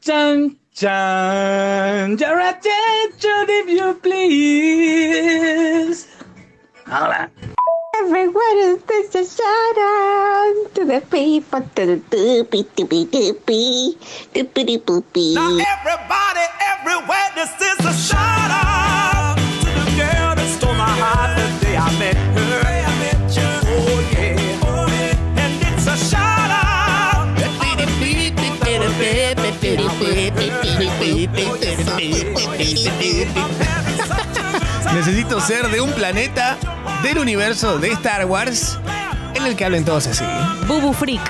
Chan, chan, your attention if you please. Ahora. Everyone is this a shout out to the people, to the doopy, doopy, doopy, doopy, doopy. Now everybody, everywhere, this is a shout out to the girl that stole my heart the day I met her. Oh yeah, oh yeah, and it's a shout out. to all the people that were there the day I met her. I'm having such a good time. Necesito ser de un planeta del universo de Star Wars en el que hablen todos así. Bubu Freak.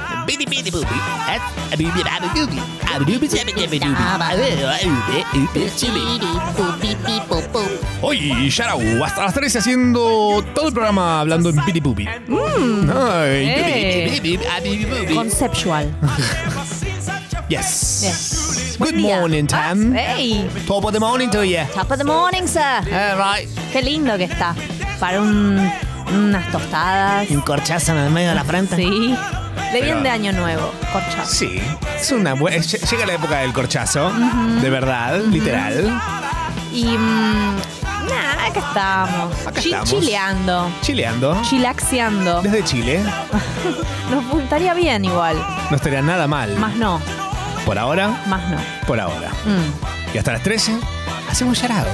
Hoy, Yarau, hasta las 13 haciendo todo el programa hablando en piripupi. Ay, Mm. Eh. Conceptual. Yes. Buen Good día. Ah, morning, Tam. Hey. Top of the morning to you. Top of the morning, sir. All right. Qué lindo que está. Para un- unas tostadas. Un corchazo en el medio de la frente. Sí. De bien de año nuevo, corchazo. Sí, es una buena. lle- Llega la época del corchazo, de verdad, literal. Y mm, nada, acá estamos. Acá Chi- estamos. Chileando. Chileando. Chilaxiando. Desde Chile, Nos puntaría bien igual. no estaría nada mal. Más no, Por ahora, más no. por ahora. Mm. Y hasta las 13 hacemos yarado.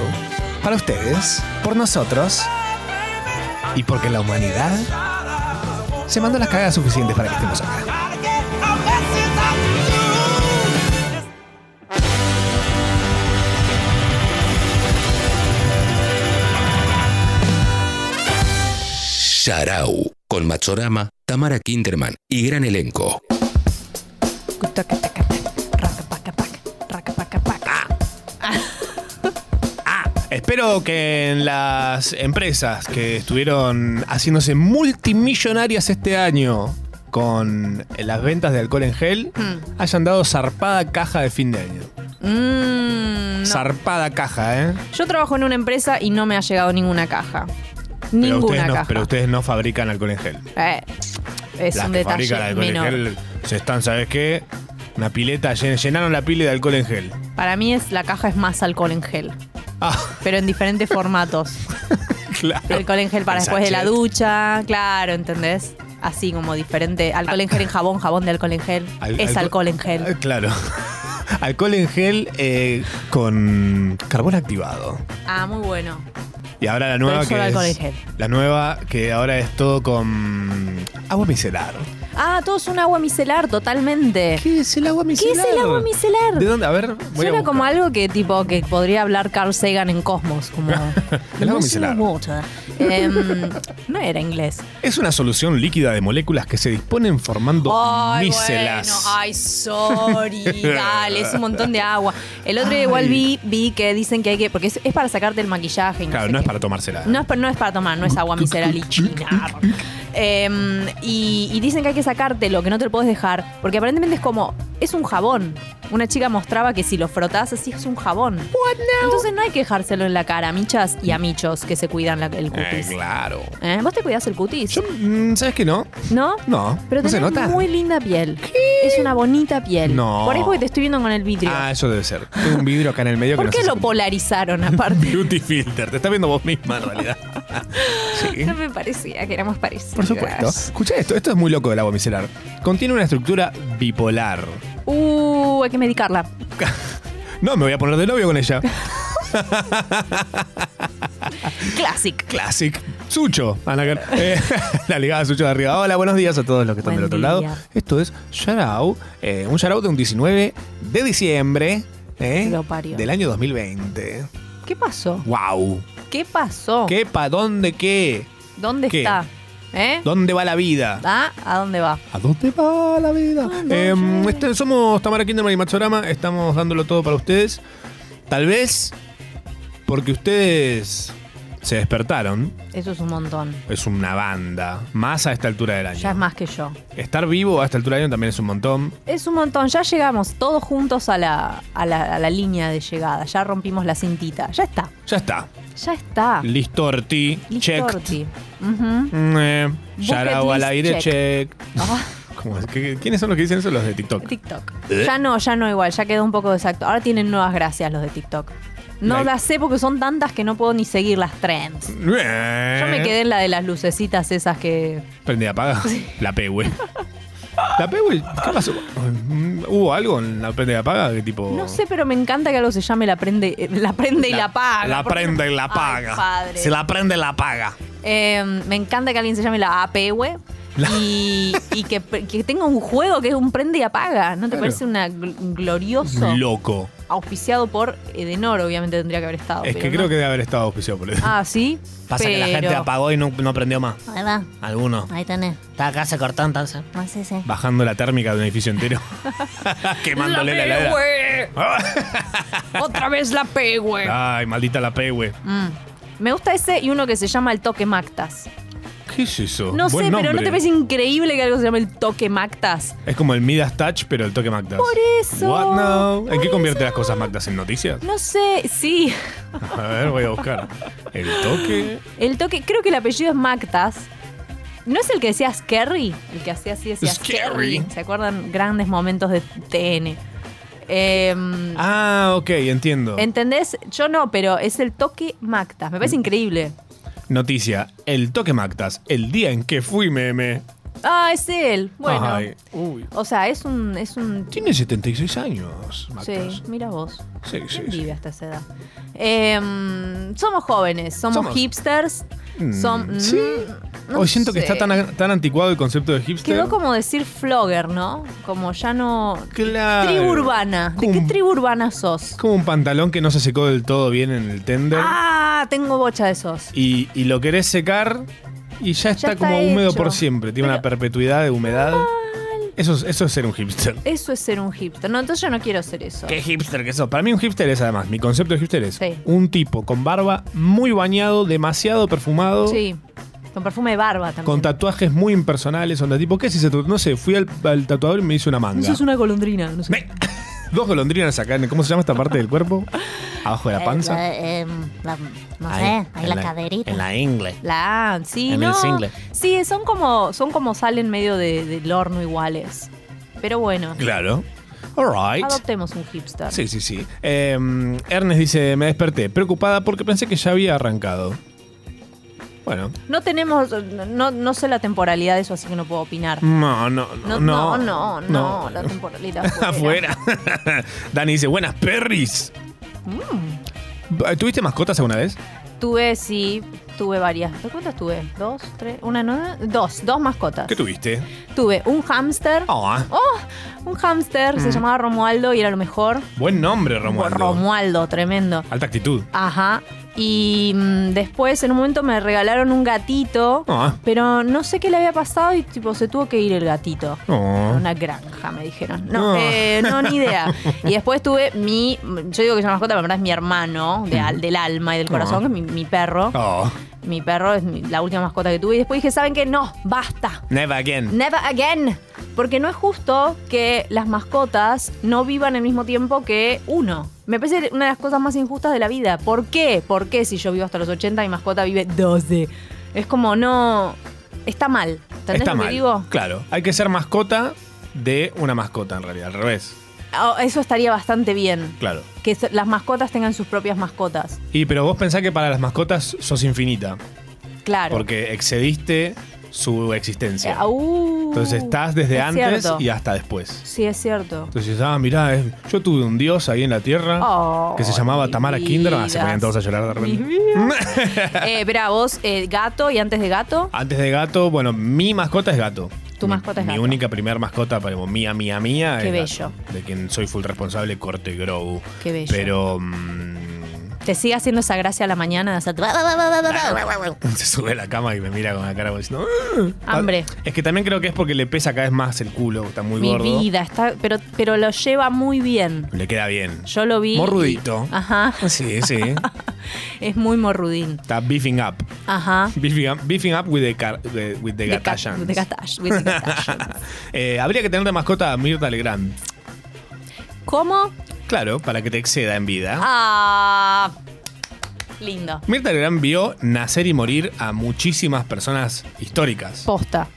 Para ustedes, por nosotros y porque la humanidad se mandó las cagadas suficientes para que estemos acá. Sharau, con Machorama, Tamara Kinderman y gran elenco. Ah, Espero que en las empresas que estuvieron haciéndose multimillonarias este año con las ventas de alcohol en gel Mm. hayan dado zarpada caja de fin de año. Mm, no. Zarpada caja, ¿eh? Yo trabajo en una empresa y no me ha llegado ninguna caja. Pero ustedes, Ninguna no, caja. pero ustedes no fabrican alcohol en gel. Eh, es Las un que detalle fabrican alcohol menor. en gel se están, ¿sabes qué? Una pileta, llen- llenaron la pile de alcohol en gel. Para mí es la caja es más alcohol en gel, Ah, pero en diferentes formatos. claro. Alcohol en gel para El después de la sachet. ducha, claro, ¿entendés? Así como diferente. Alcohol en gel en jabón, jabón de alcohol en gel. Al- es alcohol en Ah, gel. Claro. Alcohol en gel eh, con carbón activado. Ah, muy bueno. Y ahora la nueva Pero solo que alcohol es, en gel. La nueva que ahora es todo con agua micelar. Ah, todo es un agua micelar, totalmente. ¿Qué es el agua ¿Qué micelar? es el agua micelar? ¿De dónde? A ver, voy a Suena buscar. como algo que tipo que podría hablar Carl Sagan en Cosmos, como El agua micelar. water. Em, no era inglés. Es una solución líquida de moléculas que se disponen formando Ay, micelas. bueno, ay, sorry, dale, es un montón de agua. El otro día igual vi, vi que dicen que hay que, porque es, es para sacarte el maquillaje y no claro, sé no es qué. para tomársela. No es, pa- no es para tomar, no es agua micelar y china. Em, y, y dicen que hay que sacártelo, que no te lo puedes dejar, porque aparentemente es como, es un jabón. Una chica mostraba que si lo frotás así es un jabón. Entonces no hay que dejárselo en la cara a michas y a michos que se cuidan la- el Eh, cutis. claro. ¿Eh? ¿Vos te cuidás el cutis? Yo, mm, ¿Sabes qué no? ¿No? No. Pero ¿No se tenés nota? muy linda piel. Es una bonita piel. No. Por eso que te estoy viendo con el vidrio. Ah, eso debe ser. Tengo un vidrio acá en el medio ¿Por que no qué sé lo si- polarizaron aparte? Beauty filter. Te estás viendo vos misma en realidad. sí. no me parecía que éramos parecidas. Por supuesto. Escucha esto. Esto es muy loco del agua micelar. Contiene una estructura bipolar. Uh, hay que medicarla. No, me voy a poner de novio con ella. Classic. Classic. Sucho. Ana Car- Eh, la ligada Sucho de arriba. Hola, buenos días a todos los que están Buen del otro día. lado. Esto es Sharau. eh, un Sharau de un 19 de diciembre eh, Lo parió. del año 2020. ¿Qué pasó? ¡Wow! ¿Qué pasó? ¿Qué pa' dónde qué? ¿Dónde ¿Qué? está? ¿Eh? ¿Dónde va la vida? ¿Ah? ¿A dónde va? ¿A dónde va la vida? ¿Dónde Em, va? este- somos Tamara Kinderman y Matsorama. Estamos dándolo todo para ustedes. Tal vez porque ustedes se despertaron. Eso es un montón. Es una banda. Más a esta altura del año. Ya es más que yo. Estar vivo a esta altura del año también es un montón. Es un montón. Ya llegamos todos juntos a la, a la, a la línea de llegada. Ya rompimos la cintita. Ya está. Ya está. Ya está. Listorti. Check. Listorti. Ujú. Mm, eh, Bucket Yarao al list aire. check. Check. Ah, ¿Cómo es? ¿Qué- ¿Quiénes son los que dicen eso? Los de TikTok. TikTok. ¿Eh? Ya no, ya no igual, ya quedó un poco exacto. Ahora tienen nuevas gracias los de TikTok. No Like. las sé porque son tantas que no puedo ni seguir las trends. Yo Yo Eh. me quedé en la de las lucecitas esas que. Prende y apaga. La Pehue. La Pehue, ¿qué pasó? ¿Hubo algo en la prende y apaga? Que tipo... No sé, pero me encanta que algo se llame la prende, eh, la prende y la paga. Oh. La Porque- prende y la Ay, paga. padre. Se la prende y la paga. Eh, me encanta que alguien se llame la APW. Y, y que, que tenga un juego que es un prende y apaga. ¿No te Claro. parece una gl- glorioso? Loco. Auspiciado por Edenor, obviamente tendría que haber estado. Es pero que creo no. que debe haber estado auspiciado por eso. Ah, sí. Pasa que la pero- gente apagó y no, no prendió más. Ahí va, Alguno. ahí tenés. Está acá, se cortó entonces. Ah, sí, sí. Bajando la térmica de un edificio entero. Quemándole la La heladera. Pehue. Otra vez la Pehue. Ay, maldita la Pehue. Mm. Me gusta ese y uno que se llama el toque Mactas. ¿Qué es eso? No Oh, Buen sé, pero ¿no nombre. te parece increíble que algo se llame el toque Mactas? Es como el Midas Touch, pero el toque Magdas. Por eso. What now? ¿En por qué convierte eso. las cosas Magdas en noticias? No sé, sí. A ver, voy a buscar. El toque. El toque, creo que el apellido es Mactas. ¿No es el que decía Scary? El que hacía así decía Scary. Scary. ¿Se acuerdan? Grandes momentos de TN. Em, Ah, ok, entiendo. ¿Entendés? Yo no, pero es el toque Mactas. Me Mm. parece increíble. Noticia: el toque Magdas, el día en que fui meme. Ah, es él. Bueno. Ay, uy. O sea, es un. Es un Tiene 76 años, Magdas. sí, mira vos. Sí, sí, ¿Quién sí. vive hasta esa edad? Em, somos jóvenes, somos, Somos. hipsters. Mm, Som- sí. mm, no Hoy siento que sé. está tan, tan anticuado el concepto de hipster. Quedó como decir flogger, ¿no? Como ya no. Claro. Tribu urbana. ¿De qué Cum. tribu urbana sos? como un pantalón que no se secó del todo bien en el tender. Ah, tengo bocha de esos. y, y lo querés secar y ya está, está como húmedo hecho. por siempre. Tiene una perpetuidad de humedad. Eso, es- eso es ser un hipster. Eso es ser un hipster. No, entonces yo no quiero ser eso. Qué hipster que eso. Para mí un hipster es además, mi concepto de hipster es Sí. un tipo con barba muy bañado, demasiado perfumado, Sí. Con perfume de barba también. con tatuajes muy impersonales, onda tipo, ¿qué es ese tatu- No sé, fui al, al tatuador y me hizo una manga. Eso es una golondrina. No sé. Me- Dos golondrinas acá, en- ¿cómo se llama esta parte del cuerpo? Abajo Eh, de la panza. Eh, em, no Ahí, sé, ahí la caderita. En la ingle. La A, sí, En no. el single. Sí, son como, son como salen medio de- del horno iguales. Pero bueno, Claro. All right. adoptemos un hipster. Sí, sí, sí. Eh, Ernest dice, me desperté, preocupada porque pensé que ya había arrancado. Bueno, No tenemos, no, no sé la temporalidad de eso, así que no puedo opinar. no, no, No, no. no, no, no, la temporalidad. fuera. Afuera. Dani dice, buenas perris. Mm. Eh, ¿Tuviste mascotas alguna vez? Tuve, sí, tuve varias. ¿Te cuántas tuve? ¿Dos? ¿Tres? ¿Una nueva? Dos, dos mascotas. ¿Qué tuviste? Tuve un hámster. Ah, Oh, un hámster, se llamaba Romualdo y era lo mejor. buen nombre, Romualdo. Romualdo, tremendo. Alta actitud. Ajá. Y mm, después en un momento me regalaron un gatito, Ah. pero no sé qué le había pasado y tipo se tuvo que ir el gatito. Oh. A Una granja, me dijeron. No, Ah. eh, no, ni idea. Y después tuve mi, yo digo que es una mascota, pero en verdad es mi hermano de al- del alma y del corazón, Ah. que es mi, mi perro. Oh. Mi perro es mi- la última mascota que tuve. Y después dije, ¿saben qué? No, basta. Never again. Never again. Porque no es justo que las mascotas no vivan el mismo tiempo que uno. Me parece una de las cosas más injustas de la vida. ¿Por qué? ¿Por qué si yo vivo hasta los 80 mi mascota vive 12? Es como no. Está mal. ¿Entendés Está lo que mal. digo? Claro. Hay que ser mascota de una mascota, en realidad, al revés. Ah, Eso estaría bastante bien. Claro. Que so- las mascotas tengan sus propias mascotas. Y pero vos pensás que para las mascotas sos infinita. Claro. Porque excediste su Eh, existencia. ah, uh, Entonces estás desde es antes cierto. y hasta después. Sí, es cierto. Entonces, ah, mirá, eh, yo tuve un dios ahí en la tierra Oh, que se llamaba mi Tamara Kinder. Ah, se vida. ponían todos a llorar de Mi repente. Eh, verá, vos, eh, gato y antes de gato. Antes de gato, bueno, mi mascota es gato. Tu Mi- mascota es mi gato. única primer mascota, pero mía, mía, mía. Qué es gato, de quien soy full responsable, corte y grow. Qué bello. Pero. mm, Te sigue haciendo esa gracia a la mañana de hacer- se sube a la cama y me mira con la cara como diciendo. "Ah". Hambre. Es que también creo que es porque le pesa cada vez más el culo, está muy Mi gordo. vida, está, pero, pero lo lleva muy bien. Le queda bien. Yo lo vi. Morrudito. y- ajá. Sí, sí. Es muy morrudín. Está beefing up. Ajá. Beefing up, beefing up with the, car- the- with the De ca- Gatayans. De Gatash. with the Gatayans. Eh, habría que tener de mascota a Mirta Legrand. ¿Cómo? Claro, para que te exceda en vida. Ah, lindo. Mirta Legrand vio nacer y morir a muchísimas personas históricas. Posta.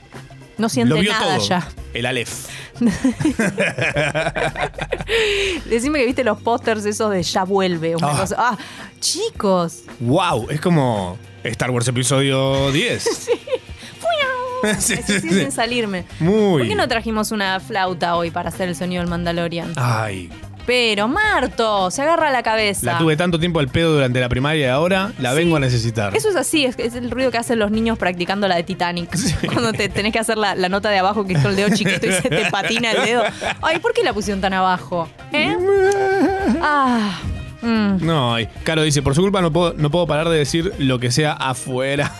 No siente vio nada todo. ya. El Aleph. Decime que viste los pósters esos de Ya vuelve. una Ah. cosa- Ah, chicos. ¡Wow! Es como Star Wars Episodio 10. Sí, sí, Así sí. sin salirme. Muy. ¿Por qué no trajimos una flauta hoy para hacer el sonido del Mandalorian? Ay, Pero, Marto, se agarra la cabeza. la tuve tanto tiempo al pedo durante la primaria y ahora la vengo a necesitar. Eso es así, es, es el ruido que hacen los niños practicando la de Titanic. Cuando te tenés que hacer la, la nota de abajo que es con el dedo chiquito y se te patina el dedo. Ay, ¿por qué la pusieron tan abajo? ¿Eh? Ah. mm. No, ay. Caro dice, por su culpa no puedo, no puedo parar de decir lo que sea afuera.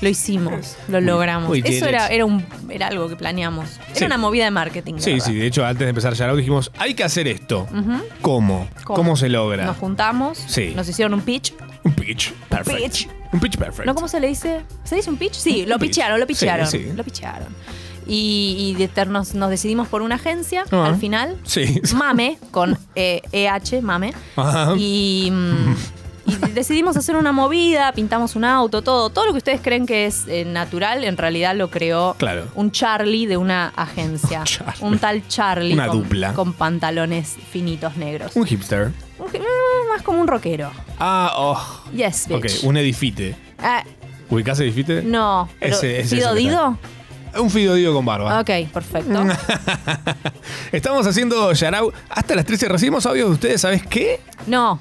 Lo hicimos, lo logramos. uy, T-Rex. Eso era, era, un, era algo que planeamos. Era Sí. una movida de marketing. la Sí, verdad. sí, de hecho, antes de empezar ya lo dijimos, hay que hacer esto. Ujú. ¿Cómo? ¿Cómo? se logra? Nos juntamos, Sí. nos hicieron un pitch. Un pitch perfect. pitch. Un pitch perfect. ¿No cómo se le dice? ¿Se dice un pitch? Sí, lo pitch. pichearon, lo Sí, pichearon. sí. Lo pichearon. Y, y de ter- nos, nos decidimos por una agencia Ah. al final. Sí. Mame, con eh, EH, mame. Ajá. Y, mm, y decidimos hacer una movida, pintamos un auto, todo. Todo lo que ustedes creen que es eh, natural, en realidad lo creó Claro. un Charlie de una agencia. Charlie. Un tal Charlie Una con, dupla. con pantalones finitos negros. Un hipster. Un je- mm, más como un rockero. Ah, oh. Yes, bitch. Ok, un edifite. Ah, ¿Ubicás edifite? no, pero Ese- ese es ¿Fido el que Dido? Un fidodío con barba. Ok, perfecto. Estamos haciendo Yarau hasta las 13. Recibimos audios de ustedes, ¿sabes qué? No.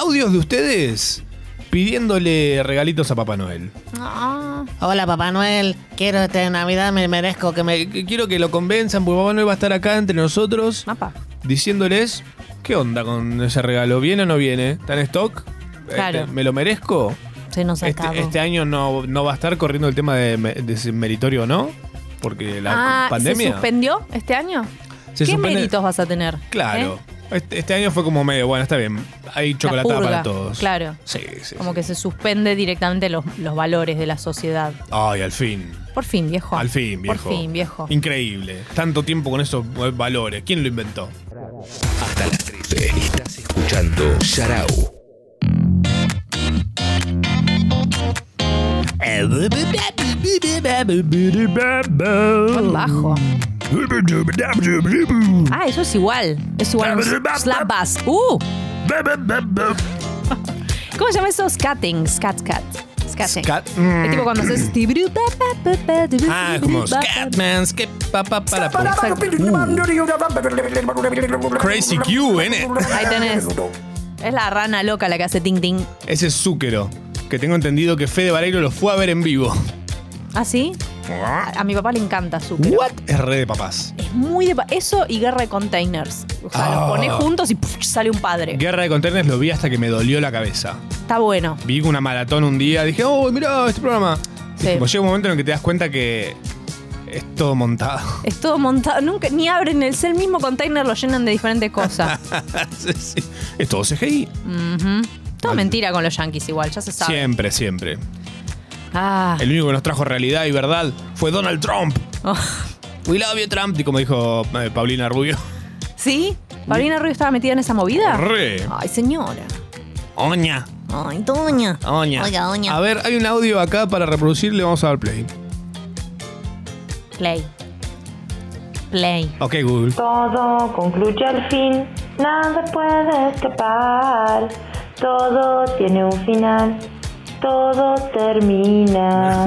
Audios de ustedes pidiéndole regalitos a Papá Noel. Ah, Hola, Papá Noel. Quiero este Navidad, me merezco que me. Eh, qu- Quiero que lo convenzan, porque Papá Noel va a estar acá entre nosotros mapa. diciéndoles qué onda con ese regalo. ¿Viene o no viene? ¿Está en stock? Claro. Este, ¿Me lo merezco? Se nos acabó. Este, este año no, no va a estar corriendo el tema de, me- de si meritorio o no, porque la ah, pandemia. ¿Se suspendió este año? Se ¿Qué suspende- méritos vas a tener? Claro. ¿Eh? Este, este año fue como medio, bueno, está bien. Hay chocolatada purga, para todos. claro. Sí, sí. Como sí. que se suspende directamente los, los valores de la sociedad. Ay, al fin. Por fin, viejo. Al fin, viejo. Por fin, viejo. Increíble. Tanto tiempo con esos eh, valores. ¿Quién lo inventó? Hasta las 13. Estás escuchando Yarau. Mm. Buen bajo. Ah, eso es igual. Es igual. a un slap bass. ¡Uh! ¿Cómo se llama eso? Scatting. Scat, cat. Scatting. Scat- Es tipo cuando haces. Ah, como Scatman, Skip, pa, pa, para, pa. Crazy Q, ¿eh? Ahí tenés. Es la rana loca la que hace ting ting. Ese es Zúquero, que tengo entendido que Fede Vareiro lo fue a ver en vivo. ¿Ah, sí? A, a mi papá le encanta Zucker. What? Es re de papás. Es muy de. pa- Eso y guerra de containers. O sea, Ah. los pones juntos y ¡puf! sale un padre. Guerra de Containers lo vi hasta que me dolió la cabeza. Está bueno. Vi una maratón un día, dije, oh, mirá este programa. Sí. Como llega un momento en el que te das cuenta que es todo montado. Es todo montado. Nunca, ni abren el, el mismo container, lo llenan de diferentes cosas. Sí, sí. Es todo CGI. Ujú. Todo mentira con los yankees igual, ya se sabe. Siempre, siempre. Ah. El único que nos trajo realidad y verdad fue Donald Trump. Oh. We love you, Trump. Y como dijo eh, Paulina Rubio. ¿Sí? ¿Paulina Rubio estaba metida en esa movida? Re. Ay, señora. Oña. Ay, doña. Oña. Oiga, doña. A ver, hay un audio acá para reproducir, le vamos a dar play. Play. Play. Ok, Google. Todo concluye al fin, nada puede escapar. Todo tiene un final, todo termina.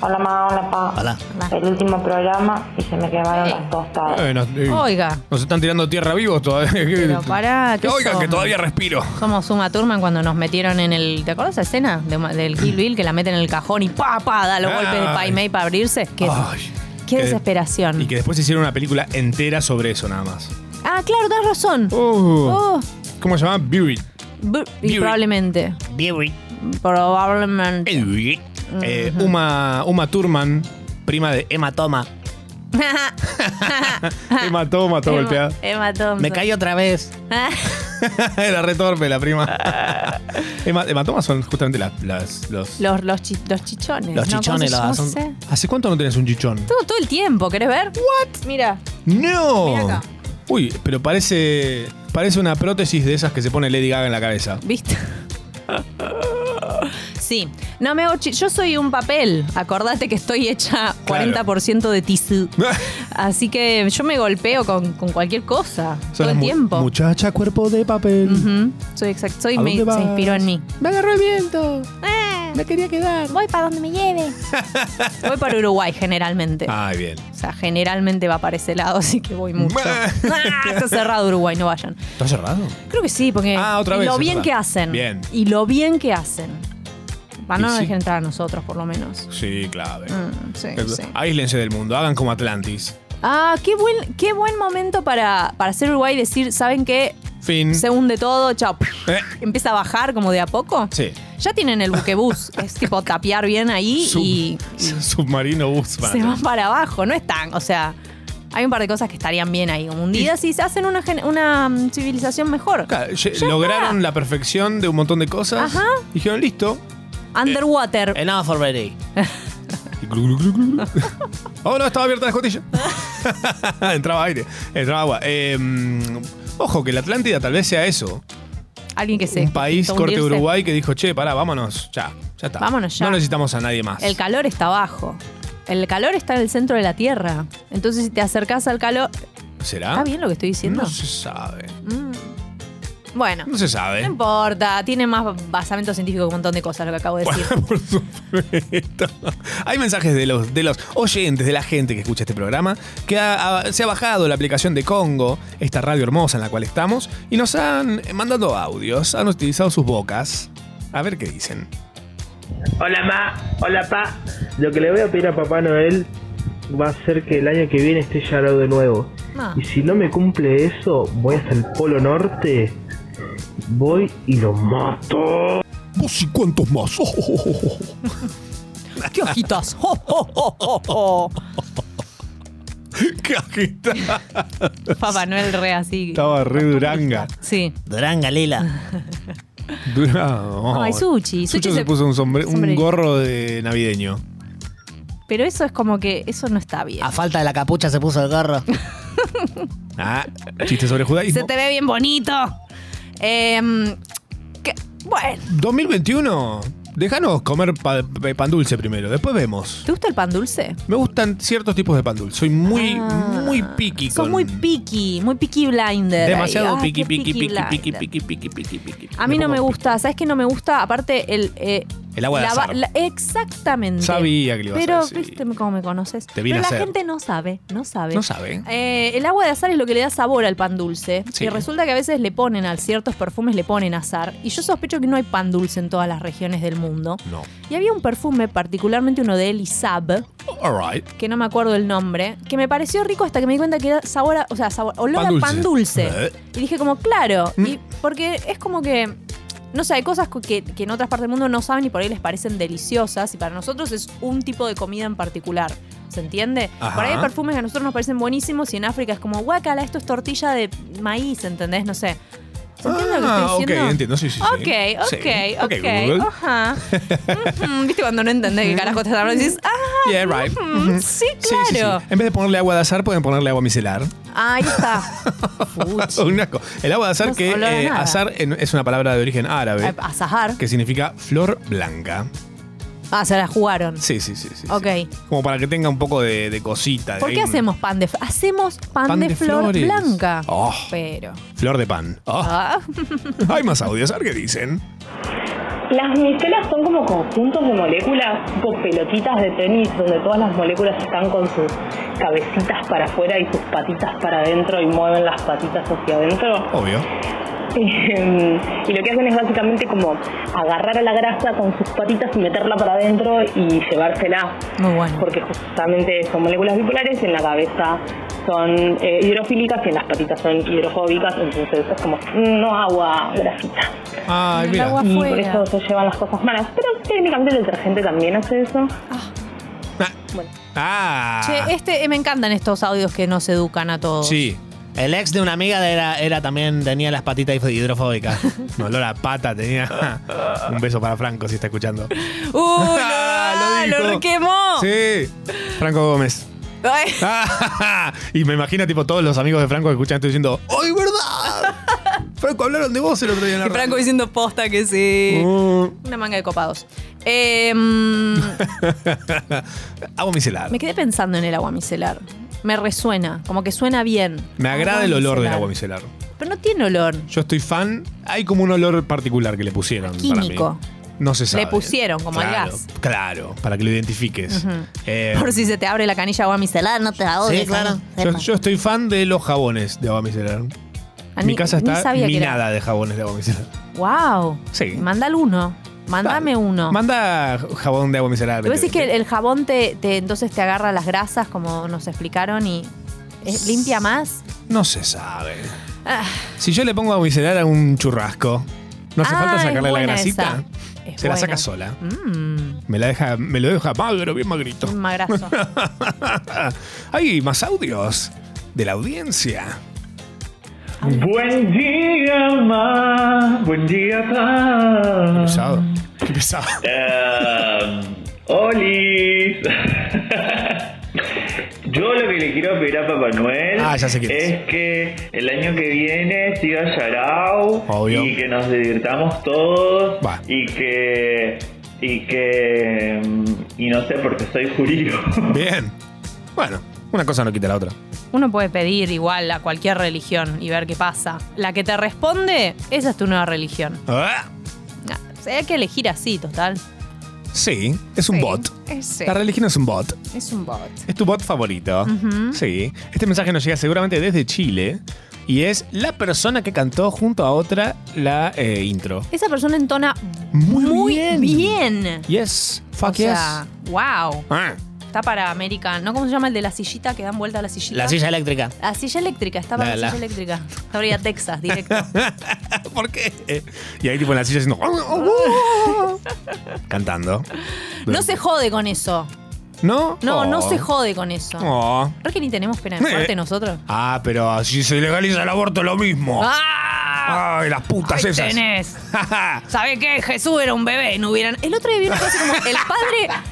Hola, ma, hola, pa. Hola. El último programa y se me quemaron las tostadas. Eh, nos, eh, Oiga. Nos están tirando tierra vivos todavía. Pero pará, ¿qué Oigan, que somos? todavía respiro. Somos Uma Thurman cuando nos metieron en el. ¿Te acuerdas esa escena de Uma- del Kill Bill que la meten en el cajón y pa, pa, da los Ay. golpes de Pai Mei para abrirse? Qué, Ay, qué que- desesperación. Y que después hicieron una película entera sobre eso nada más. Ah, claro, tenés razón. Oh, ¿Cómo se llama? Beauty. bu- y Beauty. probablemente. Beauty. Probablemente. Eh, Uma, Uma Thurman, prima de Emma. Emma Toma. Emma Toma, todo golpeada. Emma Thompson. Ah, Me caí otra vez. Era retorpe la prima. Emma, Emma Toma son justamente la- las, los, Los, los, chi- los chichones. Los ¿no? ¿Cómo se chichones, los llama? son- No sé. ¿Hace cuánto no tenés un chichón? Todo, todo el tiempo, ¿querés ver? ¿What? Mira. Mira ¡No! acá. Uy, pero parece, parece una prótesis de esas que se pone Lady Gaga en la cabeza. ¿Viste? Sí, no me hago chi- Yo soy un papel. Acordate que estoy hecha 40% de tisú. Así que yo me golpeo con, con cualquier cosa. todo el tiempo. Muchacha, cuerpo de papel. Ujú. Soy exacto. Soy ¿A me, dónde se vas? inspiró en mí. Me agarró el viento. Me quería quedar. Voy para donde me lleve. voy para Uruguay generalmente. Ay, bien. O sea, generalmente va para ese lado, así que voy mucho. Ah, Está cerrado Uruguay, no vayan. ¿Está cerrado? Creo que sí, porque Ah, otra y vez, lo es bien verdad. que hacen. Bien. Y lo bien que hacen. Van Y a no sí. dejar entrar a nosotros, por lo menos. Sí, clave. Mm, sí, sí. Aíslense del mundo, hagan como Atlantis. Ah, qué buen, qué buen momento para, para hacer Uruguay y decir, ¿saben qué? Fin. Se hunde todo, chao. Mm. Eh. Empieza a bajar como de a poco. Sí. Ya tienen el buquebús. es tipo tapear bien ahí Sub- y, y Submarino bus. se van para abajo. No están, o sea, hay un par de cosas que estarían bien ahí. Como un día, si se hacen una, gen- una mm, civilización mejor. Claro, lle- Ya lograron está. la perfección de un montón de cosas. Ajá. Dijeron, listo. Eh, Underwater. Enough already. Y glu, glu, glu, glu, glu. oh, no, estaba abierta la escotilla. entraba aire, entraba agua. Eh, mm, ojo, que la Atlántida tal vez sea eso. Alguien que se. un país se corte hundirse. Uruguay que dijo, che, pará, vámonos, ya, ya está. Vámonos ya. No necesitamos a nadie más. El calor está abajo. El calor está en el centro de la Tierra. Entonces, si te acercás al calor. ¿Será? ¿Está bien lo que estoy diciendo? Ah. No se sabe. Mm. Bueno, No se no sabe. importa. Tiene más basamento científico que un montón de cosas lo que acabo de decir. Por supuesto. Hay mensajes de los, de los oyentes, de la gente que escucha este programa, que ha- ha- se ha bajado la aplicación de Congo, esta radio hermosa en la cual estamos, y nos han mandado audios, han utilizado sus bocas. A ver qué dicen. Hola ma, hola pa. Lo que le voy a pedir a Papá Noel va a ser que el año que viene esté Yarao de nuevo. Ah. Y si no me cumple eso, voy hasta el Polo Norte, voy y lo mato. ¿Vos y cuántos más? Oh, Ah, ¡Qué Oh, hojitas! ¡Jo, jo, jo, jo, jo! Cajita. Papá Noel re así. Estaba re duranga. Sí. Duranga, Lila. Dura- oh. Ay, Suchi. Sucho Suchi se se- puso un, sombre- un sombrerito. gorro de navideño. Pero eso es como que. Eso no está bien. A falta de la capucha se puso el gorro. Ah, chiste sobre judaísmo. Se te ve bien bonito. Em, que- bueno. 2021. Déjanos comer pa- pa- pan dulce primero, después vemos. ¿Te gusta el pan dulce? Me gustan ciertos tipos de pan dulce. Soy muy, Ah. muy piqui. Sos con- muy picky, muy picky blinder. Demasiado Ay, ah, piqui, qué piqui, piqui, blinder. piqui, piqui, piqui, piqui, piqui. A mí no me pongo gusta, ¿sabes qué no me gusta? Aparte, el. eh, El agua de la va- azar. la- exactamente. Sabía que le ibas a Pero, decir. viste cómo me conoces. Te vine Pero a la hacer. gente no sabe, no sabe. No sabe. Eh, el agua de azar es lo que le da sabor al pan dulce. Sí. Y resulta que a veces le ponen a ciertos perfumes, le ponen azar. Y yo sospecho que no hay pan dulce en todas las regiones del mundo. No. Y había un perfume, particularmente uno de Elisab, All right. que no me acuerdo el nombre, que me pareció rico hasta que me di cuenta que era sabor, a- o sea, sabor, olor Pan a dulce. pan dulce. Eh. Y dije como, claro, Mm. y porque es como que, no sé, hay cosas co- que, que en otras partes del mundo no saben y por ahí les parecen deliciosas y para nosotros es un tipo de comida en particular. ¿Se entiende? Ajá. Por ahí hay perfumes que a nosotros nos parecen buenísimos y en África es como, guacala, esto es tortilla de maíz, ¿entendés? No sé. ¿Se entiende lo que Ah, estoy ok, diciendo? entiendo. Sí, sí, sí. Ok, ok, Sí. ok, Oh, Google. ajá. Ujú, ¿Viste cuando no entendés qué carajo te hablando? Y Dices, ah, Yeah, right. ujú, Ujú. sí, Sí, sí, claro. sí. En vez de ponerle agua de azar, pueden ponerle agua micelar. Ahí está. Fuchi. Un asco. El agua de azar, No que olor a eh, nada. Eh, azar en- es una palabra de origen árabe A Zahar. que significa flor blanca. Ah, se la jugaron. Sí, sí, sí. sí, sí. Ok. Como para que tenga un poco de, de cosita. de ¿Por ahí qué un- hacemos pan de flor? Hacemos pan, Pan de, de flor flores. blanca. Oh. Pero. Flor de pan. Oh, Ah, Hay más audios, a ver qué dicen. Las micelas son como conjuntos de moléculas, tipo pelotitas de tenis, donde todas las moléculas están con sus cabecitas para afuera y sus patitas para adentro y mueven las patitas hacia adentro. Obvio. Eh, y lo que hacen es básicamente como agarrar a la grasa con sus patitas y meterla para adentro y llevársela. Muy bueno. Porque justamente son moléculas bipolares, en la cabeza son eh, hidrofílicas y en las patitas son hidrofóbicas, entonces es como, mm, no agua, grasita. Ay, El mira. agua- Y por Afuera. Mm, eso se llevan las cosas malas. Pero técnicamente el detergente también hace eso. Ah. Che, este, eh, me encantan estos audios que nos educan a todos. Sí. El ex de una amiga era, era también tenía las patitas hidrofóbicas. No, olor a pata tenía. un beso para Franco si está escuchando. ¡Uy! lo, dijo. lo quemó! Sí. Franco Gómez. Ay, Ah, y me imagino tipo todos los amigos de Franco que escuchan esto diciendo, ¡Ay, verdad! Franco, hablaron de vos el otro día en la Y Franco radio. diciendo posta que sí. Mm. Una manga de copados. Em, Agua micelar. me quedé pensando en el agua micelar. Me resuena, como que suena bien. Me agrada el olor del micelar. agua micelar. Pero no tiene olor. Yo estoy fan. Hay como un olor particular que le pusieron. Químico. Para mí. No se sabe. Le pusieron, como al claro, gas. Claro, para que lo identifiques. Ujú. Eh, Por si se te abre la canilla de agua micelar, no te ahogues. Sí, claro. yo, yo estoy fan de los jabones de agua micelar. Ah, Mi ni- casa ni está sabía que era. minada de jabones de agua micelar. Wow. Sí. Mándale uno. Mándame uno. Manda jabón de agua micelar. ¿Tú decís vete, que el, vete. el jabón te, te- entonces te agarra las grasas, como nos explicaron, y eh, limpia más? No se sabe. Ah. Si yo le pongo agua micelar a un churrasco, no hace Ah, falta es sacarle la buena grasita. esa. Es Se la buena. saca sola. Mmm, Me, la deja, me lo deja magro, bien magrito. más graso. Hay más audios de la audiencia. Buen día, ma. Buen día, Ah. Qué pa. pesado. Qué pesado. Ah, Olis. Yo lo que le quiero pedir a Papá Noel Ah, ya sé quién es. es que el año que viene siga Yarao Obvio. y que nos divirtamos todos Va. y que y que mm, y no sé porque soy judío. Bien. Bueno, una cosa no quita la otra. Uno puede pedir igual a cualquier religión y ver qué pasa. La que te responde, esa es tu nueva religión. Ah, Ah, o sea, hay que elegir así, total. Sí, es un bot. Ese. La religión es un bot. Es un bot. Es tu bot favorito. Sí. Este mensaje nos llega seguramente desde Chile. Y es la persona que cantó junto a otra la eh, intro. Esa persona entona Muy muy, bien. bien. Yes, O fuck yes. sea, wow. Ah, Está para América. ¿No cómo se llama el de la sillita que dan vuelta a la sillita? La silla eléctrica. La silla eléctrica, está para La- la, la- silla eléctrica. Está para ir a Texas, directo. ¿Por qué? Y ahí tipo en la silla haciendo... "Oh, cantando. No se jode con eso. ¿No? No, Oh. no se jode con eso. Oh. ¿Por qué ni tenemos pena de muerte Eh. nosotros? Ah, pero si se legaliza el aborto lo mismo. ¡Ah! Ay, las putas Ahí Oh. esas. tenés. ¿Sabés qué? Jesús era un bebé y no hubieran. El otro día vi una cosa como el padre.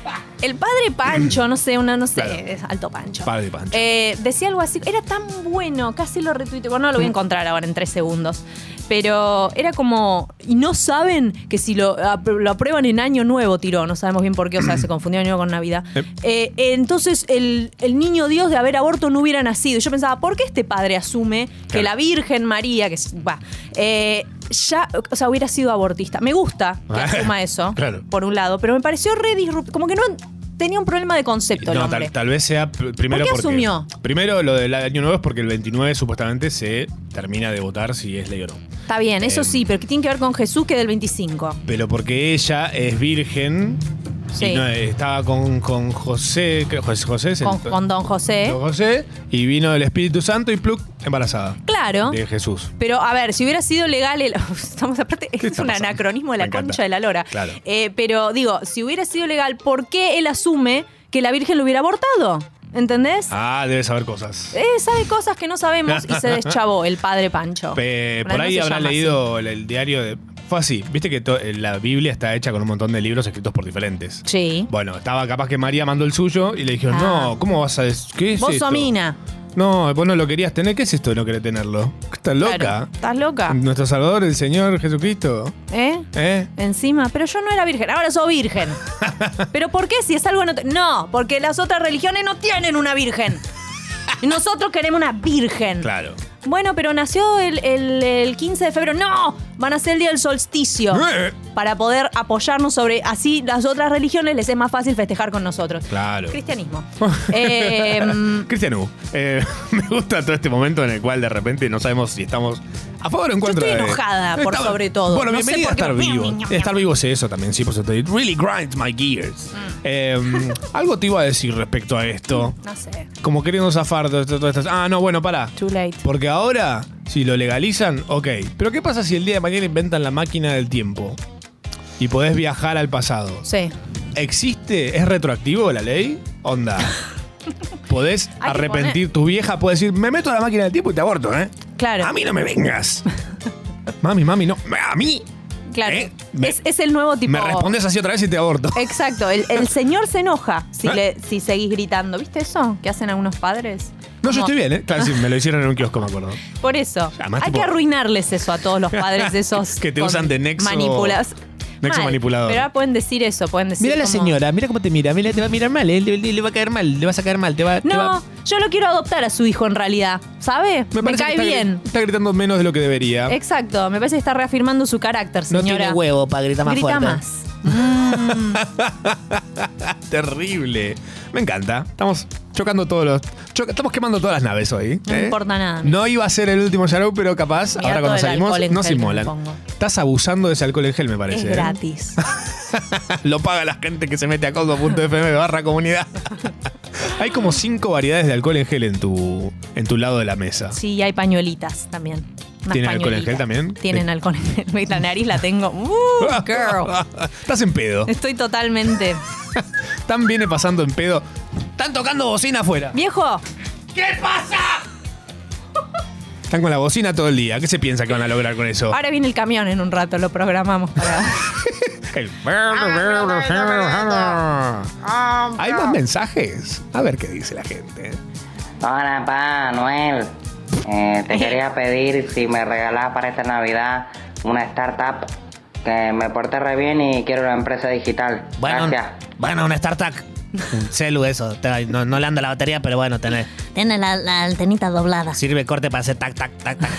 El padre Pancho, no sé, una, no sé, Claro. es alto Pancho. Padre Pancho. Eh, decía algo así, era tan bueno, casi lo retuiteé. Bueno, Mm. no lo voy a encontrar ahora en tres segundos. Pero era como. Y no saben que si lo, apr- lo aprueban en año nuevo, tiró. No sabemos bien por qué, o sea, se confundió año nuevo con Navidad. Eh, entonces, el, el niño Dios de haber aborto no hubiera nacido. Y yo pensaba, ¿por qué este padre asume que Claro. la Virgen María, que es- va, eh, ya, o sea, hubiera sido abortista? Me gusta que Ah, asuma eso, claro. por un lado, pero me pareció re disrupt- Como que no tenía un problema de concepto el No, hombre. tal, tal vez sea pr- primero ¿Por qué porque- asumió? Primero lo del año nuevo es porque el 29 supuestamente se termina de votar si es ley o no. Está bien, eso Em. sí, pero ¿qué tiene que ver con Jesús que del 25? Pero porque ella es virgen y Sí. no, estaba con, con José, creo- José, José, es el- Con, con Don José. Don José y vino el Espíritu Santo y pluk embarazada Claro. de Jesús. Pero a ver, si hubiera sido legal el. Estamos aparte, ¿Qué es está un pasando? anacronismo de la Me encanta. concha de la lora. Claro. Eh, pero digo, si hubiera sido legal, ¿por qué él asume que la Virgen lo hubiera abortado? ¿Entendés? Ah, debe saber cosas. Eh, sabe cosas que no sabemos y se deschavó el padre Pancho. Pe- Bueno, por no ahí se habrá llama así. leído el, el diario de. Fue así. Viste que to- eh, la Biblia está hecha con un montón de libros escritos por diferentes. Sí. Bueno, estaba capaz que María mandó el suyo y le dijeron, Ah. no, ¿cómo vas a des- ¿Qué es Vos esto? sos mina. No, vos no lo querías tener. ¿Qué es esto de no querer tenerlo? ¿Estás loca? Mm. Claro. ¿Estás loca? Nuestro Salvador, el Señor Jesucristo. ¿Eh? ¿Eh? Encima, pero yo no era virgen, ahora soy virgen. ¿Pero por qué si es algo no? te- No, porque las otras religiones no tienen una virgen. Y Nosotros queremos una virgen. Claro. Bueno, pero nació el, el- el 15 de febrero. No, van a ser el día del solsticio. Eh. Para poder apoyarnos sobre. Así las otras religiones les es más fácil festejar con nosotros. Claro. Cristianismo. Eh, mm, Cristiano, eh, me gusta todo este momento en el cual de repente no sabemos si estamos a favor o en contra. estoy de- enojada, por Estamos- sobre todo. Bueno, No sé bienvenida a por qué estar me- vivo. Estar vivo es eso también, sí, por eso te digo, Really grinds my gears. Eh, algo te iba a decir respecto a esto. Mm. no sé. Como queriendo zafar de todo, esto. Ah, no, bueno, pará. Too late. Porque ahora, si lo legalizan, ok. Pero ¿qué pasa si el día de mañana inventan la máquina del tiempo? Y podés viajar al pasado. Sí. ¿Existe? ¿Es retroactivo la ley? Onda. Podés Hay que arrepentir. Tu vieja puede decir, me meto a la máquina del tiempo y te aborto, ¿eh? Claro. A mí no me vengas. mami, mami, no. A mí. Claro. ¿Eh? Me- es, es el nuevo tipo. Me respondes así otra vez y te aborto. Eh. Exacto, el, el señor se enoja si, le, si seguís gritando. ¿Viste eso que hacen algunos padres? No, yo estoy bien, ¿eh? Claro, sí, me lo hicieron en un kiosco, me acuerdo. Por eso. Además, hay tipo- que arruinarles eso a todos los padres de esos. Que te con- usan de nexo- Manipulas. nexo Mal, manipulador. Pero ahora pueden decir eso, pueden decir. Mira a la como, señora, mira cómo te mira, mira, te va a mirar mal, eh, le, le- le va a caer mal, le vas a caer mal, te va, te va- No, yo lo quiero adoptar a su hijo en realidad, ¿sabe? Me, parece cae que está, bien. Está gritando menos de lo que debería. Exacto, me parece que está reafirmando su carácter, no señora. tiene huevo para gritar más Grita fuerte. más. Terrible. Me encanta. Estamos chocando todos los. choca- estamos quemando todas las naves hoy. No ¿eh? importa nada. No iba a ser el último Yarou, pero capaz, Mirá ahora todo cuando el salimos, alcohol en nos gel que me inmolan. pongo. Estás abusando de ese alcohol en gel, me parece. Es ¿eh? gratis. Lo paga la gente que se mete a coco.fm barra comunidad. Hay como cinco variedades de alcohol en gel en tu, en tu lado de la mesa. Sí, hay pañuelitas también. Unas ¿Tienen alcohol en pañuelitas. gel también? Tienen alcohol en gel. La nariz la tengo. Uh, girl. Estás en pedo. Estoy totalmente. Tan viene pasando en pedo. Están tocando bocina afuera. Viejo, Están con la bocina todo el día. ¿Qué se piensa que van a lograr con eso? ahora viene el camión en un rato, lo programamos para. El- Ah, Hay más mensajes. A ver qué dice la gente. Hola, pa, Noel. Eh, te quería pedir si me regalás para esta Navidad una startup que me porte re bien y quiero una empresa digital. Bueno, Gracias. bueno, una startup. Un celu eso. te- No, no le anda la batería, pero bueno, tenés. Tiene la, la antenita doblada. Sirve corte para hacer tac, tac, tac, tac.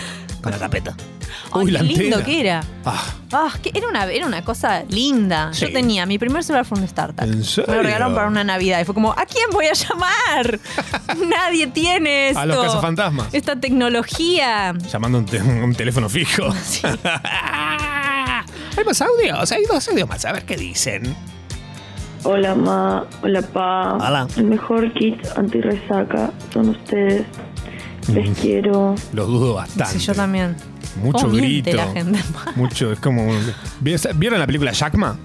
Con la tapeta. Ay, Uy, la qué lindo antena. que era. Ah, Ah, que era, una, era una cosa linda. Sí. Yo tenía, mi primer celular fue un startup. ¿En Me serio? lo regalaron para una Navidad y fue como, ¿a quién voy a llamar? Nadie tiene esto. A los cazafantasmas. Esta tecnología. llamando un, te- un teléfono fijo. Hay más audios. Hay dos audios más. A ver qué dicen. Hola ma, hola pa. Hola. El mejor kit antirresaca son ustedes. Les quiero. Los dudo bastante. Sí, yo también. Mucho ¿Cómo miente grito. la gente? Mucho. Es como. un- ¿Vieron la película Jackma?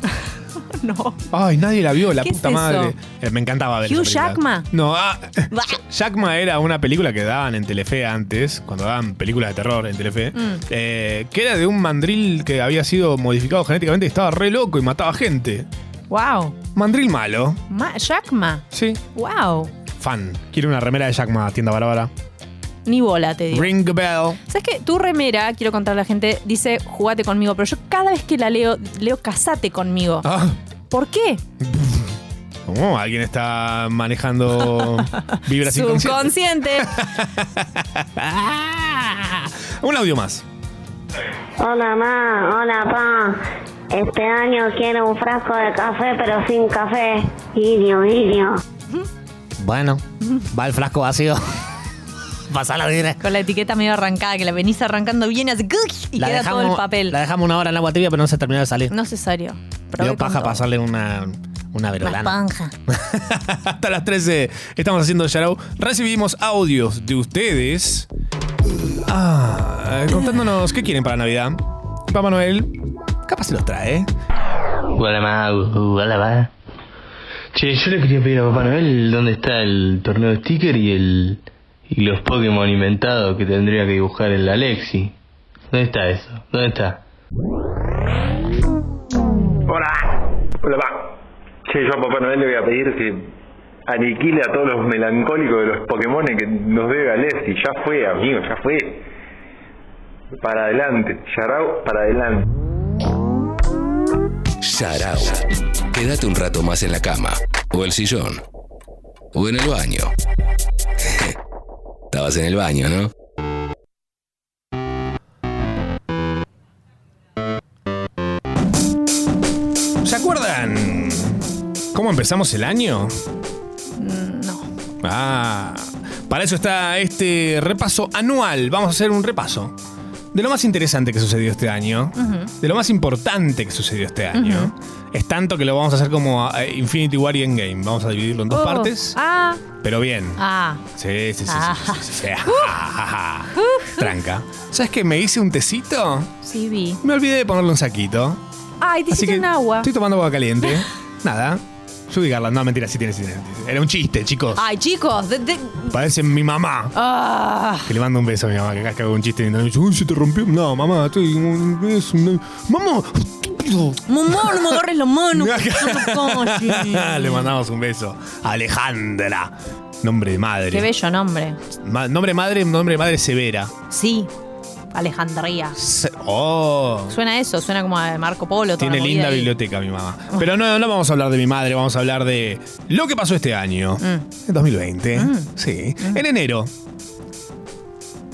no. Ay, nadie la vio, la ¿Qué es puta eso? madre. Eh, me encantaba ver Hugh esa película. Jackman. No, ah, Jackma era una película que daban en Telefe antes, cuando daban películas de terror en Telefe, Mm. eh, que era de un mandril que había sido modificado genéticamente y estaba re loco y mataba gente. Wow. Mandril malo. Ma Jackma. Sí. Wow. Fan. Quiero una remera de Jackma, tienda Bárbara. Ni bola, te digo. Ring a bell. ¿Sabes qué? Tu remera, quiero contarle a la gente, dice jugate conmigo, pero yo cada vez que la leo, leo casate conmigo. Ah, ¿Por qué? ¿cómo? Alguien está manejando vibras inconscientes. Subconsciente. Un audio más. Hola ma, hola pa. Este año quiero un frasco de café pero sin café. Guiño, guiño. Bueno, va el frasco vacío. Pasala la Con la etiqueta medio arrancada, que la venís arrancando bien así, ¡guj! y queda todo el papel. La dejamos una hora en agua tibia, pero no se terminó de salir. No necesario. Dio paja pasarle una, una verolana. Panja. Hasta las 13 estamos haciendo Yarau. Recibimos audios de ustedes. Ah, contándonos qué quieren para Navidad. Papá Noel, capaz se los ¿eh? trae. Hola ma, hola va. Che, yo le quería pedir a Papá Noel dónde está el torneo de sticker y el y los Pokémon inventados que tendría que dibujar el Alexi. ¿Dónde está eso? ¿Dónde está? Hola. Hola, va. Che, yo a Papá Noel le voy a pedir que aniquile a todos los melancólicos de los Pokémon que nos debe Alessi. Ya fue, amigo, ya fue. Para adelante. Yarao, para adelante. Yarao. Quédate un rato más en la cama, o el sillón, o en el baño. Estabas en el baño, ¿no? ¿Se acuerdan cómo empezamos el año? No. Ah, para eso está este repaso anual. Vamos a hacer un repaso de lo más interesante que sucedió este año, de lo más importante que sucedió este año. Es tanto que lo vamos a hacer como eh, Infinity War y Endgame. Vamos a dividirlo en dos Oh, partes, Ah, pero bien. ah. Sí, sí, sí. sí, Ah. Uh. sí, sí, sí. Ah, Tranca. ¿Sabes que me hice un tecito? Sí, vi. Me olvidé de ponerle un saquito. Ay, te hiciste en agua. estoy tomando agua caliente. Nada. Judy Garland, no, mentira, sí tiene, sí tiene. sí tiene. Era un chiste, chicos. Ay, chicos. de- de- Parece mi mamá. Ah. Que le mando un beso a mi mamá, que acá hago un chiste y me dice, uy, se te rompió. No, mamá, estoy. es una- Mamá. Momón, no me agarres la mano. Le mandamos un beso a Alejandra. Nombre de Qué madre. bello nombre. Ma- nombre de madre, nombre de madre severa. Sí, Alejandría. Se- oh. Suena a eso, suena como a Marco Polo. toda Tiene la movida linda ahí. biblioteca mi mamá. Pero no, no vamos a hablar de mi madre, vamos a hablar de lo que pasó este año. Mm. En 2020. Sí. En enero.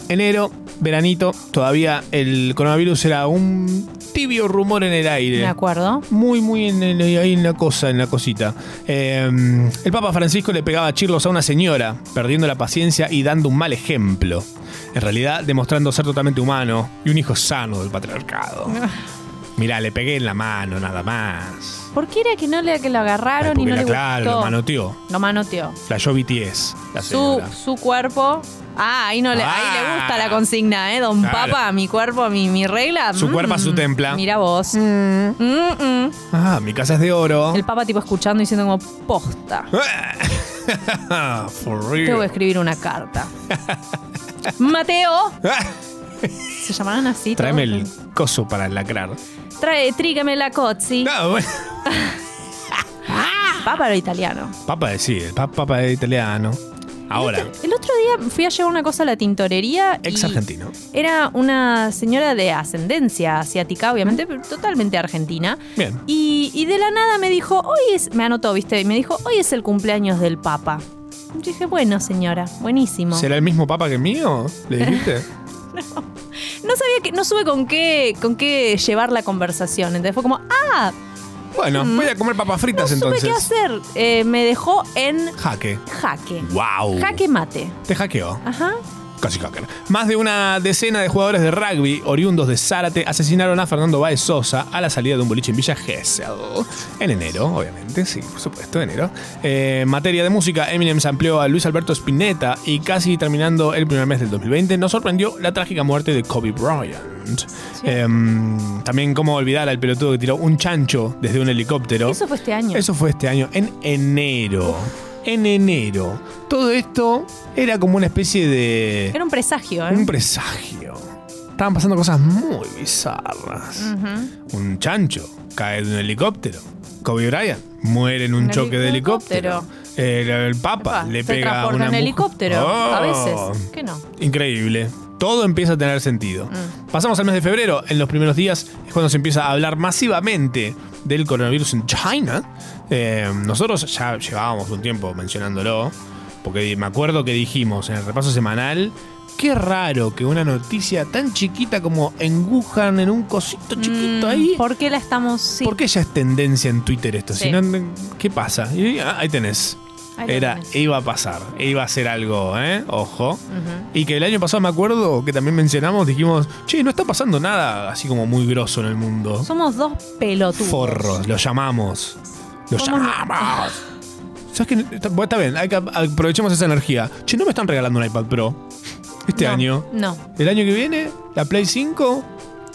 Enero, veranito, todavía el coronavirus era un tibio rumor en el aire. Me acuerdo. Muy, muy en el- ahí en la cosa, en la cosita. Eh, el Papa Francisco le pegaba chirlos a una señora, perdiendo la paciencia y dando un mal ejemplo. En realidad, demostrando ser totalmente humano y un hijo sano del patriarcado. Ah. Mirá, le pegué en la mano, nada más. ¿Por qué era que no le que lo Ay, agarraron y porque no la- le claro, gustó? lo manoteó. Lo manoteó. La yo BTS, la Su, señora. Ah. su cuerpo. Ah, ahí no le, ahí le gusta la consigna, ¿eh? Don Claro. Papa, mi cuerpo, mi, mi regla. Mm. Su cuerpo a su templa. Mira vos. Mm, mm. Ah, mi casa es de oro. El Papa tipo escuchando y diciendo como posta. For Tengo que real. escribir una carta. Mateo. Se llamarán así. todos? Ah, Tráeme el coso para lacrar. Trae, trígame la cozzi. Ah. Papa era italiano. Papa decide, pa- papa es italiano. Ahora, El otro día fui a llevar una cosa a la tintorería. y- ex argentino. Era una señora de ascendencia asiática, obviamente, pero totalmente argentina. Bien. Y, y de la nada me dijo, hoy es, me anotó, viste, y me dijo, hoy es el cumpleaños del Papa. Y yo dije, bueno, señora, buenísimo. ¿Será el mismo papa que el mío? ¿Le dijiste? No sabía que, no supe con qué, con qué llevar la conversación. Entonces fue como, ah, Bueno, Mm. voy a comer papas fritas no supe entonces. qué hacer. Eh, me dejó en Jaque. jaque. Wow. Jaque mate. Te hackeó. Ajá. Casi hacker. Más de una decena de jugadores de rugby oriundos de Zárate asesinaron a Fernando Baez Sosa a la salida de un boliche en Villa Gesell. En enero, obviamente, sí, por supuesto, enero. Eh, en materia de música, Eminem se amplió a Luis Alberto Spinetta y casi terminando el primer mes del 2020 nos sorprendió la trágica muerte de Kobe Bryant. Em, también cómo olvidar al pelotudo que tiró un chancho desde un helicóptero. Eso fue este año. Eso fue este año, en enero. En enero. Todo esto era como una especie de... Era un presagio, ¿eh? Un presagio. Estaban pasando cosas muy bizarras. Ujú. Un chancho cae de un helicóptero. Kobe Bryant muere en un Un choque de helicóptero. El, el Papa Epa, le se pega a transporta una en mu- helicóptero. A Oh. veces. ¿Qué no? Increíble. Todo empieza a tener sentido. Pasamos al mes de febrero. En los primeros días es cuando se empieza a hablar masivamente del coronavirus en China. Eh, nosotros ya llevábamos un tiempo mencionándolo, porque me acuerdo que dijimos en el repaso semanal, qué raro que una noticia tan chiquita como en Wuhan, en un cosito Mm, chiquito ahí... ¿Por qué la estamos...? Sí. ¿Por qué ya es tendencia en Twitter esto? Sí. Si no, ¿Qué pasa? Y, ah, ahí tenés. Ahí lo Era, tenés. iba a pasar, iba a ser algo, ¿eh? Ojo. Ujú. Y que el año pasado me acuerdo que también mencionamos, dijimos, che, no está pasando nada así como muy grosso en el mundo. Somos dos pelotudos. Forros, los llamamos. Los Somos- llamamos. ¿Sabes qué? Está, bueno, está bien, hay que- aprovechemos esa energía. Che, no me están regalando un iPad Pro este No, año. No. El año que viene, la Play 5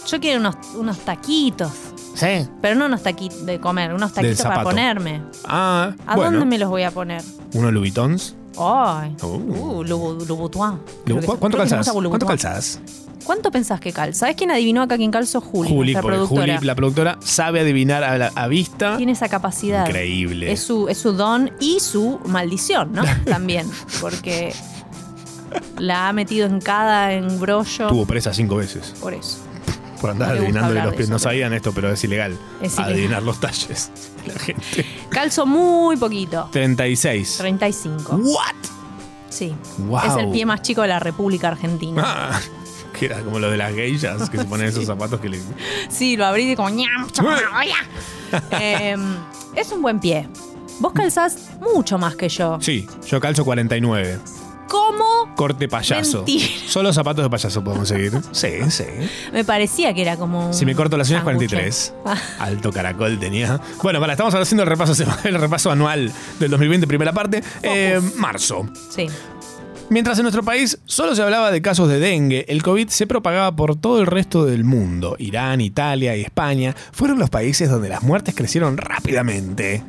Yo quiero unos, unos taquitos. Sí. Pero no unos taquitos de comer, unos Del taquitos para zapato. ponerme. Ah, ¿A bueno. dónde me los voy a poner? Uno Louis Vuittons. Ay. Oh. Uh, Loubou- Louboutin. Creo Lu- que- ¿cu- ¿Cuánto creo que se calzás? usa Louboutin. ¿Cuánto calzás? ¿Cuánto pensás que calza? ¿Sabes quién adivinó acá quién calzó? Juli, Juli, nuestra porque productora. Juli, la productora, sabe adivinar a, la- a vista. Tiene esa capacidad. Increíble. Es su, es su don y su maldición, ¿no? También. Porque la ha metido en cada embrollo. Estuvo presa cinco veces. Por eso. Por andar No le gusta adivinándole hablar los de pies. eso, No sabían esto, pero es ilegal. Es ilegal. Adivinar los talles. La gente. Calzo muy poquito. 36. 35. ¿What? Sí. Wow. Es el pie más chico de la República Argentina. Ah, que era como lo de las geishas, que se ponen esos zapatos que le... Sí, lo abrí y como ñam, chau, hola. Em, Es un buen pie. Vos calzás mucho más que yo. Sí, yo calzo 49. ¿Cómo? Corte payaso. Mentira. Solo zapatos de payaso podemos seguir. Sí, sí. Me parecía que era como. un Si me corto las uñas, sándwich. 43. Ah, Alto caracol tenía. Bueno, para, estamos haciendo el repaso, sema- el repaso anual del 2020, primera parte. Eh, marzo. Sí. Mientras en nuestro país solo se hablaba de casos de dengue, el COVID se propagaba por todo el resto del mundo. Irán, Italia y España fueron los países donde las muertes crecieron rápidamente.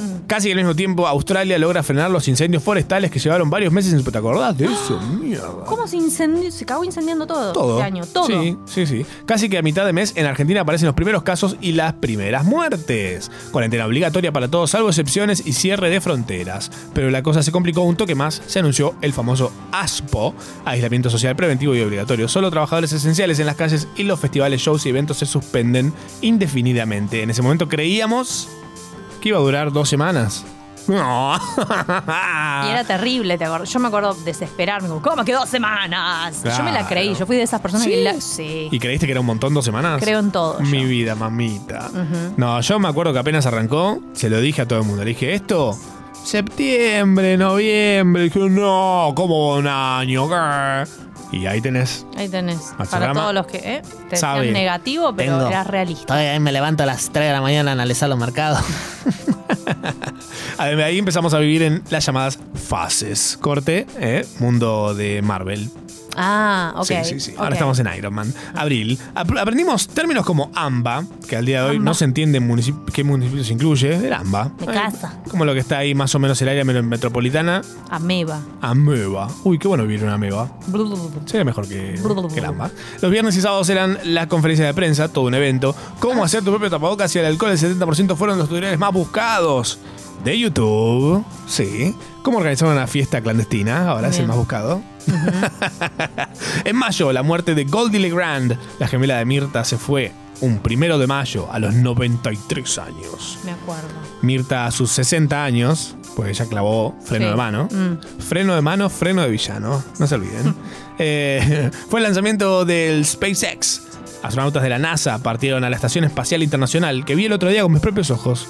Mm. Casi al mismo tiempo, Australia logra frenar los incendios forestales que llevaron varios meses en su... ¿Te acordás de eso? Mierda. ¿Cómo se incendió? Se acabó incendiando todo, Todo. este año. Todo. Sí, sí, sí. Casi que a mitad de mes en Argentina aparecen los primeros casos y las primeras muertes. Cuarentena obligatoria para todos, salvo excepciones y cierre de fronteras. Pero la cosa se complicó un toque más. Se anunció el famoso ASPO, aislamiento social preventivo y obligatorio. Solo trabajadores esenciales en las calles y los festivales, shows y eventos se suspenden indefinidamente. En ese momento creíamos que iba a durar dos semanas. No. Y Ah. era terrible, te acuerdas. Yo me acuerdo desesperarme, como, ¿cómo que dos semanas? Yo me la Claro. creí, yo fui de esas personas que Sí. la. Sí. ¿Y creíste que era un montón dos semanas? Creo en todo. Mi vida, mamita. Ujú. No, yo me acuerdo que apenas arrancó, se lo dije a todo el mundo. Le dije, esto, septiembre, noviembre. Dije, no, como un año. ¿Qué? Y ahí tenés. Ahí tenés. Para Matsurama todos los que. ¿eh? Te sabe. decían negativo, pero Tengo. eras realista. Todavía me levanto a las 3 de la mañana a analizar los mercados. A ver, Ahí empezamos a vivir en las llamadas fases. Corte, ¿eh? mundo de Marvel. Ah, ok. Sí, sí, sí. Ahora ok. estamos en Iron Man. Abril. Ap- aprendimos términos como AMBA, que al día de hoy no se entiende en municip- qué municipio se incluye. Era AMBA. Me Ay, casa. Como lo que está ahí más o menos el área mero- metropolitana. Ameba. Ameba. Uy, qué bueno vivir en Ameba. Sería mejor que, que el AMBA. Los viernes y sábados eran las conferencias de prensa, todo un evento. Cómo hacer tu propio tapabocas y el alcohol, el 70% fueron los tutoriales más buscados de YouTube. Sí. Cómo organizar una fiesta clandestina, ahora es el Bien. más buscado. En mayo, la muerte de Goldie Legrand, la gemela de Mirta, se fue un primero de mayo a los 93 años. Me acuerdo. Mirta a sus 60 años, pues ella clavó freno Sí. de mano. Mm. Freno de mano, freno de villano, no se olviden. Eh, fue el lanzamiento del SpaceX. Astronautas de la NASA partieron a la Estación Espacial Internacional, que vi el otro día con mis propios ojos.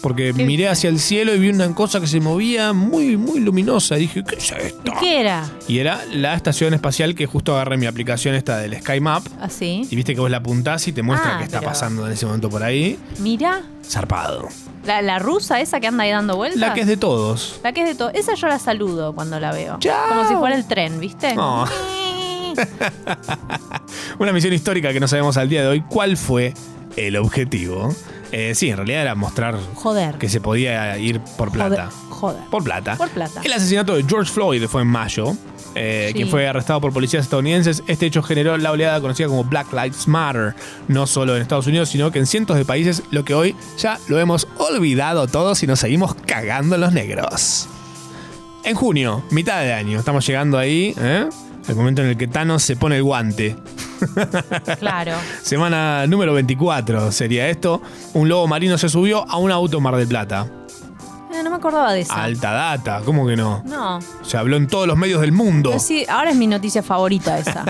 Porque miré hacia el cielo y vi una cosa que se movía muy, muy luminosa. Y dije, ¿qué es esto? ¿Y qué era? Y era la estación espacial que justo agarré mi aplicación esta del Sky Map. Así. Y viste que vos la apuntás y te muestra Ah, qué está pero- pasando en ese momento por ahí. Mira, Zarpado. la, la rusa esa que anda ahí dando vueltas. La que es de todos. La que es de todo. Esa yo la saludo cuando la veo. Como si fuera el tren, ¿viste? No. Una misión histórica que no sabemos al día de hoy cuál fue el objetivo. Eh, sí, en realidad era mostrar Joder. que se podía ir por plata. Joder. Por plata. Por plata. El asesinato de George Floyd fue en mayo, eh, Sí. quien fue arrestado por policías estadounidenses. Este hecho generó la oleada conocida como Black Lives Matter, no solo en Estados Unidos, sino que en cientos de países, lo que hoy ya lo hemos olvidado todos y nos seguimos cagando en los negros. En junio, mitad de año, estamos llegando ahí, ¿eh? El momento en el que Thanos se pone el guante. Claro. Semana número 24 sería esto. Un lobo marino se subió a un auto en Mar del Plata. Eh, no me acordaba de esa. Alta data, ¿cómo que no? No. Se habló en todos los medios del mundo. Pero sí, ahora es mi noticia favorita esa.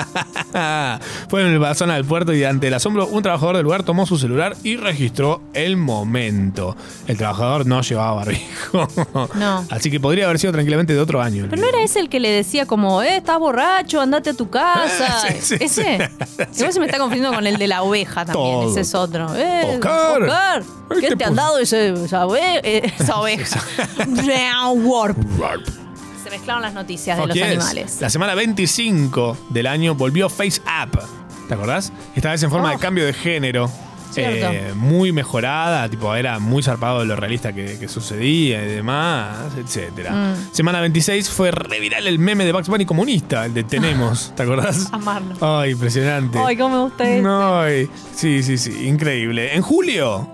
Fueron en la zona del puerto y ante el asombro un trabajador del lugar tomó su celular y registró el momento. El trabajador no llevaba barbijo. No. Así que podría haber sido tranquilamente de otro año. Pero no era ese el que le decía como, eh, estás borracho, andate a tu casa. Ah, ese. Igual se me está confundiendo con el de la oveja también. Todo. Ese es otro. Eh, Oscar. Oscar, ¿Qué te, han dado ese- esa, ove- eh, esa oveja? Warp. Se mezclaron las noticias de Fuck los yes. animales. La semana 25 del año volvió Face Up. ¿Te acordás? Esta vez en forma de cambio de género. Oh. Eh, Cierto. muy mejorada, tipo, era muy zarpado de lo realista que, que sucedía y demás, etcétera. Mm. Semana 26 fue reviral el meme de Bugs Bunny comunista, el de Tenemos, ¿te acordás? Amarlo. Ay, impresionante. Ah, Ay, cómo me gusta este. eso. Ay, sí, sí, sí, increíble. En julio,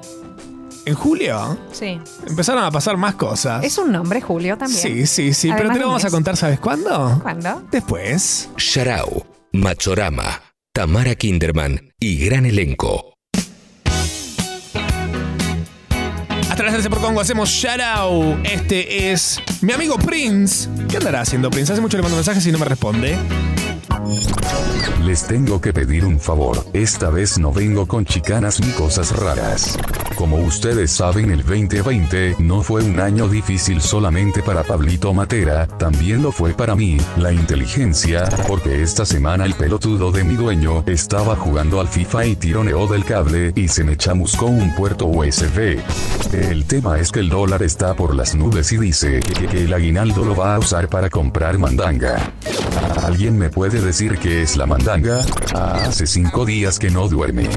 en julio, Sí. empezaron a pasar más cosas. Es un nombre, Julio, también. Sí, sí, sí, pero Además te de lo vamos a mes. contar, ¿sabes cuándo? ¿Cuándo? Después. Sharau, Machorama, Tamara Kinderman y gran elenco. Hasta las 13 por Congo hacemos Sharau. Este es mi amigo Prince. ¿Qué andará haciendo Prince? Hace mucho le mando mensajes y no me responde. Les tengo que pedir un favor, esta vez no vengo con chicanas ni cosas raras. Como ustedes saben, el 2020 no fue un año difícil solamente para Pablito Matera, también lo fue para mí, la inteligencia, porque esta semana el pelotudo de mi dueño estaba jugando al FIFA y tironeó del cable y se me chamuscó un puerto USB. El tema es que el dólar está por las nubes y dice que- que el aguinaldo lo va a usar para comprar mandanga. ¿Alguien me puede decir qué es la mandanga? Ah, hace cinco días que no duerme.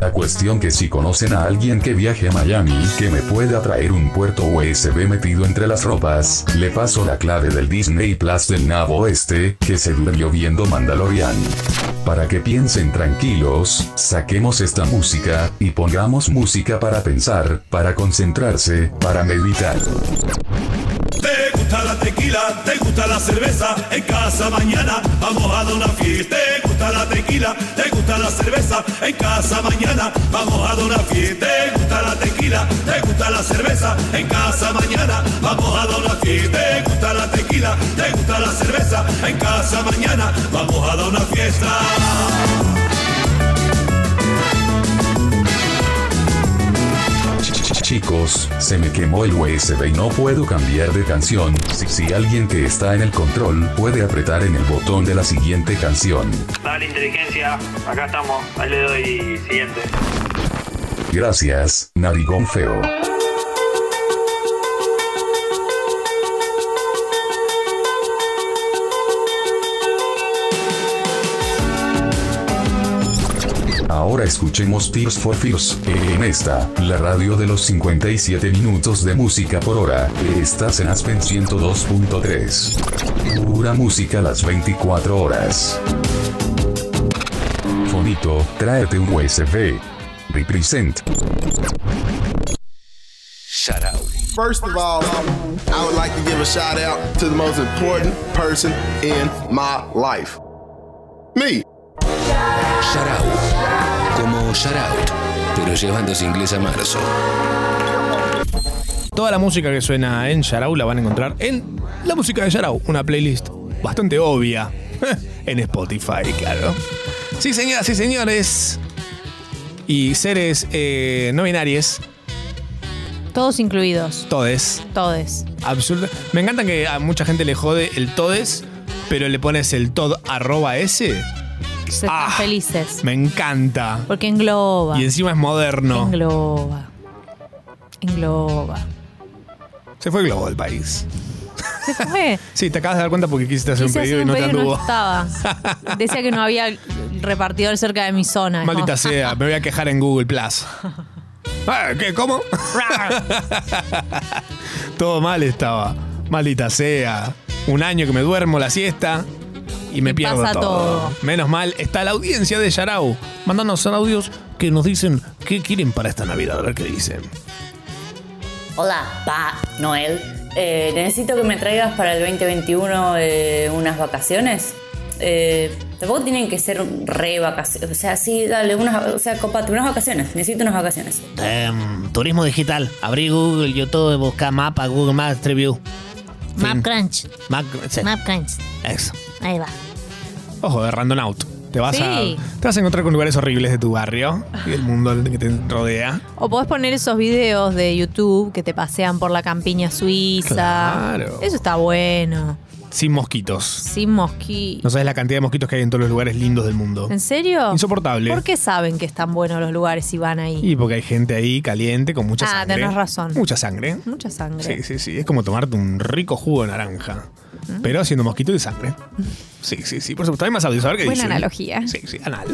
La cuestión que si conocen a alguien que viaje a Miami, que me pueda traer un puerto USB metido entre las ropas, le paso la clave del Disney Plus del Nabo Este, que se durmió viendo Mandalorian. Para que piensen tranquilos, saquemos esta música, y pongamos música para pensar, para concentrarse, para meditar. Te gusta la tequila, te gusta la cerveza, en casa mañana vamos a dar una fiesta. Te gusta la tequila, te gusta la cerveza, en casa mañana vamos a dar una fiesta. Te gusta la tequila, te gusta la cerveza, en casa mañana vamos a dar una fiesta. Te gusta la tequila, te gusta la cerveza, en casa mañana vamos a dar una fiesta. Chicos, se me quemó el USB y no puedo cambiar de canción. Si, si alguien que está en el control puede apretar en el botón de la siguiente canción. Dale inteligencia, acá estamos, ahí le doy siguiente. Gracias, narigón feo. Ahora escuchemos Tears for Fears. En esta, la radio de los 57 minutos de música por hora, estás en Aspen 102.3. Pura música las 24 horas. Fonito, tráete un USB. Represent. Shout out. First of all, I would like to give a shout out to the most important person in my life. Me. Shout out. Como shout out, pero llevándose inglés a marzo. Toda la música que suena en Yarau la van a encontrar en la música de Yarau, una playlist bastante obvia en Spotify, claro. Sí, señoras y señores. Y seres eh, no binarios, Todos incluidos. todes. Todes. Absoluta. Me encanta que a mucha gente le jode el todes, pero le pones el tod arroba s. Se están felices. Me encanta. Porque engloba. Ah. Y encima es moderno. Engloba. Engloba. Se fue el globo del país. Se fue. Sí, te acabas de dar cuenta porque quisiste hacer Quise un pedido y hacer un no te pedido y anduvo. estaba. Decía que no había el repartidor cerca de mi zona. Maldita No. sea, me voy a quejar en Google Plus. Ah, ¿Qué? ¿Cómo? Todo mal estaba. Maldita sea. Un año que me duermo la siesta y me pierdo pasa todo. Menos mal, está la audiencia de Yarau. Mándanos audios que nos dicen qué quieren para esta Navidad. A ver qué dicen. Hola, Pa Noel. Eh, necesito que me traigas para el 2021 eh, unas vacaciones. Eh, tampoco tienen que ser re vacaciones. O sea, sí, dale, unas, o sea, copate, unas vacaciones. Necesito unas vacaciones. Em, turismo digital. Abrí Google, YouTube, busca mapa, Google Maps, Tribute. MapCrunch. Map, sí. MapCrunch. Eso. Ahí va. Ojo, de Randonaut. Te vas, a, Sí. te vas a encontrar con lugares horribles de tu barrio y el mundo que te rodea. O podés poner esos videos de YouTube que te pasean por la campiña suiza. Claro. Eso está bueno. Sin mosquitos. Sin mosquitos. No sabes la cantidad de mosquitos que hay en todos los lugares lindos del mundo. ¿En serio? Insoportable. ¿Por qué saben que están buenos los lugares y van ahí? Y porque hay gente ahí caliente con mucha ah, sangre. tenés razón. Mucha sangre. Mucha sangre. Sí, sí, sí. Es como tomarte un rico jugo de naranja. Pero haciendo mosquito y sangre. Sí, sí, sí. Por supuesto, hay más audios. A ver qué Buena dicen. analogía. Sí, sí, anal.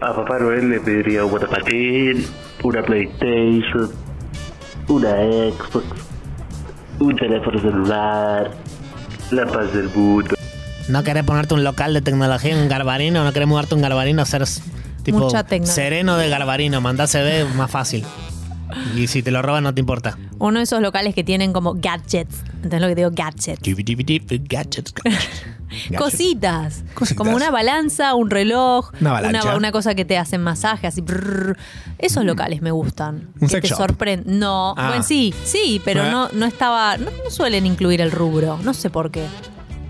A Papá Noel le pediría un monopatín, una PlayStation, una Xbox, un teléfono celular, la paz del mundo. ¿No querés ponerte un local de tecnología en Garbarino? ¿No querés mudarte a un Garbarino? Ser s- tipo Mucha tecno. sereno de Garbarino. Mandá CV más fácil. Y si te lo roban no te importa. Uno de esos locales que tienen como gadgets. ¿Entendés lo que digo? Gadgets. Cositas. Cositas. Como una balanza, un reloj, Una avalancha. Mm. una, una cosa que te hacen masaje, así. brrr. Esos locales me gustan. Un que sex te shop. sorprenden. No, Ah. bueno, sí, sí, pero Ah. no, no estaba. No, no suelen incluir el rubro. No sé por qué.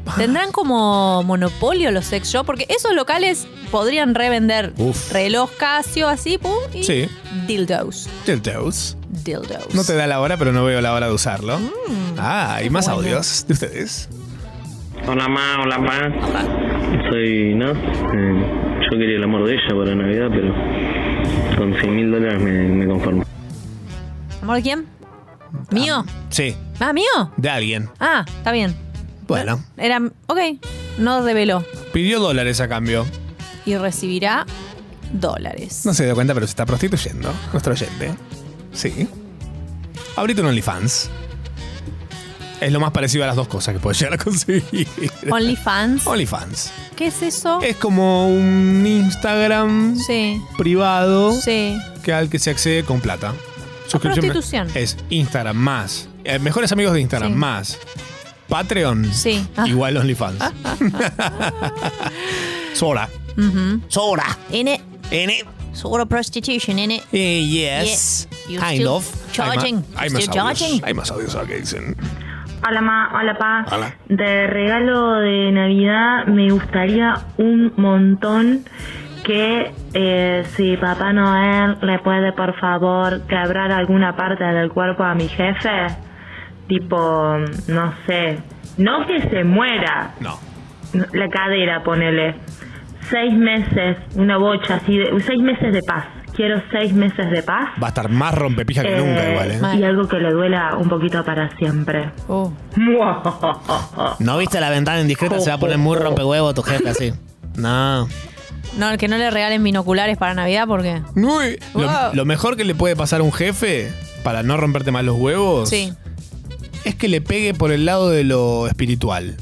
Ah. ¿Tendrán como monopolio los sex shop? Porque esos locales podrían revender Uf. reloj Casio así, pum, y Sí. dildos. Tilteus. Dildos. No te da la hora, pero no veo la hora de usarlo. ah, hay más Mm. bueno. audios de ustedes. Hola, ma, hola, pa. Soy, ¿no? Eh, yo quería el amor de ella para Navidad, pero con 100 mil dólares me, me conformo. ¿Amor de quién? ¿Mío? Sí, ¿Ah, mío? de alguien. Ah, está bien. Bueno, Era. Ok, no reveló. pidió dólares a cambio. Y recibirá dólares. No se dio cuenta, pero se está prostituyendo. Nuestro oyente. Sí. Abrite un OnlyFans. Es lo más parecido a las dos cosas que puedes llegar a conseguir. OnlyFans. OnlyFans. ¿Qué es eso? Es como un Instagram privado que al que se accede con plata. prostitución. Es Instagram más. eh, mejores amigos de Instagram Sí. más. Patreon. Sí. Ah. Igual OnlyFans. Sora. Mm-hmm. Sora. In it. In it. Sort of prostitution, in it. Eh, yes. Yeah. You Kind still of. Charging. Hay ma- hay You más still audios. charging. Hay más audios acá que dicen. Hola, ma, hola, pa. Hola. De regalo de Navidad me gustaría un montón que eh, si Papá Noel le puede, por favor, quebrar alguna parte del cuerpo a mi jefe, tipo, no sé, no que se muera, No. la cadera, ponele. Seis meses, una bocha así, de, seis meses de paz. Quiero seis meses de paz. Va a estar más rompepija que Eh, nunca igual, ¿eh? Y algo que le duela un poquito para siempre. Oh. ¿No viste la ventana indiscreta? Se va a poner muy rompehuevo tu jefe así. No. No, que no le regalen binoculares para Navidad porque. Uy, Lo, Wow. lo mejor que le puede pasar a un jefe para no romperte más los huevos Sí. es que le pegue por el lado de lo espiritual,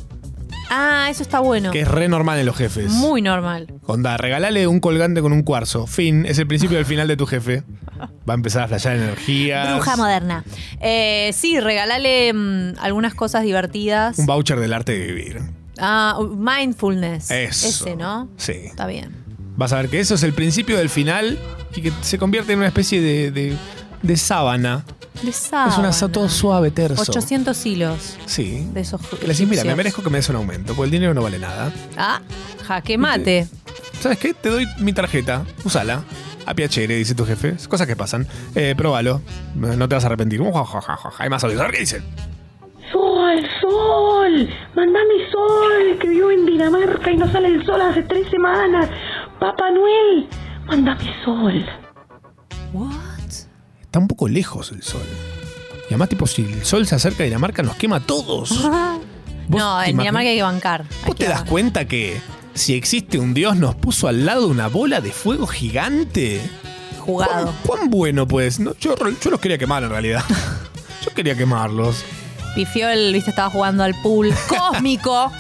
Ah, eso está bueno. que es re normal en los jefes. Muy normal. Onda, regálale un colgante con un cuarzo. Fin, es el principio del final de tu jefe. Va a empezar a flashear energías. Bruja moderna. Eh, sí, regalale mm, algunas cosas divertidas. Un voucher del arte de vivir. Ah, mindfulness. Eso. Ese, ¿no? Sí. Está bien. Vas a ver que eso es el principio del final y que se convierte en una especie de, de, de sábana. De Es un sábana. asado todo suave, terso. 800 hilos Sí. de esos. Que le decís, mira, me egipcios. merezco que me des un aumento, porque el dinero no vale nada. Ah, jaque mate. ¿Sabes qué? Te doy mi tarjeta, usala. A piacere, dice tu jefe. Cosas que pasan. Eh, próbalo. No te vas a arrepentir. Hay más audios. A ver qué dicen. Sol, sol, mandame sol, que vivo en Dinamarca y no sale el sol hace tres semanas. Papá Noel, mandame sol. Está un poco lejos el sol. Y además, tipo, si el sol se acerca a Dinamarca, nos quema a todos. No, en imaginas? Dinamarca hay que bancar. ¿Vos te das cuenta que si existe un dios nos puso al lado una bola de fuego gigante? Jugado. ¿Cuán, cuán bueno, pues? No, yo, yo los quería quemar en realidad. yo quería quemarlos. Pifiol, viste, estaba jugando al pool cósmico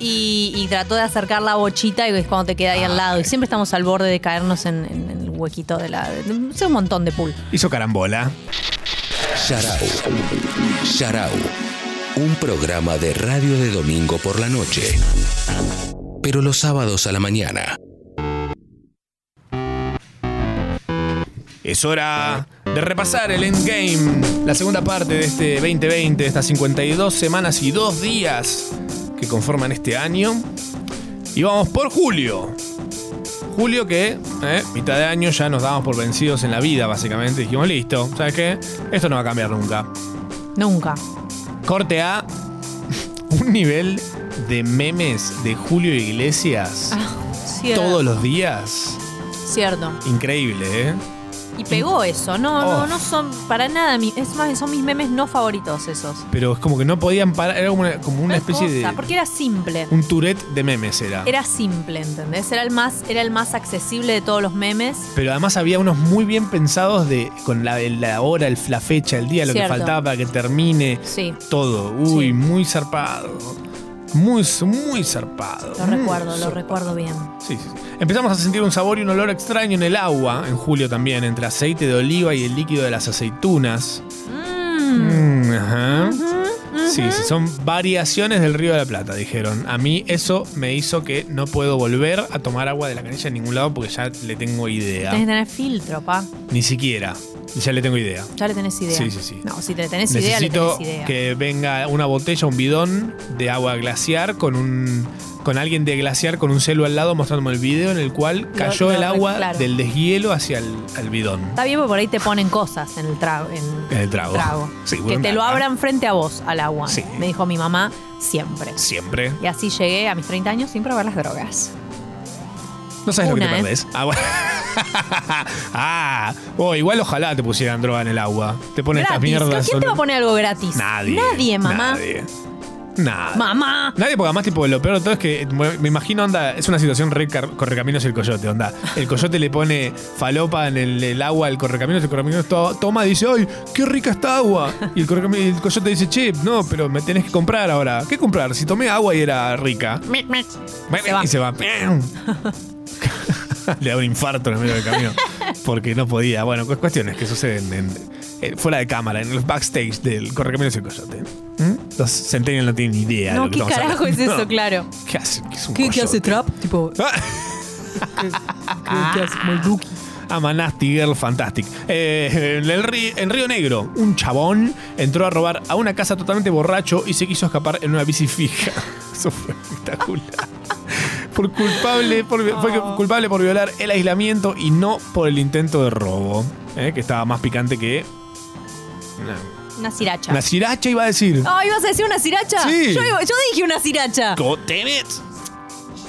y, y trató de acercar la bochita y es cuando te queda ahí al lado. Y siempre estamos al borde de caernos en, en- en el huequito de la. de- de- hace un montón de pool. Hizo carambola. Sharau. Sharau. Un programa de radio de domingo por la noche. Pero los sábados a la mañana. Es hora de repasar el endgame, la segunda parte de este 2020, de estas 52 semanas y 2 días que conforman este año. Y vamos por julio. Julio que, eh, mitad de año, ya nos damos por vencidos en la vida, básicamente. Dijimos, listo, ¿sabes qué? Esto no va a cambiar nunca. Nunca. Corte a un nivel de memes de Julio Iglesias Ah, Cierto. todos los días. Cierto. Increíble, ¿eh? Y pegó eso. No, Oh. no, no son para nada. mi- Es más, son mis memes no favoritos esos. Pero es como que no podían parar, era como una, como una especie de... Cosa, porque era simple. Un tourette de memes era. Era simple, ¿entendés? Era el más, era el más accesible de todos los memes. Pero además había unos muy bien pensados de con la, la hora, el, la fecha, el día, lo Cierto. que faltaba para que termine. Sí. Todo. Uy, muy zarpado. Muy, muy zarpado. Mm, Lo Muy recuerdo, lo zarpado. recuerdo bien. Sí, sí, sí. Empezamos a sentir un sabor y un olor extraño en el agua, en julio también, entre aceite de oliva y el líquido de las aceitunas. Mm, ajá. Sí, sí, son variaciones del Río de la Plata, dijeron. A mí eso me hizo que no puedo volver a tomar agua de la canilla en ningún lado porque ya le tengo idea. Tenés que tener filtro, pa. Ni siquiera. Ya le tengo idea. Ya le tenés idea. Sí, sí, sí. No, si le tenés idea, le Necesito tenés idea. que venga una botella, un bidón de agua glaciar con un con alguien de glaciar con un celo al lado mostrándome el video en el cual cayó lo- el agua claro. del deshielo hacia el, al bidón. Está bien porque por ahí te ponen cosas en el trago. en- En el trago. Trago. Sí, que bueno, te lo nada. abran frente a vos, al agua. Sí. Me dijo mi mamá siempre. Siempre. Y así llegué a mis 30 años sin probar las drogas. No sabes lo Una, que te ¿eh? perdés. Ah, bueno. ah, oh, igual ojalá te pusieran droga en el agua. Te ponen estas Gratis. mierdas. ¿Quién te son- va a poner algo gratis? Nadie. Nadie, mamá. nadie. Nada. Mamá. Nadie, porque además, tipo, lo peor de todo es que me me imagino, onda, es una situación re car- correcaminos y el coyote, onda. El coyote le pone falopa en el, el agua al correcaminos, el correcaminos to- toma y dice, ¡ay, qué rica esta agua! Y el, correcami- el coyote dice, che, no, pero me tenés que comprar ahora. ¿Qué comprar? Si tomé agua y era rica. Y se va. le da un infarto en el medio del camino. Porque no podía. Bueno, cu- cuestiones que suceden en- eh, fuera de cámara, en el backstage del Correcaminos y el Coyote. ¿Mm? Los Centennial no tienen ni idea. de No, lo que ¿qué estamos carajo es hablando. eso? No. Claro. ¿Qué hace? ¿Qué es un ¿Qué, qué coyote? Ah. hace Trap? Tipo. ¿Qué, qué hace? Molduki. Ama Nasty Girl Fantastic. Eh, en, el ri- en Río Negro, un chabón entró a robar a una casa totalmente borracho y se quiso escapar en una bici fija. Eso fue espectacular. Por culpable, por, fue culpable por violar el aislamiento y no por el intento de robo. eh, que estaba más picante que. Una, Una siracha. una siracha iba a decir. Ah, ¿ibas a decir una siracha? Sí. Yo, yo dije una siracha. God damn it.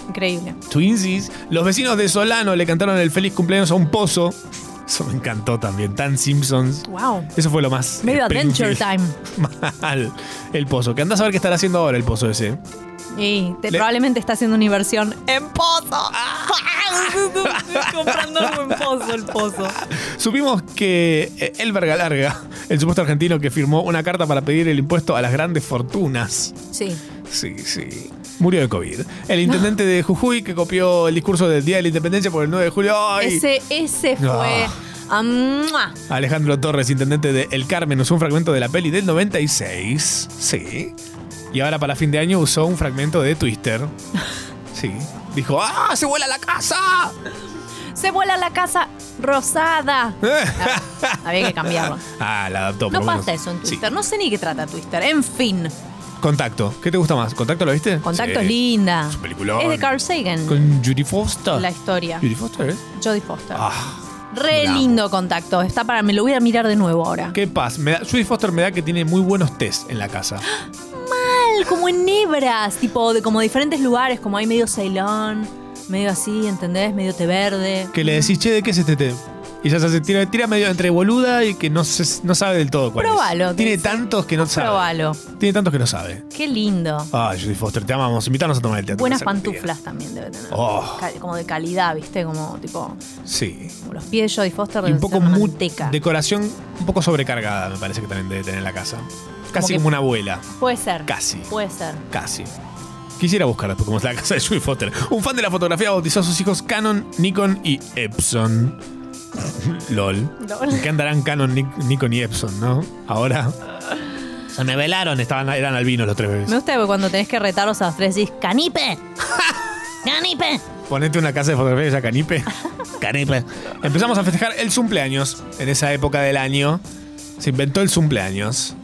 Increíble. Twinsies. Los vecinos de Solano le cantaron el feliz cumpleaños a un pozo. Eso me encantó también. Tan Simpsons. Wow. Eso fue lo más. Medio Adventure Springfield. Time. Mal. El pozo. Que andás a ver qué estará haciendo ahora el pozo ese. Y te- Le- probablemente está haciendo una inversión en pozo. Comprando algo en pozo, el pozo. Supimos que eh, el verga larga, el supuesto argentino que firmó una carta para pedir el impuesto a las grandes fortunas. Sí. Sí, sí. Murió de COVID. El intendente de Jujuy que copió el discurso del Día de la Independencia por el 9 de julio. ¡Ay! Ese, ese fue. ah, ¡mua! Alejandro Torres, intendente de El Carmen, usó un fragmento de la peli del 96. Sí. Y ahora para fin de año usó un fragmento de Twister. Sí. Dijo, ¡ah! ¡Ah, se vuela la casa! Se vuela la casa rosada. Eh. Había que cambiarlo. Ah, la adaptó. No por lo menos. pasa eso en Sí. Twister. No sé ni qué trata Twister. En fin, Contacto. ¿Qué te gusta más? ¿Contacto lo viste? Contacto es Sí. linda. Es un peliculón. Es de Carl Sagan. Con Judy Foster. La historia. Judy Foster, ¿eh? Jodie Foster. Ah, Re bravo. lindo contacto. Está para. Me lo voy a mirar de nuevo ahora. qué paz. Me da- Judy Foster me da que tiene muy buenos test en la casa. Mal, como en hebras, tipo de como diferentes lugares, como hay medio Ceilón, medio así, ¿entendés? Medio té verde. Que le decís, che, ¿de qué es este té? Y ya se hace tira, tira medio entre boluda y que no, se- no sabe del todo cuál Probalo, es. te Tiene dice. tantos que no sabe. Probalo. Tiene tantos que no sabe. Qué lindo. Ah, Judy Foster, te amamos. Invítanos a tomar el teatro. Buenas pantuflas también debe tener. Oh. Ca- Como de calidad, ¿viste? Como tipo Sí. como los pies de Jodie Foster Y un poco deben ser mu- manteca. Decoración un poco sobrecargada, me parece que también debe tener en la casa. Casi que- como una abuela. Puede ser. Casi. Puede ser. Casi. Quisiera buscarla, como es la casa de Judy Foster. Un fan de la fotografía bautizó a sus hijos Canon, Nikon y Epson. LOL. Lol. ¿Qué andarán Canon, Nic- Nikon y Epson, no? Ahora. Se me velaron, estaban, eran albinos los tres Me bebés. gusta que cuando tenés que retaros a los tres decís, ¡Canipe! ¡Canipe! Ponete una casa de fotografía ya canipe. canipe. Empezamos a festejar el cumpleaños. En esa época del año se inventó el cumpleaños.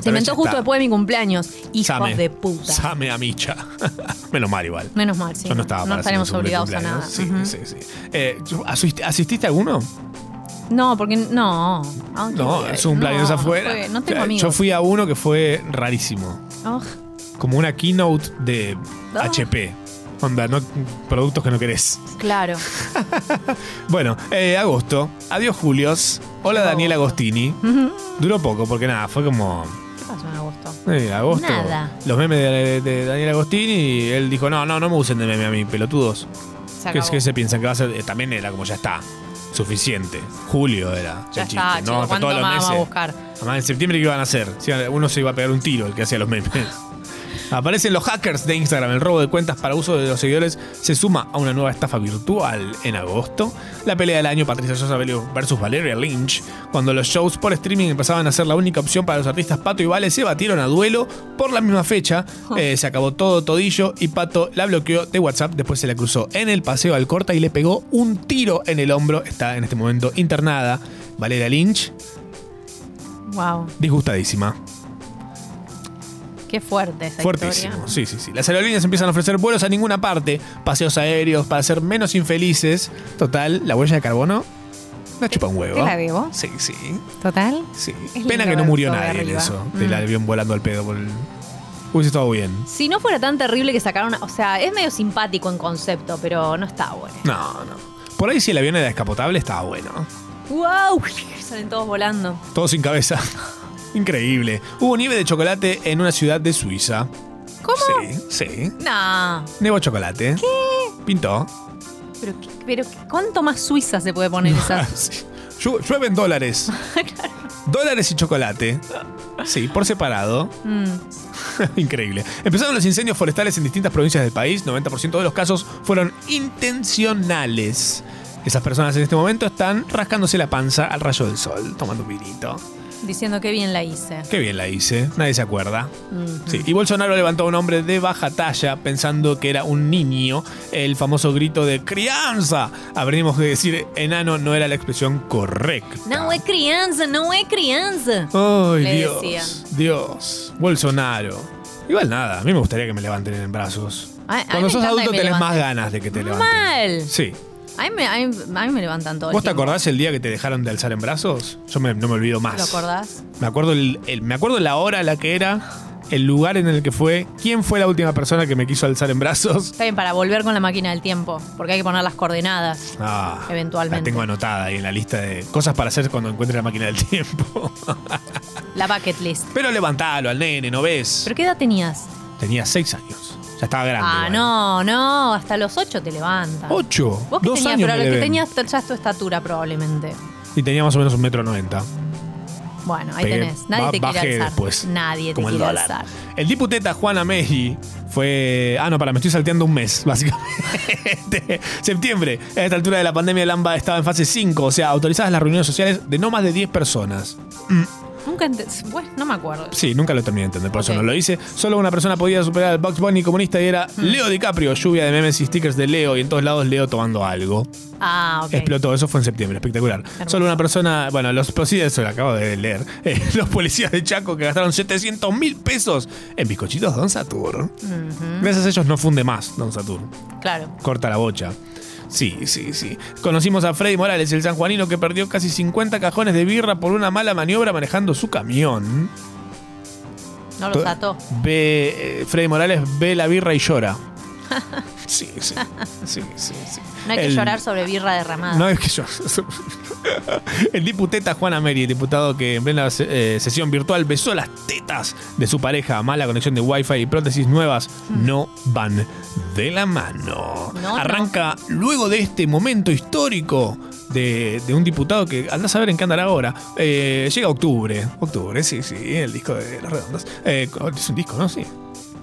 Se inventó justo después de mi cumpleaños. Hijos Same. de puta. Same a micha. Menos mal igual. Menos mal, sí. Yo no estaba para estaremos hacer ningún obligados a nada. cumpleaños. Sí, Ujú. sí, sí. Eh, ¿asististe, ¿Asististe a alguno? No, porque no. ¿A dónde No, voy a ir? es un cumpleaños No, afuera. No, fue- no tengo Eh, amigos. Yo fui a uno que fue rarísimo. Oh, Como una keynote de Ah. HP. Onda, no, productos que no querés. claro. Bueno, eh, agosto. Adiós, Julios. Hola, Daniel Agostini. Ujú. Duró poco, porque nada, fue como. ¿Qué pasó en agosto? eh, agosto. Nada. Los memes de, de Daniel Agostini. Y él dijo: No, no, no me usen de meme a mí, pelotudos. Se ¿Qué, acabó. qué se piensan que va a ser? Eh, también era como ya está. Suficiente. Julio era. Ya el chiste. no, está, chico, hasta ¿cuánto todos más los vamos a meses. buscar? Además, en septiembre, ¿qué iban a hacer? Si Uno se iba a pegar un tiro, el que hacía los memes. Aparecen los hackers de Instagram. El robo de cuentas para uso de los seguidores se suma a una nueva estafa virtual en agosto. La pelea del año Patricia Sosa versus Valeria Lynch. Cuando los shows por streaming empezaban a ser la única opción para los artistas, Pato y Vale se batieron a duelo por la misma fecha. Eh, se acabó todo todillo y Pato la bloqueó de WhatsApp. Después se la cruzó en el paseo al corta y le pegó un tiro en el hombro. Está en este momento internada. Valeria Lynch, Wow, disgustadísima. qué fuerte esa Fuertísimo, historia. sí, sí, sí. Las aerolíneas empiezan a ofrecer vuelos a ninguna parte, paseos aéreos para ser menos infelices. Total, la huella de carbono la chupa un huevo. ¿Qué la debo? Sí, sí. ¿Total? Sí. lindo Pena que no ver murió todo de nadie en arriba. eso, Mm. del avión volando al pedo. Por el... Hubiese estado bien. Si no fuera tan terrible que sacaron... O sea, es medio simpático en concepto, pero no está bueno. No, no. Por ahí si el avión era descapotable estaba bueno. ¡Wow! Salen todos volando. Todo sin cabeza. Increíble. Hubo nieve de chocolate en una ciudad de Suiza. ¿Cómo? Sí, sí. No. Nebo chocolate. Pintó. Pero, qué- pero qué- ¿cuánto más suiza se puede poner esa? Llu- Llueven dólares. Dólares y chocolate. Sí, por separado. Mm. Increíble. Empezaron los incendios forestales en distintas provincias del país. 90% de los casos fueron intencionales. Esas personas en este momento están rascándose la panza al rayo del sol, tomando un vinito. Diciendo que bien la hice. Qué bien la hice, nadie se acuerda. Mm. Sí, y Bolsonaro levantó a un hombre de baja talla pensando que era un niño. El famoso grito de crianza. Habríamos que decir enano no era la expresión correcta. No es crianza, no es crianza. Ay, Le Dios. decían. Dios. Bolsonaro. Igual nada, a mí me gustaría que me levanten en brazos. Ay, a mí Cuando me sos encanta adulto que me tenés más levanten. ganas de que te levanten. Mal. Sí. A mí, me, a mí- a mí me levantan todo. el ¿Vos te tiempo. acordás el día que te dejaron de alzar en brazos? Yo me- no me olvido más. ¿Lo acordás? Me acuerdo, el, el- me acuerdo la hora a la que era, el lugar en el que fue, quién fue la última persona que me quiso alzar en brazos. Está bien, para volver con la máquina del tiempo, porque hay que poner las coordenadas. Ah, Eventualmente. La tengo anotada ahí en la lista de cosas para hacer cuando encuentre la máquina del tiempo. La bucket list. Pero levantalo al nene, ¿no ves? ¿Pero qué edad tenías? Tenía seis años. Ya estaba grande. ah, igual. no, no, hasta los ocho te levantas. Ocho. Vos que Dos tenías, años pero me lo que deben. tenías ya es tu estatura probablemente. Y tenía más o menos un metro noventa. Bueno, ahí Pegué- tenés. Nadie ba- te quiere bajé alzar. después, Nadie te como el quiere dólar. alzar. El diputeta Juana Meji fue. Ah, no, para, me estoy salteando un mes, básicamente. Septiembre. A esta altura de la pandemia, el AMBA estaba en fase 5, o sea, autorizadas las reuniones sociales de no más de 10 personas. Nunca ent- Bueno, no me acuerdo. Sí, nunca lo terminé de entender, por eso no lo hice. Solo una persona podía superar al Bugs Bunny comunista y era Hmm. Leo DiCaprio. Lluvia de memes y stickers de Leo y en todos lados Leo tomando algo. Ah, ok. Explotó, eso fue en septiembre, espectacular. Solo una persona, bueno, los policías, eso lo acabo de leer, eh, los policías de Chaco que gastaron 700 mil pesos en bizcochitos Don Satur. Ujú. Gracias a ellos no funde más Don Satur. Claro. Corta la bocha. Sí, sí, sí. Conocimos a Freddy Morales, el sanjuanino que perdió casi 50 cajones de birra por una mala maniobra manejando su camión. No los ató. Ve, eh, Freddy Morales ve la birra y llora. Sí, sí. Sí, sí, sí. No hay que El- llorar sobre birra derramada. No es que yo. El diputeta Juana Meri, diputado que en plena eh, sesión virtual besó las tetas de su pareja. Mala conexión de Wi-Fi y prótesis nuevas no van de la mano. Mm. No, no. Arranca luego de este momento histórico de, de un diputado que anda a saber en qué andará ahora. Eh, llega octubre. Octubre, sí, sí, el disco de Los Redondos. Eh, es un disco, ¿no? Sí.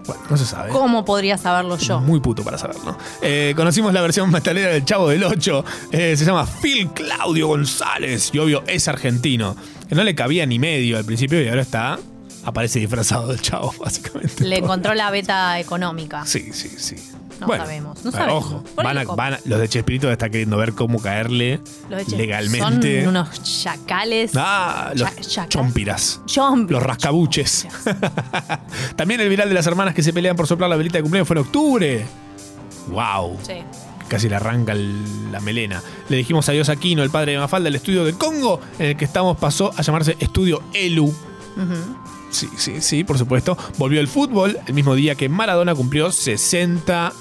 Bueno, no se sabe. ¿Cómo podría saberlo yo? Muy puto para saberlo. Eh, conocimos la versión metalera del Chavo del 8. se llama Phil Claudio González. Y obvio, es argentino. Que no le cabía ni medio al principio y ahora está. Aparece disfrazado del Chavo, básicamente. Le encontró la beta económica. Sí, sí, sí. No Bueno, sabemos. No eh, sabemos. Ojo, Por van a- ahí lo van a- los de Chespirito están queriendo ver cómo caerle Los hechos legalmente. Son unos chacales. Ah, los Cha- chaca- chompiras. Chomp. Los rascabuches. También el viral de las hermanas que se pelean por soplar la velita de cumpleaños fue en octubre. ¡Wow! Sí. Casi le arranca el- la melena. Le dijimos adiós a Kino, el padre de Mafalda, el estudio de Congo, en el que estamos pasó a llamarse Estudio Elu. Ujú. Sí, sí, sí, por supuesto. Volvió el fútbol el mismo día que Maradona cumplió 60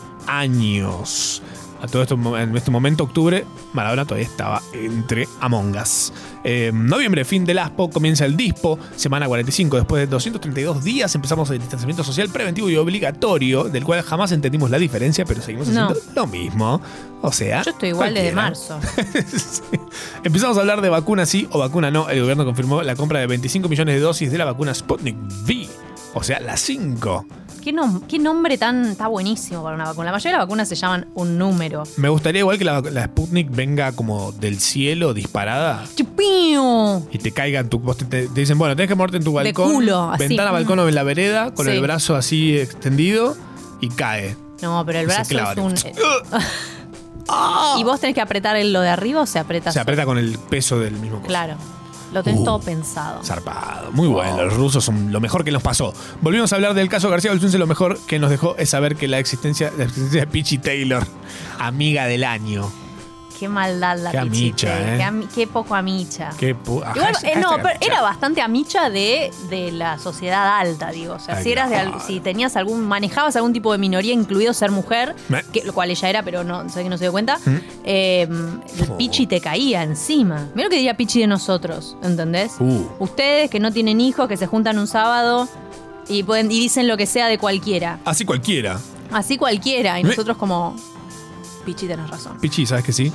años. A todo esto, en este momento, octubre, Maradona todavía estaba entre Among Us. Eh, noviembre, fin del ASPO, comienza el DISPO, semana 45. Después de 232 días empezamos el distanciamiento social preventivo y obligatorio, del cual jamás entendimos la diferencia, pero seguimos No. haciendo lo mismo. O sea, Yo estoy igual desde Ah, cualquiera. marzo. Empezamos a hablar de vacuna sí o vacuna no. El gobierno confirmó la compra de 25 millones de dosis de la vacuna Sputnik V, o sea, las 5. ¿Qué, nom- qué nombre tan está buenísimo para una vacuna? La mayoría de las vacunas se llaman un número. Me gustaría igual que la, vacu- la Sputnik venga como del cielo disparada ¡Chupío! y te caiga en tu... vos te, te- te dicen, bueno, tenés que moverte en tu balcón, culo, así. ventana, Mm. balcón o en la vereda, con Sí. el brazo así extendido y cae. No, pero el Y se brazo clava, ¡ah! es un. eh, y vos tenés que apretar el lo de arriba o se aprieta Se solo? aprieta Uh. con el peso del mismo coso. Claro. Lo tenés todo pensado. Zarpado. Muy bueno, los rusos son lo mejor que nos pasó. Volvimos a hablar del caso García Belsunce, lo mejor que nos dejó es saber que la existencia, la existencia de Pichi Taylor, amiga del año. Qué maldad la Qué amicha, pichite, eh. Qué, ami- qué poco amicha. Qué pu- ah, Igual, hashtag- eh, no, hashtag pero amicha. era bastante amicha de, de la sociedad alta, digo. O sea, Ay, si eras de claro. al- si tenías algún, manejabas algún tipo de minoría, incluido ser mujer, Me- que, lo cual ella era, pero no sé que no se dio cuenta, ¿Mm? eh, el Oh. Pichi te caía encima. Mira lo que diría Pichi de nosotros, ¿entendés? Uh. Ustedes que no tienen hijos, que se juntan un sábado Y, pueden, y dicen lo que sea de cualquiera. Así cualquiera. Así cualquiera. Y Me- nosotros como... Pichi, tenés razón. Pichi, ¿sabes que sí?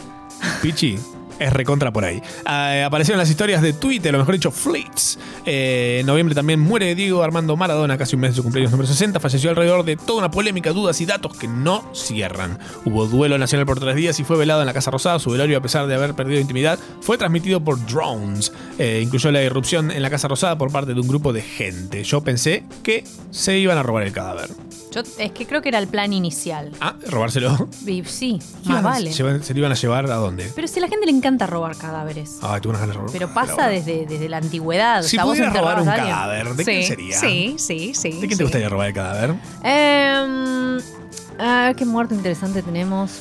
Pichi es recontra por ahí. Ah, aparecieron las historias de Twitter, o mejor dicho, Fleets. Eh, en noviembre también muere Diego Armando Maradona, casi un mes de su cumpleaños número 60. Falleció alrededor de toda una polémica, dudas y datos que no cierran. Hubo duelo nacional por tres días y fue velado en la Casa Rosada. Su velorio, a pesar de haber perdido intimidad, fue transmitido por drones. Eh, incluyó la irrupción en la Casa Rosada por parte de un grupo de gente. Yo pensé que se iban a robar el cadáver. Yo es que creo que era el plan inicial. Ah, robárselo. Y sí, Iban más a vale. llevar- ¿Se lo iban a llevar a dónde? Pero si a la gente le encanta robar cadáveres. Ah, tuve unas ganas de robar. Pero Pero pasa bueno. desde, desde la antigüedad. Si o sea, vos pudieras robar enterrabas un a alguien. cadáver, ¿de Sí, quién sería? Sí, sí, sí. ¿De quién te gustaría robar el cadáver? Eh, ah, qué muerto interesante tenemos.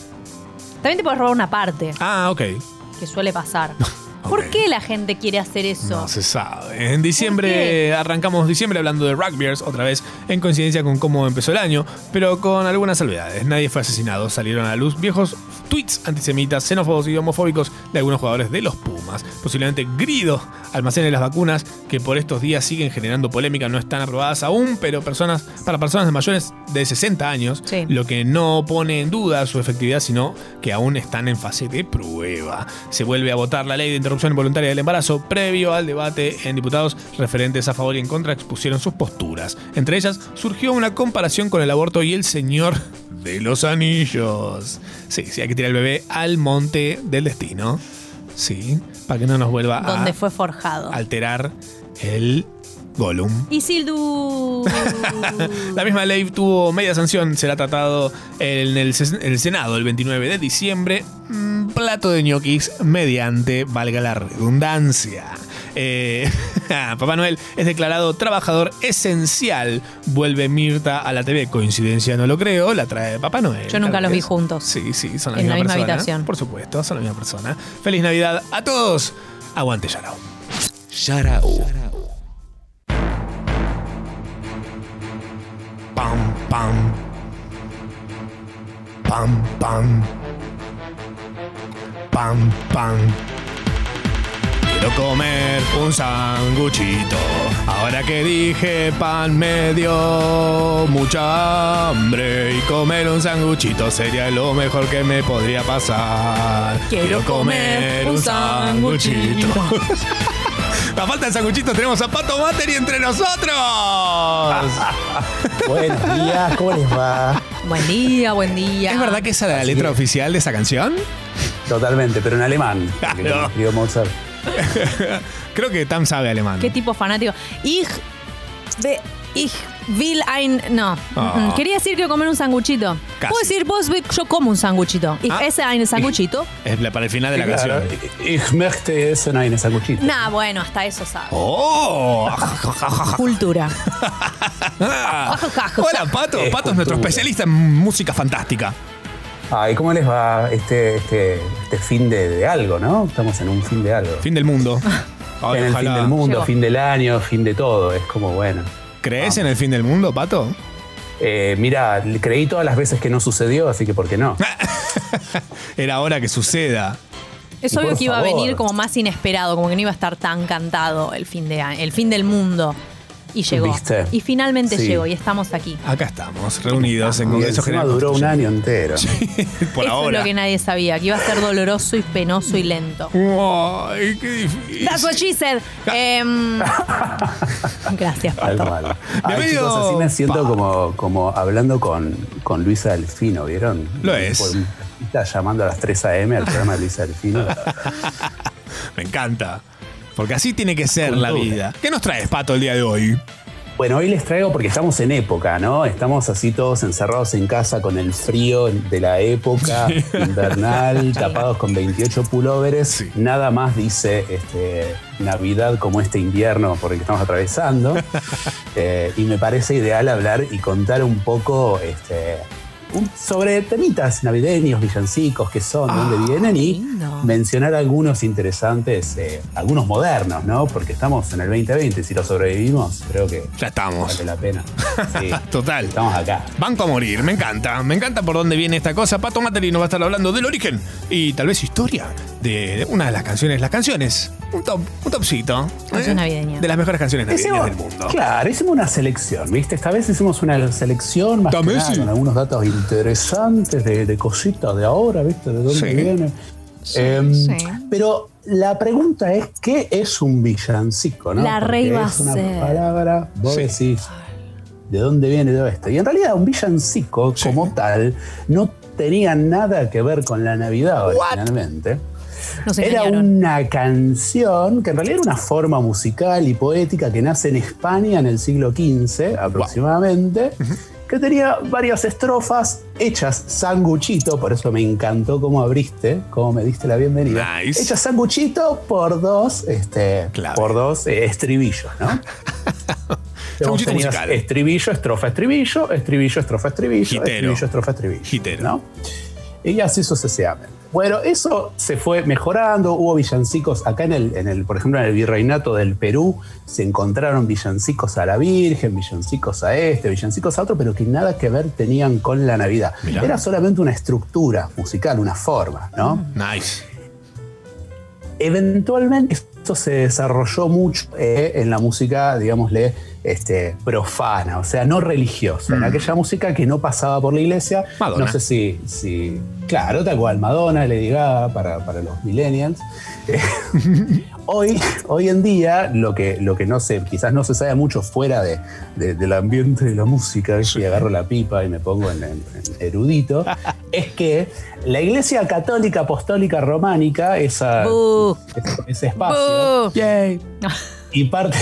También te puedes robar una parte, Ah, ok. que suele pasar. ¿Por qué la gente quiere hacer eso? No se sabe. En diciembre arrancamos diciembre hablando de rugbyers otra vez, en coincidencia con cómo empezó el año, pero con algunas salvedades. Nadie fue asesinado, salieron a la luz viejos tweets antisemitas, xenófobos y homofóbicos de algunos jugadores de los Pumas. Posiblemente Grido almacene las vacunas que por estos días siguen generando polémica, no están aprobadas aún, pero personas para personas de mayores de 60 años, lo que no pone en duda su efectividad, sino que aún están en fase de prueba. Se vuelve a votar la ley de interrupción voluntaria del embarazo previo al debate en diputados referentes a favor y en contra expusieron sus posturas. Entre ellas surgió una comparación con el aborto y el señor de los anillos. Sí, sí, hay que tirar el bebé al monte del destino. Sí, para que no nos vuelva Donde a fue forjado. alterar el Gollum. Isildu. La misma ley tuvo media sanción, será tratado en el, ses- en el Senado el 29 de diciembre. Mm, Plato de ñoquis mediante, valga la redundancia. Eh, Papá Noel es declarado trabajador esencial. Vuelve Mirta a la TV. Coincidencia, no lo creo. La trae Papá Noel. Yo nunca Claro los que vi es. juntos. Sí, sí, son la En misma, la misma persona. habitación. Por supuesto, son la misma persona. Feliz Navidad a todos. Aguante, Yarao. Yarao. Pam, pam. Pam, pam. Pam, pam. Quiero comer un sanguchito. Ahora que dije pan me dio mucha hambre. Y comer un sanguchito sería lo mejor que me podría pasar. Quiero comer un sanguchito. A falta de sanguchitos tenemos a Pato Battery entre nosotros. Ah, Buen día, ¿cómo les va? Buen día, buen día. ¿Es verdad que esa era la letra oficial de esa canción? Totalmente, pero en alemán. porque lo escribió Mozart. Creo que Tam sabe alemán. Qué tipo fanático. Ich, be- ich will ein. No. Ah. Mm, Quería decir que comer un sanguchito. Casi. Ah. Puedo decir, vos, yo como un sanguchito. Ich esse ein sanguchito. Es la- para el final de la Sí, claro. canción. Ich möchte essen ein Sanguchito. Nah, bueno, hasta eso sabe. ¡Oh! Cultura. Hola, Pato. Es Pato es nuestro cultura. especialista en música fantástica. Ay, ¿cómo les va este, este, este fin de, de algo, no? Estamos en un fin de algo. Fin del mundo. Ay, en el ojalá. fin del mundo, Llegó. fin del año, fin de todo. Es como, bueno. ¿Crees en el fin del mundo, Pato? Eh, mira, creí todas las veces que no sucedió, así que ¿por qué no? Era hora que suceda. Es obvio Por que iba a favor. venir como más inesperado, como que no iba a estar tan cantado el fin, de, a- el fin del mundo. Y llegó. ¿Viste? Y finalmente Sí. llegó y estamos aquí. Acá estamos, reunidos en Y Congreso encima General. duró un año entero. Por Eso es ahora. lo que nadie sabía, que iba a ser doloroso y penoso y lento. Ay, qué difícil. That's what she said. Em, gracias, Tal Pato. cual. Ay, medio- chicos, así me siento como, como hablando con, con Luisa Delfino, ¿vieron? Lo es. Por un- Está llamando a las 3 a.m. al programa de Luisa Delfino. Me encanta. Porque así tiene que ser la Cultura. vida. ¿Qué nos traes, Pato, el día de hoy? Bueno, hoy les traigo porque estamos en época, ¿no? Estamos así todos encerrados en casa con el frío de la época Sí. invernal, tapados con 28 pulóveres. Nada más dice este, Navidad como este invierno por el que estamos atravesando. Eh, y me parece ideal hablar y contar un poco este, un- sobre temitas navideños, villancicos, qué son, dónde vienen y mencionar algunos interesantes, eh, algunos modernos, ¿no? Porque estamos en el 2020, si lo sobrevivimos, creo que Ah, ya estamos. vale la pena. Sí. Total. Estamos acá. Banco a morir, me encanta. Me encanta por dónde viene esta cosa. Pato Materi nos va a estar hablando del origen y tal vez historia de una de las canciones. Las canciones un top, un topcito. ¿eh? Canción navideña. De las mejores canciones navideñas Hicimos- del mundo. Claro, hicimos una selección, ¿viste? Esta vez hicimos una selección más que Dame nada, sí. con algunos datos interesantes de, de cositas de ahora, ¿viste? De dónde Sí. viene. Em, sí. Pero la pregunta es, ¿qué es un villancico? ¿no? La Porque rey va a es una ser. palabra, vos Sí. decís, ¿de dónde viene todo esto? Y en realidad un villancico como tal no tenía nada que ver con la Navidad originalmente. Era una canción que en realidad era una forma musical y poética que nace en España en el siglo XV aproximadamente, que tenía varias estrofas hechas sanguchito, por eso me encantó cómo abriste, cómo me diste la bienvenida. Hechas sanguchito por dos, este, por dos eh, estribillos, ¿no? Tenemos Sanguchito tenías musical. estribillo, estrofa, estribillo, estribillo, estrofa, estribillo, Gitero. estribillo, estrofa, estribillo. ¿no? Y así sucesivamente. Bueno, eso se fue mejorando. Hubo villancicos acá en el, en el, por ejemplo, en el virreinato del Perú, se encontraron villancicos a la Virgen, villancicos a este, villancicos a otro, pero que nada que ver tenían con la Navidad. Mirá. Era solamente una estructura musical, una forma, ¿no? Nice. Eventualmente esto se desarrolló mucho eh, en la música, digámosle, este, profana, o sea, no religiosa, en aquella música que no pasaba por la iglesia. Madonna. No sé si, si- claro, tal cual, Madonna, Lady Gaga, para, para los millennials. Eh, hoy, hoy en día, lo que, lo que no sé, quizás no se sabe mucho fuera de, de- del ambiente de la música, si agarro la pipa y me pongo en, en- en erudito, es que la iglesia católica apostólica románica, esa, ese, ese espacio, y parte,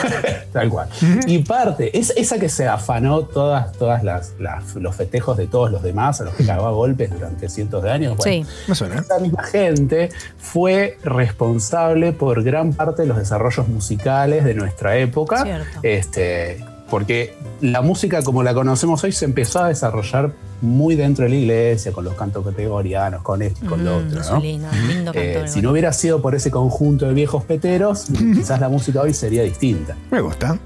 tal cual, y parte, es esa que se afanó todas, todas las, las- los festejos de todos los demás, a los que cagaba golpes durante cientos de años, bueno, Me suena. esta misma gente fue responsable por gran parte de los desarrollos musicales de nuestra época. Cierto. Este, porque la música como la conocemos hoy se empezó a desarrollar muy dentro de la iglesia, con los cantos categorianos, con esto y con Mm, lo otro. ¿no? lindo Eh, si no hubiera sido por ese conjunto de viejos peteros, quizás la música hoy sería distinta. Me gusta.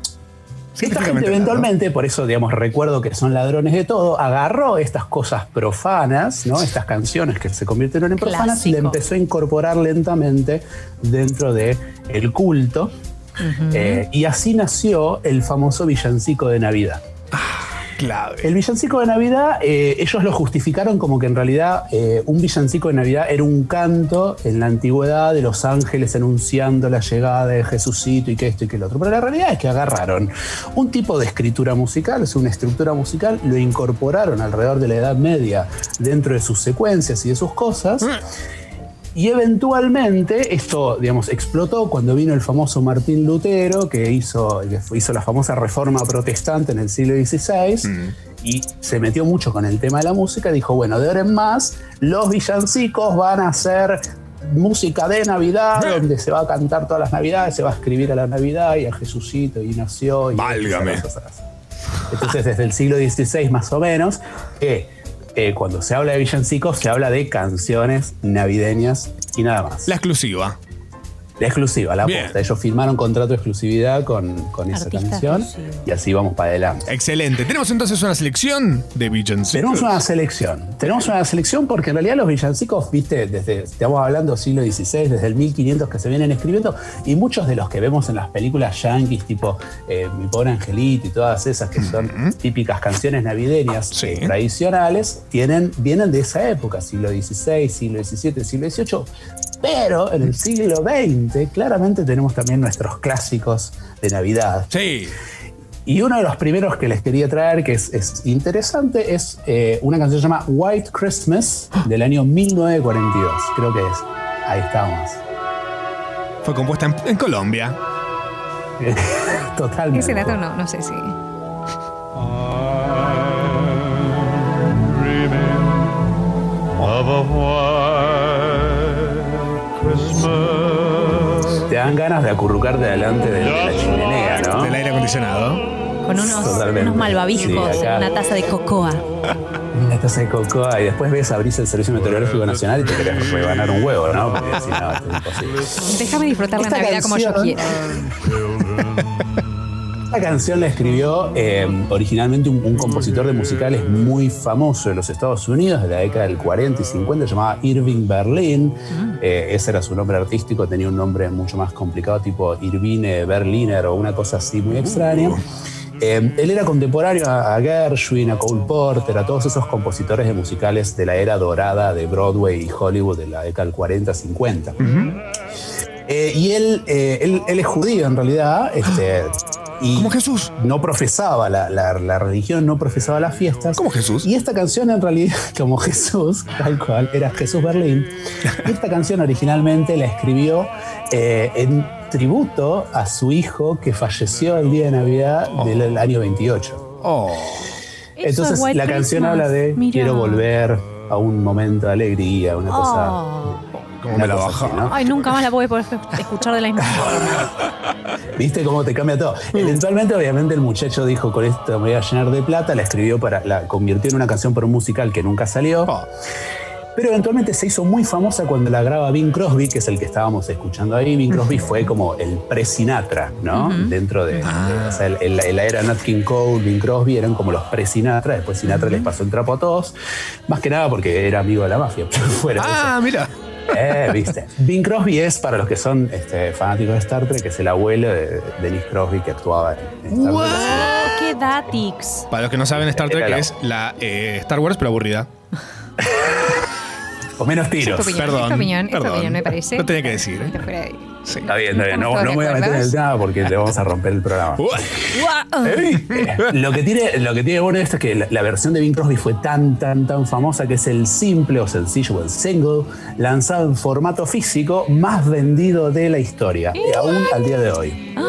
Esta gente eventualmente, por eso digamos, recuerdo que son ladrones de todo, agarró estas cosas profanas, ¿no? Estas canciones que se convirtieron en profanas y le empezó a incorporar lentamente dentro de el culto. Eh, y así nació el famoso villancico de Navidad. Clave. El villancico de Navidad, eh, ellos lo justificaron como que en realidad eh, un villancico de Navidad era un canto en la antigüedad de los ángeles anunciando la llegada de Jesucito y que esto y que lo otro. Pero la realidad es que agarraron un tipo de escritura musical, es una estructura musical, lo incorporaron alrededor de la Edad Media dentro de sus secuencias y de sus cosas. Y eventualmente esto, digamos, explotó cuando vino el famoso Martín Lutero, que hizo, que fue- hizo la famosa reforma protestante en el siglo XVI, y se metió mucho con el tema de la música. Dijo, bueno, de ahora en más, los villancicos van a ser música de Navidad, donde se va a cantar todas las Navidades, se va a escribir a la Navidad y a Jesucito, y nació, y Válgame. entonces, desde el siglo XVI más o menos, que eh, cuando se habla de villancicos, se habla de canciones navideñas y nada más. La exclusiva. La exclusiva, la Bien. aposta. Ellos firmaron contrato de exclusividad con, con esa canción y así vamos para adelante. Excelente. Tenemos entonces una selección de villancicos. Tenemos una selección. Tenemos una selección porque en realidad los villancicos, viste, desde, estamos hablando siglo XVI, desde el 1500 que se vienen escribiendo, y muchos de los que vemos en las películas yankees, tipo eh, Mi pobre angelito y todas esas que son típicas canciones navideñas eh, tradicionales, tienen, vienen de esa época, siglo XVI, siglo XVII, siglo XVIII. Pero en el siglo XX claramente tenemos también nuestros clásicos de Navidad. Sí. Y uno de los primeros que les quería traer, que es, es interesante, es eh, una canción que se llama White Christmas del año 1942. Creo que es. Ahí estamos. Fue compuesta en, en Colombia. Totalmente. Ese dato no, no sé si. Of a white Christmas. Te dan ganas de acurrucarte delante de, de la chimenea, ¿no? Del aire acondicionado. Con unos, Totalmente. unos malvaviscos, Sí, acá. una taza de cocoa. Una taza de cocoa y después ves abrirse el Servicio Meteorológico Nacional y te querés rebanar un huevo, ¿no? Porque si no, esto es imposible. Déjame disfrutar la Esta Navidad como yo canción- quiera. Esta canción la escribió eh, originalmente un, un compositor de musicales muy famoso de los Estados Unidos de la década del 40 y 50, llamaba Irving Berlin. Ah. Eh, ese era su nombre artístico, tenía un nombre mucho más complicado, tipo Irvine Berliner o una cosa así muy extraña. Eh, él era contemporáneo a, a Gershwin, a Cole Porter, a todos esos compositores de musicales de la era dorada de Broadway y Hollywood de la década del 40-50. Eh, y él, eh, él, él es judío en realidad. Este, y Como Jesús. No profesaba la, la- la religión, no profesaba las fiestas. Como Jesús. Y esta canción en realidad, como Jesús, tal cual, era Jesús Berlín. Y esta canción originalmente la escribió eh, en tributo a su hijo que falleció el día de Navidad del año 28. Oh. Eso Entonces es White la canción Christmas. habla de Mirá. quiero volver a un momento de alegría, una cosa... ¿Cómo me la Oh. Ay, nunca más la voy a poder escuchar de la misma forma. ¿Viste cómo te cambia todo? Eventualmente, obviamente, el muchacho dijo, con esto me voy a llenar de plata, la escribió para, la convirtió en una canción para un musical que nunca salió. Pero eventualmente se hizo muy famosa cuando la graba Bing Crosby, que es el que estábamos escuchando ahí. Bing Crosby fue como el pre-Sinatra, ¿no? Ujú. Dentro de, de- o sea, el- el- la era Nat King Cole, Bing Crosby eran como los pre-Sinatra. Después Sinatra les pasó el trapo a todos. Más que nada porque era amigo de la mafia. pero fuera de eso. Ah, mira. Eh, viste. Bing Crosby es, para los que son este, fanáticos de Star Trek, es el abuelo de Dennis Crosby que actuaba en en Star Trek. Oh, ¡Qué datix! Para los que no saben, Star Trek es la eh, Star Wars, pero aburrida. o menos Esta opinión, Perdón. esta opinión, esta perdón. opinión me parece. Lo tenía que decir. ¿eh? Fuera de ahí. Está bien, está bien. No, Estamos no me voy a todos de meter en el acuerdo. tema porque le vamos a romper el programa. Guau. Eh, lo que tiene, lo que tiene bueno esto es que la, la versión de Bing Crosby fue tan, tan, tan famosa que es el simple o sencillo o el single lanzado en formato físico más vendido de la historia, y aún al día de hoy. Ah.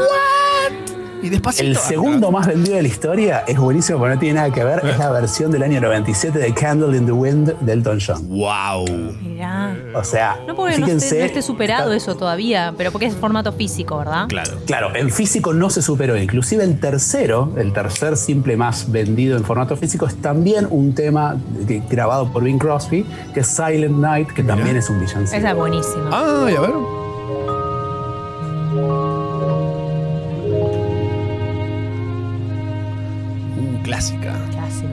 Y despacito. El segundo más vendido de la historia es buenísimo, pero no tiene nada que ver. Es la versión del año 97 de Candle in the Wind de Elton John. ¡Wow! Mirá. O sea, No porque no fíjense. esté, no esté superado eso todavía, pero porque es formato físico, ¿verdad? Claro. Claro, en físico no se superó. Inclusive el tercero, el tercer simple más vendido en formato físico, es también un tema que- grabado por Bing Crosby, que es Silent Night, que también es un villancico. Esa es buenísima. Ah. Ay, a ver. Uh, clásica. Clásica.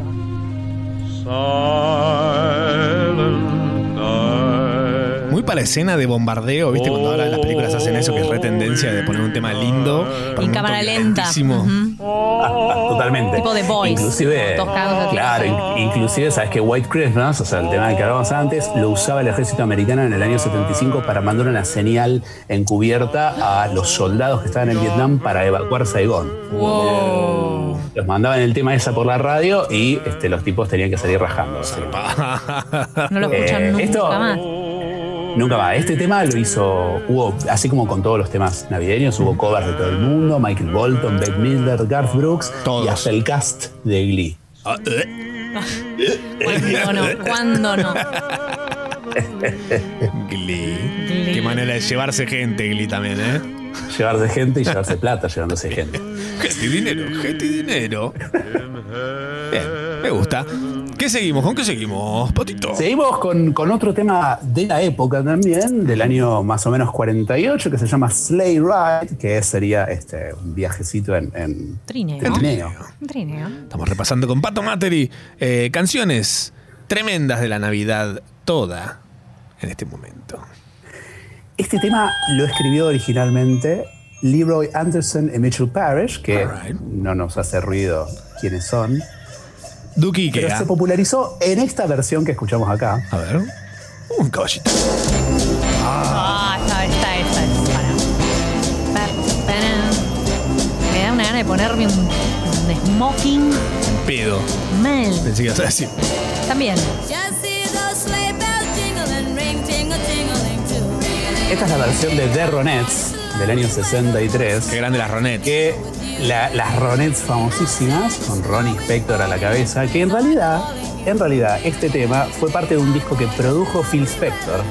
Muy para escena de bombardeo, ¿viste? Cuando ahora las películas hacen eso, que es re tendencia de poner un tema lindo. para En un cámara toque lenta. lentísimo. Totalmente. Oh. Tipo The Boys. Inclusive, Tocados así. claro, in- inclusive sabes que White Christmas, o sea, el tema del que hablábamos antes, lo usaba el ejército americano en el año 75 para mandar una señal encubierta a los soldados que estaban en Vietnam para evacuar Saigón. Los mandaban el tema esa por la radio y este, los tipos tenían que salir rajando. No lo escuchan Eh, nunca esto- más. Nunca más. Este tema lo hizo, hubo, así como con todos los temas navideños, hubo covers de todo el mundo, Michael Bolton, Beck Miller, Garth Brooks y hasta el cast de Glee. ¿Cuándo no? ¿Cuándo no? Glee. Qué manera de llevarse gente, Glee también, ¿eh? Llevarse gente y llevarse plata, llevándose gente. Gente y dinero, gente y dinero. Bien, me gusta. ¿Qué seguimos? ¿Con qué seguimos, Potito? Seguimos con, con otro tema de la época también, del año más o menos 48, que se llama Sleigh Ride, que sería este, un viajecito en, en Trineo. en trineo. Un Trineo. Estamos repasando con Pato Materi eh, canciones tremendas de la Navidad toda en este momento. Este tema lo escribió originalmente Leroy Anderson y Mitchell Parrish, que no nos hace ruido quiénes son. Duki Pero se popularizó en esta versión que escuchamos acá. A ver. Un caballito. Ah, esta, esta, esta. es para. Pa- para. Me da una gana de ponerme un, un smoking Pedo. mal. Pensé que ibas a decir. También. Esta es la versión de The Ronettes del año 63. Qué grande las Ronettes. Que la- las Ronettes famosísimas, con Ronnie Spector a la cabeza, que en realidad, en realidad, este tema fue parte de un disco que produjo Phil Spector,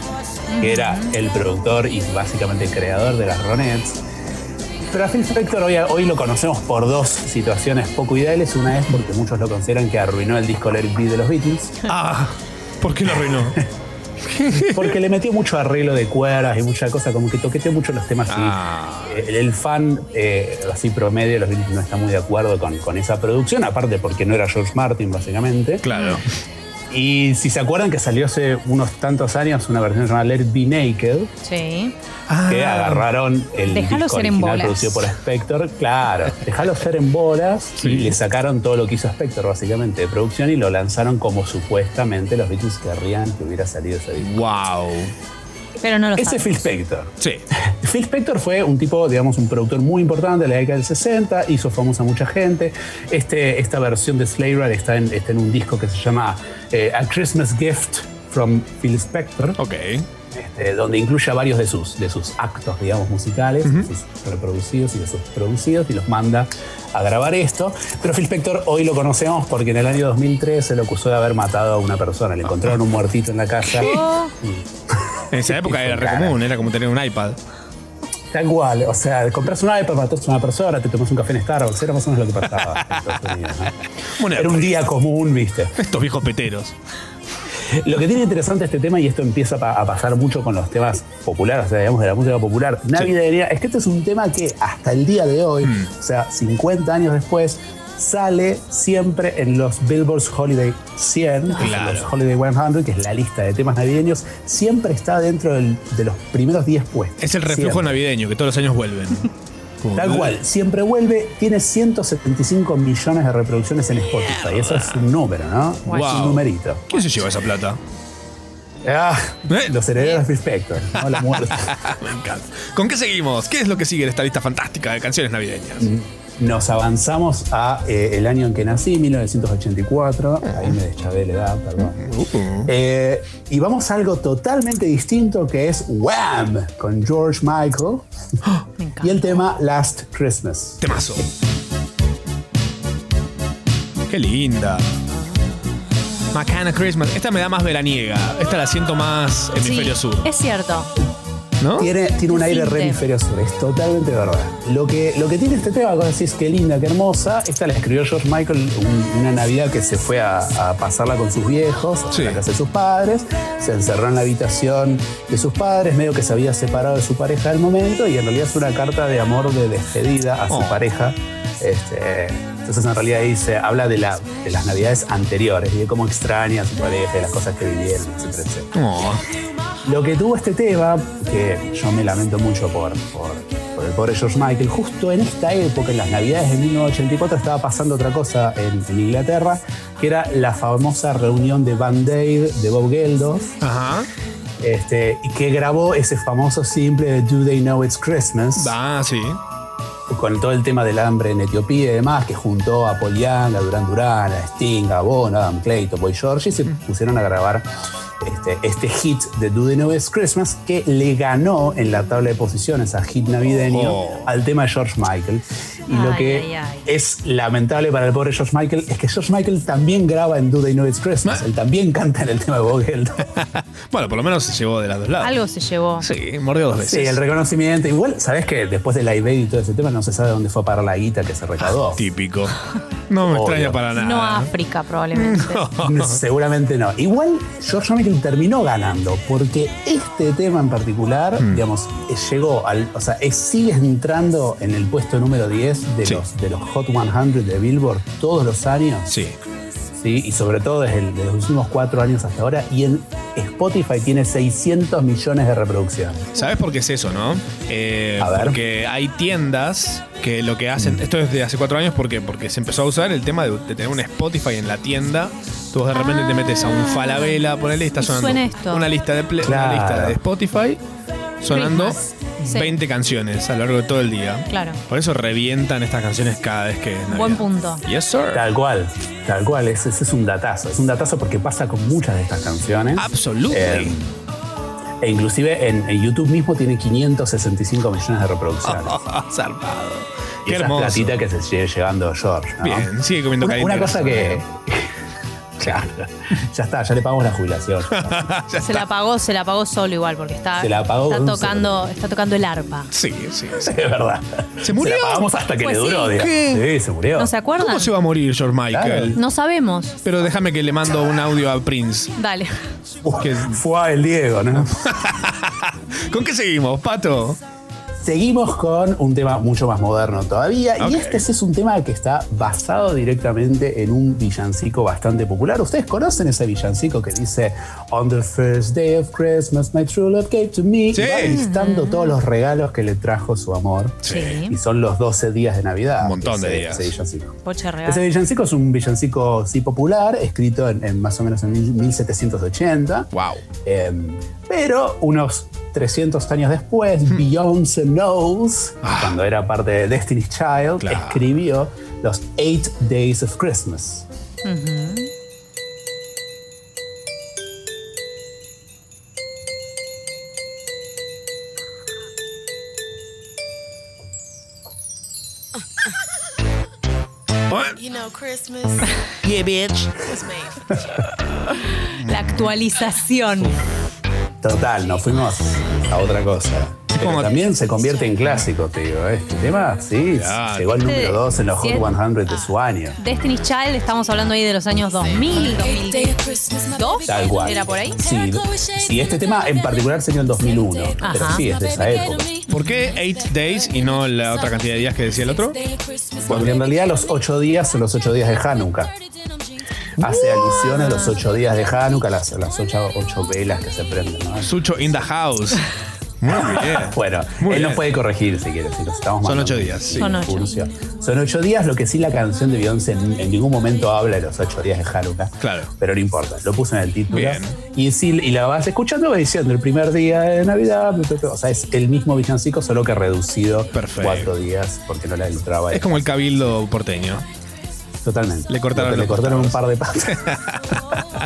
que era el productor y básicamente el creador de las Ronettes. Pero a Phil Spector hoy, hoy lo conocemos por dos situaciones poco ideales. Una es porque muchos lo consideran que arruinó el disco Let It Be de los Beatles. Ah, ¿por qué lo arruinó? Porque le metió mucho arreglo de cuerdas y mucha cosa, como que toqueteó mucho los temas. y, Ah, eh, el, el fan eh, así promedio de los Beatles no está muy de acuerdo con, con esa producción, aparte porque no era George Martin, básicamente. Claro. Y si se acuerdan que salió hace unos tantos años una versión llamada Let It Be Naked, Sí. que agarraron el Déjalo disco ser en original bolas. producido por Spector, claro, dejalo ser en bolas y le sacaron todo lo que hizo Spector básicamente de producción y lo lanzaron como supuestamente los Beatles querrían que hubiera salido ese disco. Wow. Pero no lo Ese sabe. es Phil Spector. Sí. Phil Spector fue un tipo, digamos, un productor muy importante de la década del 60, hizo famosa a mucha gente. Este, esta versión de Slayer está en, está en un disco que se llama eh, A Christmas Gift from Phil Spector. Ok. donde incluye a varios de sus, de sus actos, digamos, musicales, de sus reproducidos y de sus producidos, y los manda a grabar esto. Pero Phil Spector hoy lo conocemos porque en el año 2003 se lo acusó de haber matado a una persona. Le encontraron un muertito en la casa. En esa época era re común, era como tener un iPad. Tal cual, o sea, compras un iPad, matas a una persona, te tomas un café en Starbucks, era más o menos lo que pasaba. en Estados Unidos, ¿no? era un día común, viste. Estos viejos peteros. Lo que tiene interesante este tema, y esto empieza pa- a pasar mucho con los temas populares, o sea, digamos, de la música popular navideña, es que este es un tema que hasta el día de hoy, o sea, 50 años después, sale siempre en los Billboard's Holiday 100, que son Claro. los Holiday 100, que es la lista de temas navideños, siempre está dentro del- de los primeros 10 puestos. Es el reflujo Siempre. navideño que todos los años vuelven. Como- Tal cual, siempre vuelve, tiene 175 millones de reproducciones en Spotify. Eso es un número, ¿no? Es Wow. un numerito. ¿Quién se lleva esa plata? ¿Eh? Ah, Los herederos de respecto, no la muerte. Me encanta. ¿Con qué seguimos? ¿Qué es lo que sigue en esta lista fantástica de canciones navideñas? Mm. Nos avanzamos a eh, el año en que nací, 1984. Ahí me deschavé la edad, perdón. Eh, y vamos a algo totalmente distinto que es Wham! con George Michael. Y el tema Last Christmas. Temazo. Qué linda. Macana Christmas. Esta me da más veraniega. Esta la siento más hemisferio sur. Es cierto. Tiene, tiene un aire re Siente. hemisferio sur, es totalmente verdad. Lo que, lo que tiene este tema, cuando decís qué linda, qué hermosa, esta la escribió George Michael un- una Navidad que se fue a, a pasarla con sus viejos, a la casa de sus padres, se encerró en la habitación de sus padres, medio que se había separado de su pareja al momento, y en realidad es una carta de amor de despedida a Oh, su pareja. Este, entonces en realidad ahí se habla de, la, de las navidades anteriores, y de cómo extraña a su pareja, de las cosas que vivieron, etcétera, etcétera. oh. Lo que tuvo este tema, que yo me lamento mucho por, por, por el pobre George Michael, justo en esta época, en las navidades de 1984, estaba pasando otra cosa en, en Inglaterra, que era la famosa reunión de Band Aid de Bob Geldof. Este, y que grabó ese famoso simple de Do They Know It's Christmas. Ah, sí. Con todo el tema del hambre en Etiopía y demás, que juntó a Paul Young, a Duran Duran, a Sting, a Bono, Adam Clayton, Boy George, y se pusieron a grabar este, este hit de Do They Know It's Christmas que le ganó en la tabla de posiciones a hit navideño Oh. al tema de George Michael. Y lo Ay, que ay, ay. es lamentable para el pobre George Michael es que George Michael también graba en Do They Know It's Christmas. Él también canta en el tema de Vogel. Bueno, por lo menos se llevó de las dos lados. Algo se llevó. Sí, mordió dos veces. Sí, el reconocimiento. Igual, ¿sabés que Después del live Aid y todo ese tema, no se sabe dónde fue a parar la guita que se recaudó. Típico. No me extraña para nada. No a África, probablemente. Seguramente no. Igual George Michael terminó ganando, porque este tema en particular, digamos, eh, llegó al. O sea, eh, sigue entrando en el puesto número 10 de, los, de los Hot 100 de Billboard todos los años. Sí. Sí, y sobre todo desde el- de los últimos cuatro años hasta ahora. Y en Spotify tiene 600 millones de reproducciones. ¿Sabes por qué es eso, no? Eh, Porque hay tiendas que lo que Mm. hacen. Esto es de hace cuatro años porque, porque se empezó a usar el tema de, de tener un Spotify en la tienda. Tú de repente te metes a un Falabella, ponele, y está Ah. Y sonando suena esto. una lista de play- Claro. una lista de Spotify sonando Christmas. Sí. 20 canciones a lo largo de todo el día. Claro. Por eso revientan estas canciones cada vez que es Navidad. Buen punto. Yes, sir. Tal cual, tal cual. Ese, ese es un datazo. Es un datazo porque pasa con muchas de estas canciones. Absolutamente. Eh, e inclusive en, en YouTube mismo tiene 565 millones de reproducciones. Zarpado. Qué Y esa es Ah, hermoso. platita que se sigue llegando George. ¿no? Bien, sigue comiendo Una- caliente. Una cosa que, Claro. Ya está, ya le pagamos la jubilación. Se la pagó, se la pagó solo igual, porque está, Se la pagó está un tocando, está tocando el arpa. Sí, sí, sí. Es verdad. ¿Se murió? Se la pagamos hasta que Pues le duró. sí. digamos. ¿Qué? Sí, se murió. ¿No se acuerdan? ¿Cómo se va a morir George Michael? No sabemos. Pero déjame que le mando un audio a Prince. Dale. Fue el Diego, ¿no? ¿Con qué seguimos, Pato? Seguimos con un tema mucho más moderno todavía. Y este sí es un tema que está basado directamente en un villancico bastante popular. Ustedes conocen ese villancico que dice: On the first day of Christmas, my true love gave to me. Y va listando todos los regalos que le trajo su amor. Sí. Y son los 12 días de Navidad. Un montón de días. Ese villancico. Poche real. Ese villancico es un villancico sí popular, escrito en, en más o menos en mil- 1780. Wow. pero unos 300 años después, Beyoncé Knowles, cuando era parte de Destiny's Child, escribió los Eight Days of Christmas. You know, Christmas. yeah, bitch. Was made for La actualización. Total, nos fuimos a otra cosa. Pero también se convierte en clásico, te digo. Este tema, sí, llegó al número 2 en los Hot Sí. 100 de su año. Destiny's Child, estamos hablando ahí de los años 2000, 2002. Tal cual. ¿Era por ahí? Sí, sí, este tema en particular sería el 2001. Pero Ajá. sí, es de esa época. ¿Por qué 8 days y no la otra cantidad de días que decía el otro? Porque en realidad los ocho días son los ocho días de Hanukkah. Hace alusión a los ocho días de Hanukkah, las, las ocho, ocho velas que se prenden. ¿no? Sucho in the house. Muy bien. bueno, Muy él bien. nos puede corregir si quiere. Si nos estamos Son mandando ocho días, sí. en Son ocho. curso. Son ocho días, lo que sí la canción de Beyoncé en, en ningún momento habla de los ocho días de Hanukkah. Claro. Pero no importa, lo puse en el título. Bien. Y, sí, y la vas escuchando, va diciendo el primer día de Navidad. bla, bla, bla. O sea, es el mismo villancico, solo que reducido cuatro días porque no la entraba. Es como el cabildo porteño. Totalmente. Le cortaron, Le los cortaron un par de patas.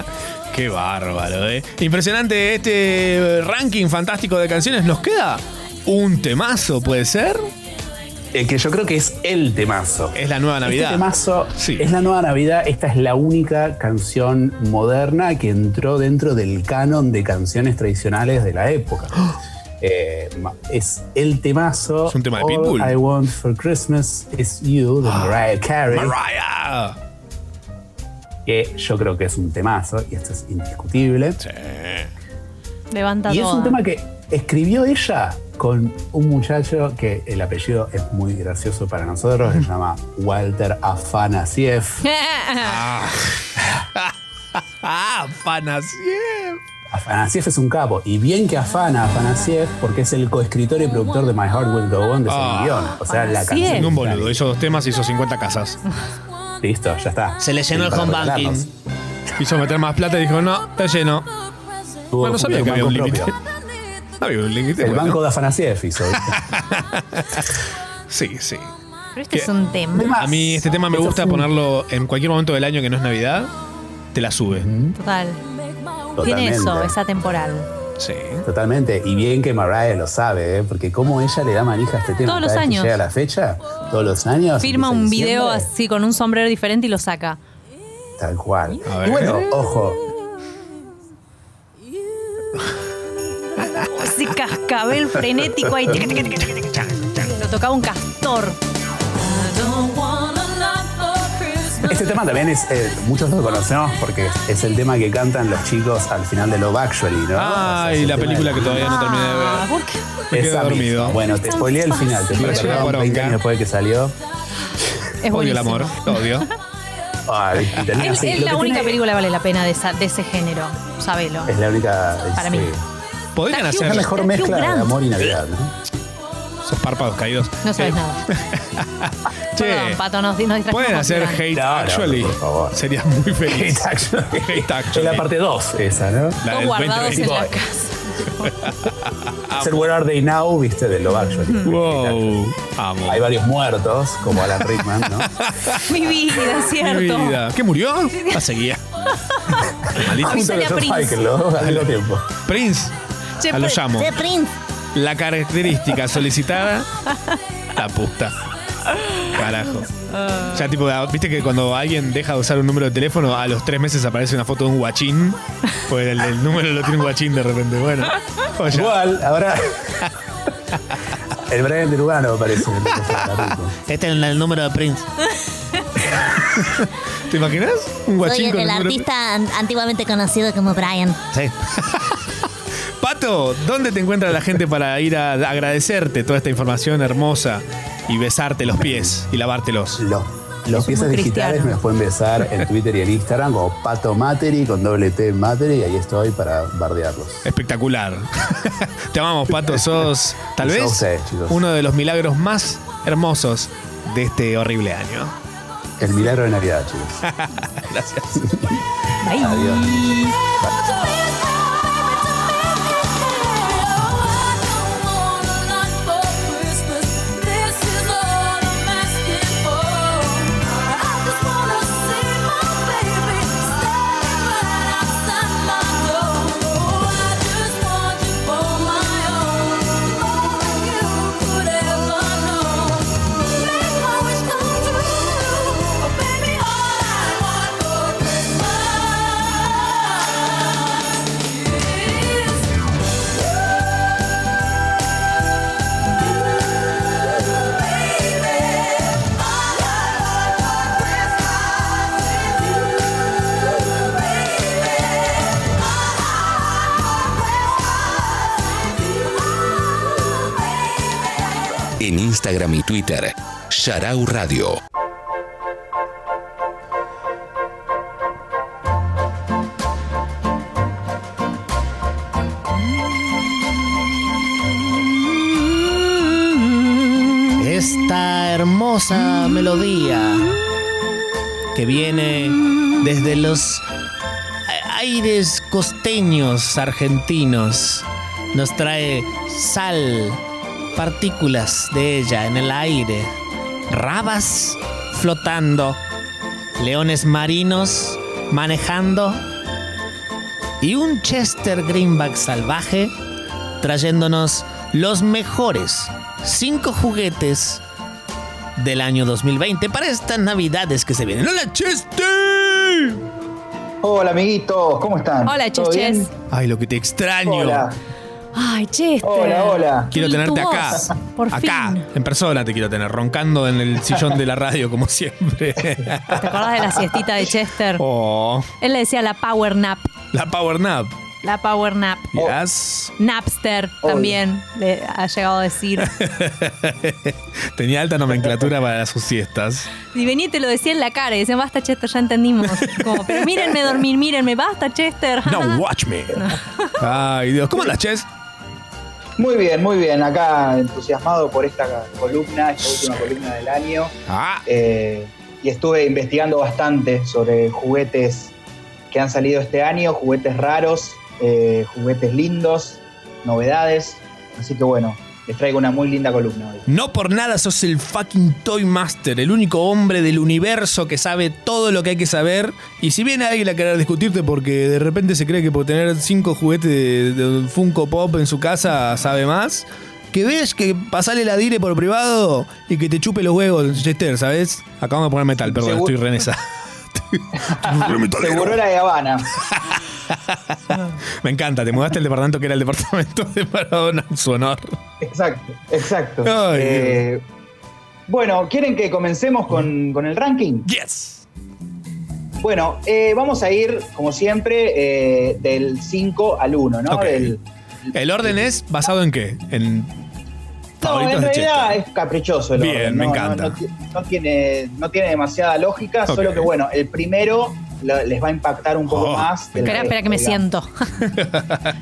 Qué bárbaro, ¿eh? Impresionante este ranking fantástico de canciones. ¿Nos queda un temazo, puede ser? El eh, que yo creo que es el temazo. Es la nueva Navidad. Este temazo es la nueva Navidad. Esta es la única canción moderna que entró dentro del canon de canciones tradicionales de la época. Eh, ma- es el temazo. Es un tema de All Pitbull. I Want for Christmas is You de Mariah Carey. Mariah. Que yo creo que es un temazo y esto es indiscutible. Levanta Y es toda. un tema que escribió ella con un muchacho que el apellido es muy gracioso para nosotros, se llama Walter Afanasiev. ¡Ah, Panasiev! Afanasiev es un capo, y bien que afana Afanasiev porque es el coescritor y productor de My Heart Will Go On de Ah. Celine Dion. O sea, la canción. Un boludo, hizo dos temas, hizo 50 casas. Listo, ya está. Se le llenó el home banking. Quiso meter más plata y dijo, no, está lleno. Tuvo Bueno, que sabía cumplir que había un un banco límite. Había un límite. El bueno. banco de Afanasiev hizo. ¿viste? Sí, sí. Pero este ¿Qué? es un tema. A mí este tema me Eso gusta fue un- ponerlo en cualquier momento del año que no es Navidad, te la sube. Total. Totalmente. Tiene eso, esa temporal. Sí. Totalmente. Y bien que Mariah lo sabe, ¿eh? porque como ella le da manija a este tema. Todos los cada vez que años. Llega la fecha, todos los años. Firma empieza un diciembre, video así con un sombrero diferente y lo saca. Tal cual. ver. Y bueno, ojo, Así cascabel frenético ahí. tic, tic, tic, tic, tic, tic. Lo tocaba un castor. Este tema también es, eh, muchos lo conocemos porque es el tema que cantan los chicos al final de Love Actually, ¿no? Ay, la película que todavía no terminé de ver. Me quedé Ah, Esa dormido. misma. Bueno, te spoileé el final, te pido Pareció una perdón, 20 poronga. años después de que salió. Es odio el buenísimo. amor, lo odio. Ay, y tenés Es, así, es lo la que única tiene- película que vale la pena de, esa- de ese género. Sabelo. Es la única. Para mí. Podrían Es hacer la mejor mezcla de amor y Navidad, ¿no? Esos párpados caídos. No sabes Eh, nada. che, Perdón, Pato, nos, nos distrajimos Pueden con hacer Durán. hate actually. Sería muy feliz. Hate actually. Hate actually. Es la parte 2, esa, La ¿no? del Todos guardados en 2020. la casa. Ser Where Are They Now, viste, de Love Actually. Wow. Hay varios muertos, como Alan Rickman, ¿no? Mi vida, cierto. Mi vida. ¿Qué murió? La seguía. Malito. Junto con George Michael, ¿no? Al mismo tiempo. Prince. A lo llamo. Prince. La característica solicitada. La puta. Carajo. Ya tipo, ah, viste que cuando alguien deja de usar un número de teléfono, a los tres meses aparece una foto de un guachín. Pues el, el número lo tiene un guachín de repente. Bueno. Igual, ahora. El Brian de Lugano parece. Este es el número de Prince. ¿Te imaginas? Soy Un guachín el, con el número- artista an- antiguamente conocido como Brian. Sí. Pato, ¿dónde te encuentra la gente para ir a agradecerte toda esta información hermosa y besarte los pies y lavártelos? Los piezas digitales me los pueden besar en Twitter y en Instagram como Pato Materi con doble T en Materi y ahí estoy para bardearlos. Espectacular. Te amamos, Pato. Sos tal Yo vez sé, chicos. uno de los milagros más hermosos de este horrible año. El milagro de Navidad, chicos. Gracias. Oh, En Instagram y Twitter, Sharau Radio. Esta hermosa melodía que viene desde los a- aires costeños argentinos nos trae sal, partículas de ella en el aire, rabas flotando, leones marinos manejando y un Chester Greenback salvaje trayéndonos los mejores cinco juguetes del año 2020 para estas navidades que se vienen. ¡Hola, Chester! Hola, amiguitos, ¿cómo están? Hola, ¿Todo bien? cheches. Ay, lo que te extraño. Hola. Ay, Chester. Hola, hola. Quiero Y tu tenerte voz, acá. Por acá, fin. en persona te quiero tener, roncando en el sillón de la radio como siempre. ¿Te acordás de la siestita de Chester? Oh, Él le decía la power nap. la power nap. La power nap. Yes. Napster también le ha llegado a decir. Tenía alta nomenclatura para sus siestas. Y venía y te lo decía en la cara y decían, basta Chester, ya entendimos. Como, pero mírenme dormir, mírenme, basta Chester. No, watch me. Ay, Dios. ¿Cómo andas, Ches? Muy bien, muy bien. Acá entusiasmado por esta columna, esta última columna del año. Ah. Eh, y estuve investigando bastante sobre juguetes que han salido este año, juguetes raros, eh, juguetes lindos, novedades. Así que bueno, les traigo una muy linda columna hoy. No por nada sos el fucking Toy Master, el único hombre del universo que sabe todo lo que hay que saber. Y si viene alguien a querer discutirte porque de repente se cree que por tener cinco juguetes de, de Funko Pop en su casa sabe más, que ves que pasale la dire por privado y que te chupe los huevos, Chester, ¿sabes? Acabamos de poner metal, perdón, Seguro- estoy renesa. Seguro era de Habana. Me encanta, te mudaste al departamento que era el departamento de Maradona en su honor. Exacto, exacto. Ay, Eh, bueno, ¿quieren que comencemos con, con el ranking? Mm. Yes. Bueno, eh, vamos a ir, como siempre, eh, del 5 al 1, ¿no? Ok. Del- ¿El orden es basado en qué? En no, favoritos en de realidad Chester. es caprichoso el Bien, orden, me no, encanta. No, no ti- no tiene, no tiene demasiada lógica, Ok. solo que bueno, el primero lo- les va a impactar un Oh, poco más. del Espera, espera que resto, me digamos. siento.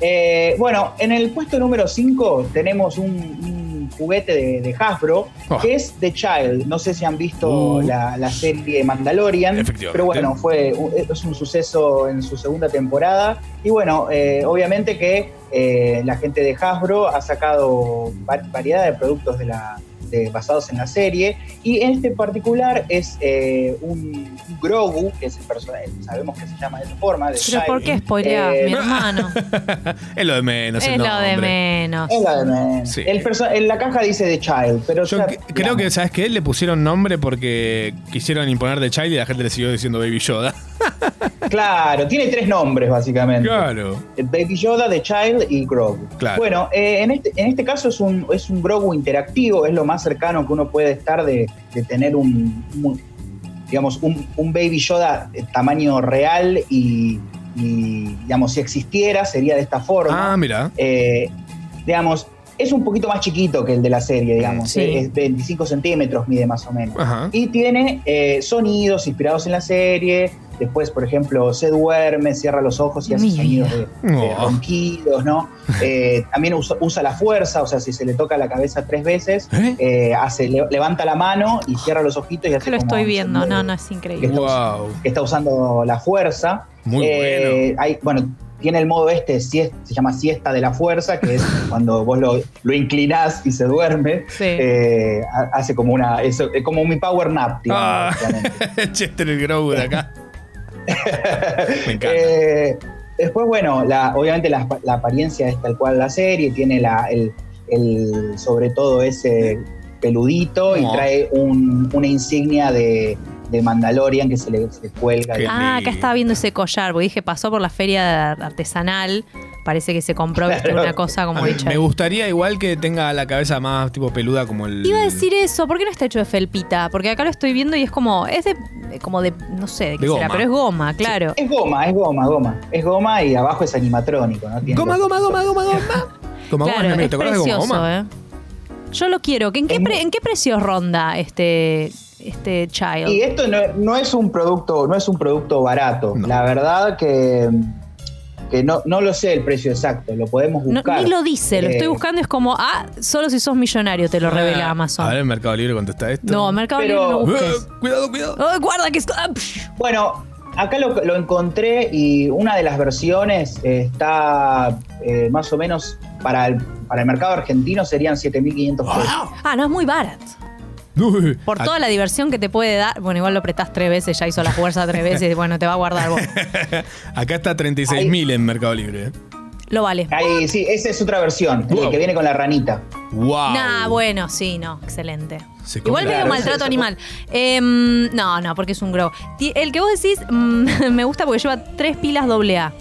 Eh, bueno, en el puesto número 5 tenemos un, un juguete de, de Hasbro Oh. que es The Child. No sé si han visto Uh. la, la serie Mandalorian, Efectivamente. pero bueno, fue un- es un suceso en su segunda temporada. Y bueno, eh, obviamente que eh, la gente de Hasbro ha sacado va- variedad de productos de la, de- basados en la serie. Y en este particular es eh, un, un Grogu, que es el personaje, sabemos que se llama de esa forma. De Pero ¿por Shiny. qué spoilear, Eh, mi hermano? Es lo de menos. es el lo de nombre. menos. Es la de menos. Sí. El perso- en la caja dice The Child, pero ya- Creo que, ¿sabes qué? Le pusieron nombre porque quisieron imponer The Child y la gente le siguió diciendo Baby Yoda. claro, tiene tres nombres básicamente. Claro. El Baby Yoda, The Child y Grogu. Claro. Bueno, eh, en, este, en este caso es un, es un Grogu interactivo, es lo más cercano que uno puede estar de, de tener un, un- digamos, un, un Baby Yoda de tamaño real y, y, digamos, si existiera sería de esta forma. Ah, mira. Eh, digamos, es un poquito más chiquito que el de la serie, digamos. Sí. Es 25 centímetros mide más o menos. Ajá. Y tiene eh, sonidos inspirados en la serie. Después, por ejemplo, se duerme, cierra los ojos y hace sonidos de, de Oh. ronquidos, ¿no? Eh, también usa, usa la fuerza, o sea, si se le toca la cabeza tres veces, eh, hace, le- levanta la mano y cierra los ojitos y hace Lo como estoy un viendo, sonido no, no, es que increíble. está, us- que está usando la fuerza. Muy bueno. Hay, bueno, tiene el modo este, sies- se llama siesta de la fuerza, que es cuando vos lo, lo inclinás y se duerme. Eh, ha- hace como una. Es, es como mi power nap, digamos. Ah, básicamente. Chester el Grogu de acá. Me encanta. Eh, después, bueno, la, obviamente la, la apariencia es tal cual la serie, tiene la, Ah, el, el- sobre todo ese peludito y No. trae un- una insignia de, de Mandalorian que se le, se le cuelga. Ah, acá estaba viendo ese collar, porque dije, pasó por la feria artesanal, parece que se compró viste, una cosa como hecha. Me gustaría igual que tenga la cabeza más tipo peluda como el. Iba a decir eso, ¿por qué no está hecho de felpita? Porque acá lo estoy viendo y es como, es de, eh, como de, no sé, de qué De será, goma. pero es goma, claro. Es goma, es goma, goma. Es goma y abajo es animatrónico, ¿no? Tiene Goma, los- goma, goma, goma, goma. Goma Claro, goma, amigo, es ¿te acordás de goma precioso, goma? eh. Yo lo quiero. ¿En qué, pre- ¿En qué precios ronda este, este child? Y esto no, no es un producto, no es un producto barato. La verdad que, que no, no lo sé el precio exacto, lo podemos No, buscar. ni lo dice, lo Eh, estoy buscando, es como, ah, solo si sos millonario te lo revela Amazon. Ah, A ver, el Mercado Libre contesta esto. Eh, No, Mercado Libre no busques. cuidado, cuidado. guarda que es. ah, Bueno, acá lo, lo encontré y una de las versiones eh, está eh, más o menos para el, para el mercado argentino serían 7.500 pesos. Ah, no, es muy barato. Oh, Por Ah. toda la diversión que te puede dar. Bueno, igual lo apretás tres veces, ya hizo la fuerza tres veces, bueno, te va a guardar vos. Acá está 36.000 en Mercado Libre. eh. Lo vale. Ahí, sí, esa es otra versión, el que viene con la ranita. ¡Wow! Nah, bueno, sí, no, excelente. Se Igual come. medio Claro, maltrato sí, animal. Em, no, no, porque es un grow. Ti- El que vos decís mm, me gusta porque lleva tres pilas doble A.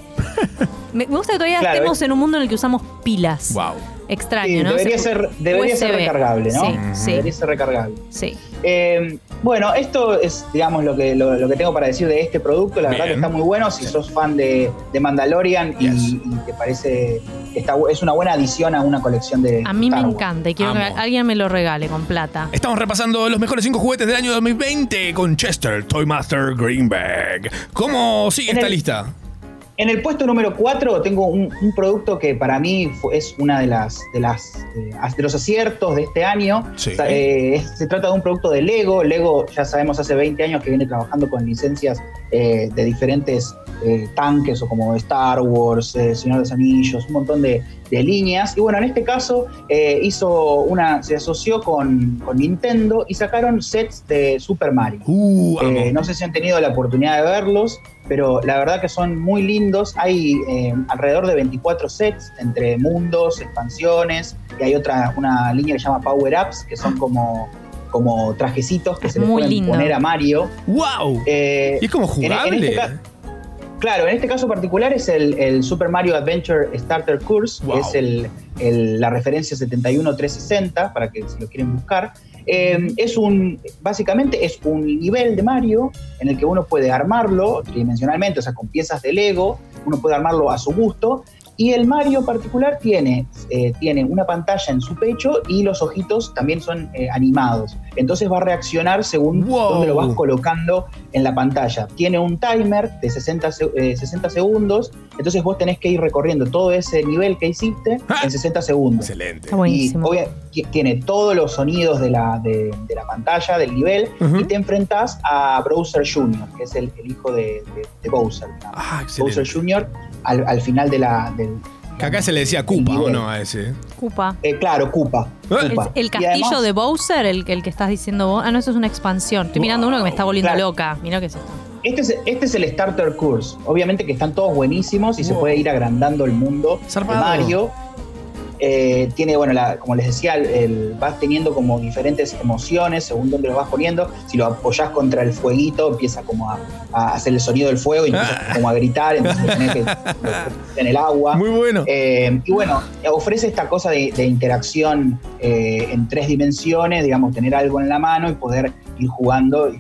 Me me gusta que todavía Claro, estemos es- en un mundo en el que usamos pilas. Wow. Extraño, Sí, ¿no? Debería, Se- ser, debería ser USB. recargable, ¿no? Sí, sí. Debería ser recargable. Sí. Eh, bueno, esto es, digamos, lo que, lo, lo que tengo para decir de este producto. La verdad que Bien. está muy bueno. Si sos fan de, de Mandalorian y, y te parece que está, bu- es una buena adición a una colección de. A mí me Star Wars. encanta y quiero que Amo. alguien me lo regale con plata. Estamos repasando los mejores 5 juguetes del año 2020 con Chester, Toymaster, Greenback. ¿Cómo sigue En esta el- lista? En el puesto número 4 tengo un, un producto que para mí fu- es una de las de las eh, de los aciertos de este año. Sí. O sea, eh, es- se trata de un producto de Lego. Lego ya sabemos hace 20 años que viene trabajando con licencias eh, de diferentes eh, tanques o como Star Wars, eh, Señor de los Anillos, un montón de, de líneas. Y bueno, en este caso eh, hizo una se asoció con, con Nintendo y sacaron sets de Super Mario. Uh, amo. Eh, no sé si han tenido la oportunidad de verlos, pero la verdad que son muy lindos. Hay eh, alrededor de 24 sets entre mundos, expansiones, y hay otra, una línea que se llama Power Ups, que son como, como trajecitos que Este se le muy pueden lindo. poner a Mario. ¡Wow! Eh, Y es como en- en jugable. este ca- claro, en este caso particular es el, el Super Mario Adventure Starter Course, que es el, el- la referencia 71360, para que si lo quieren buscar. Eh, es un, básicamente es un nivel de Mario en el que uno puede armarlo tridimensionalmente, o sea, con piezas de Lego, uno puede armarlo a su gusto. Y el Mario particular tiene, eh, tiene una pantalla en su pecho y los ojitos también son eh, animados. Entonces va a reaccionar según dónde lo vas colocando en la pantalla. Tiene un timer de 60, se- eh, 60 segundos, entonces vos tenés que ir recorriendo todo ese nivel que hiciste en 60 segundos. Ah, Excelente. Y obvia- ti- tiene todos los sonidos de la, de, de la pantalla, del nivel, y te enfrentás a Browser Jr., que es el, el hijo de, de- de Bowser. ¿no? Ah, Bowser Jr. al, al final de la, del- Que acá se le decía Cupa, ¿o no? A ese. Cupa. Eh, claro, Cupa. El, el castillo de Bowser, el, que- el que estás diciendo vos. Ah, no, eso es una expansión. Estoy mirando uno que me está volviendo loca. Mira que es esto. Este es, este es el Starter Course. Obviamente que están todos buenísimos y se puede ir agrandando el mundo. Zarpado. Mario eh, tiene, bueno, la- como les decía, el- el- vas teniendo como diferentes emociones según dónde lo vas poniendo. Si lo apoyás contra el fueguito, empieza como a, a hacer el sonido del fuego y empieza como a gritar, entonces tenés que en el agua. Muy bueno. y bueno, ofrece esta cosa de, de interacción eh, en tres dimensiones, digamos, tener algo en la mano y poder ir jugando.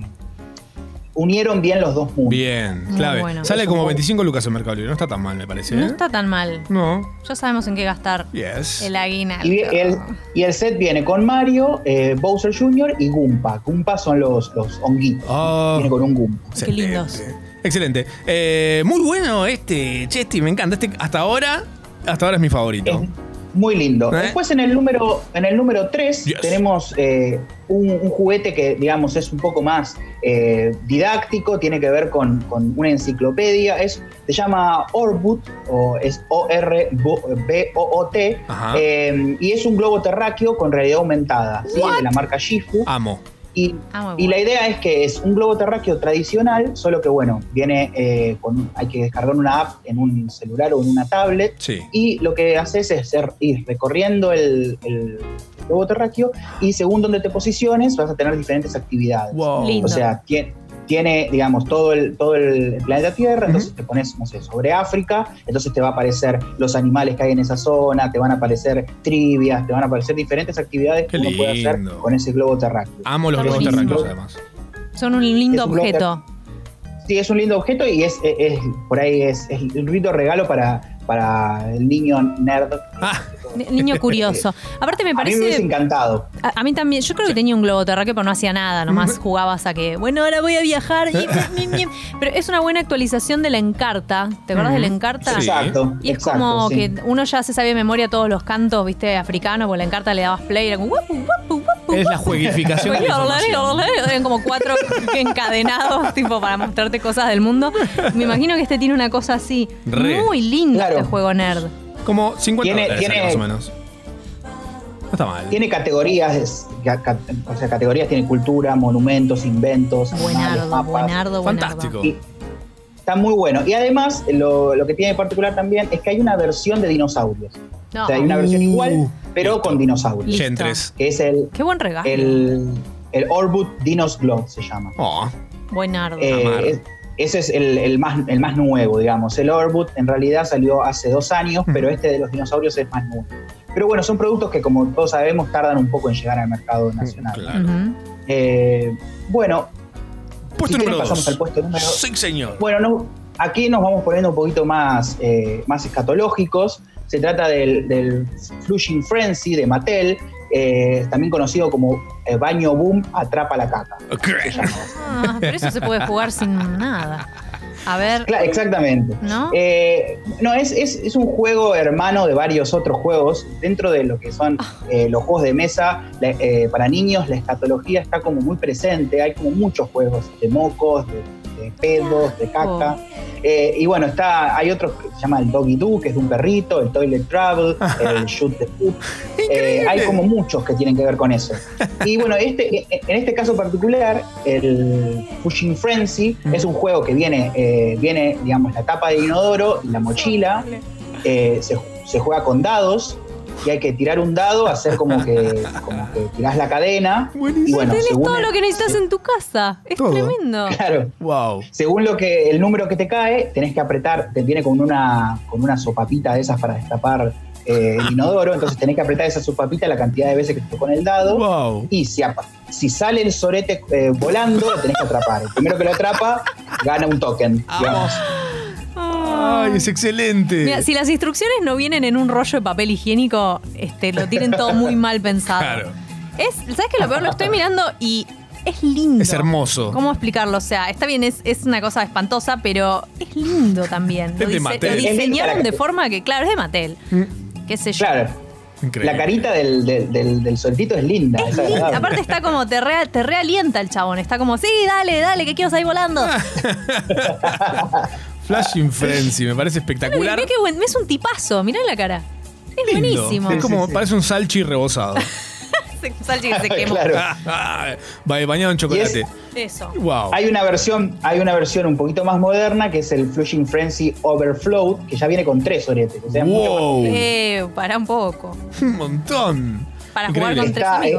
Unieron bien los dos mundos. Bien, Muy clave. bueno. Sale como 25 lucas en Mercado Libre. No está tan mal, me parece. No ¿eh? está tan mal. No. Ya sabemos en qué gastar Yes. el aguinaldo. Y el, y el set viene con Mario, eh, Bowser Jr. y Goomba. Goomba son los, los honguitos. Viene con un Goomba. Ah. Qué lindos. Excelente. Eh, muy bueno este, Chesti, me encanta. Este, hasta ahora, hasta ahora es mi favorito. Muy lindo. ¿Eh? Después en el número, en el número 3 tenemos eh, un, un juguete que digamos es un poco más eh, didáctico, tiene que ver con, con una enciclopedia, es, se llama Orbut, o es O-R-B-O-O-T, Ajá. eh, y es un globo terráqueo con realidad aumentada, ¿sí? What? de la marca Shifu. Amo. Y, Ah, muy y bueno. la idea es que es un globo terráqueo tradicional, solo que bueno, viene eh, con, hay que descargar una app en un celular o en una tablet. Sí. Y lo que haces es ser- ir recorriendo el, el globo terráqueo y según donde te posiciones vas a tener diferentes actividades. Lindo. Oh. O sea, tiene, tiene, digamos, todo el, todo el planeta Tierra, entonces te pones, no sé, sobre África, entonces te va a aparecer los animales que hay en esa zona, te van a aparecer trivias, te van a aparecer diferentes actividades que uno puede hacer lindo. con ese globo terráqueo. Amo los Está globos buenísimo. terráqueos, además. Son un lindo Es un globo objeto. Sí, es un lindo objeto y es, es- es- por ahí es, es un lindo regalo para, para el niño nerd. Ah, Ni- Niño curioso. Aparte me A mí me hubiese parece... encantado. A, a mí también, yo creo que tenía un globo terráqueo, pero no hacía nada, nomás jugabas a que, bueno, ahora voy a viajar. y- y- y- y- Pero es una buena actualización de la Encarta. ¿Te acordás de la Ujú. Encarta? Exacto. Y es exacto, como sí. que uno ya se sabe de memoria todos los cantos, viste, africanos, porque la Encarta le dabas play, era como, "Guapu, guapu, guapu, Es la guapu". jueguificación de la Olé, olé, información. olé. Eran como cuatro encadenados, tipo, para mostrarte cosas del mundo. Me imagino que este tiene una cosa así. Re. Muy lindo este juego nerd. Como 50 Tiene- dólares, tiene- más o menos. No está mal. Tiene categorías, es- ca- ca- o sea, categorías tiene cultura, monumentos, inventos, animales, Buenardo, mapas. buenardo, buenardo. Fantástico. Y está muy bueno. Y además, lo, lo que tiene de particular también es que hay una versión de dinosaurios. No. O sea, hay una versión igual, pero con Uh, dinosaurios. Listo. Gentres. Que es el, Qué buen regalo. el, el Orbut Dinos Globe, se llama. Ah, Buenardo. Eh, es- ese es el, el más, el más nuevo, digamos. El Orbut en realidad salió hace dos años, Hmm. pero este de los dinosaurios es más nuevo. Pero bueno, son productos que como todos sabemos tardan un poco en llegar al mercado nacional. Eh, bueno, Puesto si quieren número pasamos 2. al puesto número Sí, señor. Bueno, no, aquí nos vamos poniendo un poquito más, eh, más escatológicos. Se trata del, del Flushing Frenzy de Mattel, eh, también conocido como eh, Baño Boom Atrapa la Caca. se llama. Ah, pero eso se puede jugar sin nada. A ver. Cla- exactamente. ¿No? Eh, no, es, es- es un juego hermano de varios otros juegos. Dentro de lo que son eh, los juegos de mesa, la- eh, para niños la escatología está como muy presente. Hay como muchos juegos de mocos, de, de pedos, de caca. Eh, y bueno, está hay otros que se llama el Doggy Doo, que es de un perrito, el Toilet Travel, el Shoot the Poop. Eh, hay como muchos que tienen que ver con eso. Y bueno, este, en este caso particular, el Pushing Frenzy es un juego que viene, eh, viene digamos, la tapa de inodoro y la mochila. eh, se, se juega con dados y hay que tirar un dado, hacer como que, como que tirás la cadena. Y bueno, Tenés según todo el- lo que necesitas en tu casa. Es tremendo. Claro. Según lo que el número que te cae, tenés que apretar, te viene con una con una sopapita de esas para destapar eh, el inodoro, entonces tenés que apretar esa sopapita la cantidad de veces que te tocó en el dado. Y si, apa- si sale el sorete eh, volando, lo tenés que atrapar. El primero que lo atrapa gana un token. digamos. Ay, es excelente. Ah. Mira, si las instrucciones no vienen en un rollo de papel higiénico, este, lo tienen todo muy mal pensado. Claro. Es, ¿Sabes qué? Lo peor lo estoy mirando y es lindo. Es hermoso. ¿Cómo explicarlo? O sea, está bien, es, es una cosa espantosa, pero es lindo también. Es Lo, de dise- Mattel. Mm. lo Es linda diseñaron la- de forma que, claro, es de Mattel. ¿Qué sé yo? Claro. La carita del, del, del- del soretito es linda. Es Sí, agradable. aparte está como, te, re- te Ah, realienta el chabón. Está como, sí, dale, dale, que quiero salir volando. Flashing Frenzy, me parece Mirá espectacular. qué buen- es un tipazo, mirá la cara. Es Lindo. buenísimo. Es como, parece un salchi rebozado. Se- Salchi que se quemó. Ba- Bañado en chocolate. Eso. Wow. Hay una versión, hay una versión un poquito más moderna que es el Flushing Frenzy Overflow, que ya viene con tres oretes. o sea, mucho más Wow. potente. Eh, pará un poco. Un montón. Para jugar con tres Está, eh,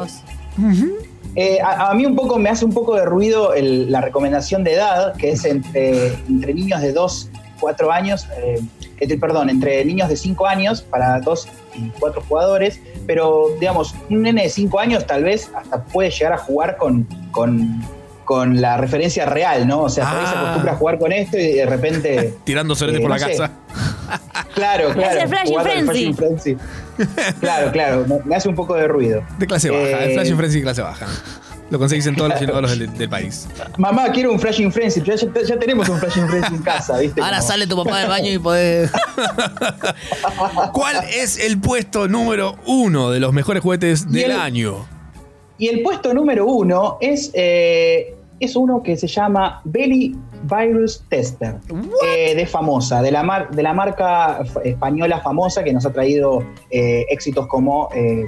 amigos. eh, a, a mí un poco me hace un poco de ruido el- la recomendación de edad, que es entre, entre niños de 2, 4 años, eh, entre- perdón, entre niños de 5 años para 2 y 4 jugadores, pero digamos, un nene de 5 años tal vez hasta puede llegar a jugar con, con, con la referencia real, ¿no? O sea, por ahí se acostumbra a jugar con esto y de repente... Ah. Tirando sorete Eh, por no la sé. casa. Claro, claro. Es el Flashing jugando al Frenzy. Frenzy. Claro, claro, me, me hace un poco de ruido. De clase baja. Eh, El Flashing Frenzy de clase baja. Lo conseguís en todos los cinebalos del, del país. Mamá, quiero un Flashing Frenzy. Ya, ya- ya tenemos un Flashing Frenzy en casa, ¿viste? Ahora Como- sale tu papá del baño y podés. ¿Cuál es el puesto número uno de los mejores juguetes del el- año? Y el puesto número uno es, eh, es uno que se llama Belly Virus Tester, eh, de Famosa, de la, mar- de la marca f- española Famosa que nos ha traído eh, éxitos como, eh,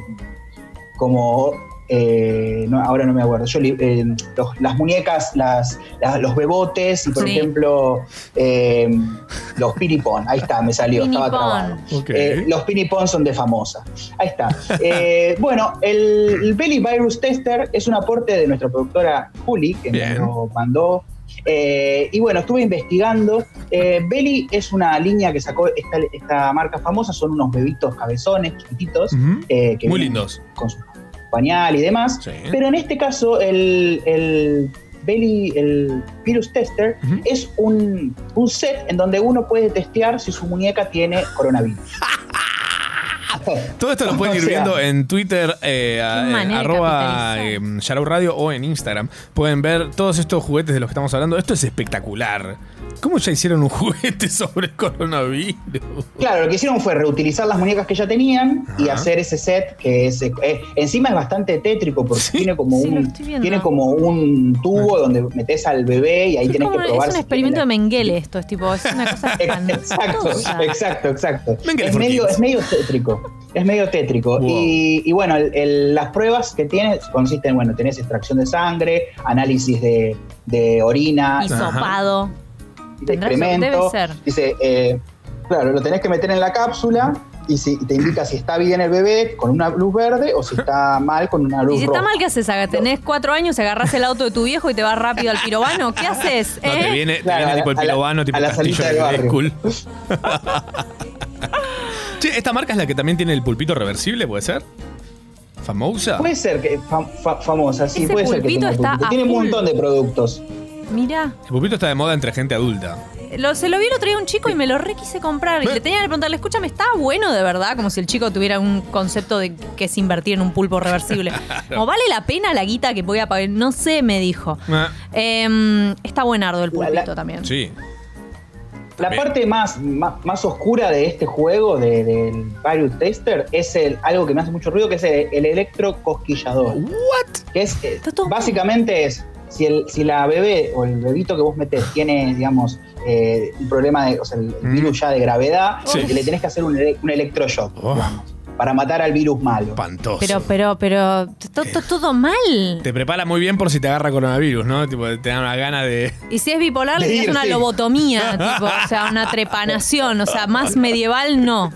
como eh, no, ahora no me acuerdo, yo li- eh, los- las muñecas, las, la- los bebotes y por Sí. ejemplo eh, los piripón, ahí está, me salió, estaba Pinipón. trabado. Eh, los pinipons son de famosa. Ahí está. Eh, bueno, el, el Belly Virus Tester es un aporte de nuestra productora Juli, que nos lo mandó. Eh, y bueno, estuve investigando. Eh, Belly es una línea que sacó esta, esta marca famosa. Son unos bebitos cabezones, chiquititos. eh, que Muy vienen lindos. Con su pañal y demás. Pero en este caso, el, el Belly, el Virus Tester, es un, un set en donde uno puede testear si su muñeca tiene coronavirus. Todo esto lo pueden ir O sea, viendo en Twitter, eh, a- eh, manera de arroba eh, Yarao Radio o en Instagram. Pueden ver todos estos juguetes de los que estamos hablando. Esto es espectacular. ¿Cómo ya hicieron un juguete sobre el coronavirus? Claro, lo que hicieron fue reutilizar las muñecas que ya tenían y Ajá. hacer ese set que es, eh, encima es bastante tétrico porque tiene como un estoy viendo. tiene como un tubo donde metes al bebé y ahí Es, tenés como- que es probar. un si experimento de Mengele esto, es tipo, es una cosa Exacto, espantosa. exacto, exacto. Venga, Es por medio, Dios. es medio tétrico. Es medio tétrico. Y, y bueno, el- el- las pruebas que tienes consisten, bueno, tenés extracción de sangre, análisis de, de orina, Hisopado. de Tendrás- debe excremento. ser. Dice, eh, claro, lo tenés que meter en la cápsula y si, y te indica si está bien el bebé con una luz verde o si está mal con una Y luz si roja. está mal, ¿qué haces? Aga? Tenés cuatro años, agarrás el auto de tu viejo y te vas rápido al pirobano. ¿Qué haces? No, te ¿Eh? viene, te Claro, viene a la- tipo el a la- pirobano, tipo a la castillo salita del de Grey barrio. School. che, ¿esta marca es la que también tiene el pulpito reversible, puede ser? ¿Famosa? Puede ser que fa- fa- famosa, sí, Ese puede ser que pulpito tenga está pulpito. a Tiene un full. montón de productos. Mirá, El pulpito está de moda entre gente adulta. lo, se lo vi el otro día a un chico y me lo re quise comprar. Y le tenía que preguntarle, escúchame, ¿está bueno de verdad? Como si el chico tuviera un concepto de que es invertir en un pulpo reversible. Como, ¿vale la pena la guita que voy a pagar? No sé, me dijo. Em, está buenardo el pulpito también. Ah, Sí. La parte más, más, más oscura de este juego, de- del Virus Tester, es el, algo que me hace mucho ruido, que es el, el electrocosquillador. ¿What? Que es, eh, básicamente es, si, el, si la bebé o el bebito que vos metés tiene, digamos, eh, un problema de, o sea, el virus ya de gravedad, Sí. le tenés que hacer un, ele- un electroshock, digamos, para matar al virus malo. Oh, Espantoso. Pero, pero, pero, to- to- todo mal. Te prepara muy bien por si te agarra coronavirus, ¿no? Tipo, te dan una gana de. Y si es bipolar, le De tienes ir, una sí. lobotomía, tipo, o sea, una trepanación, o sea, más medieval no.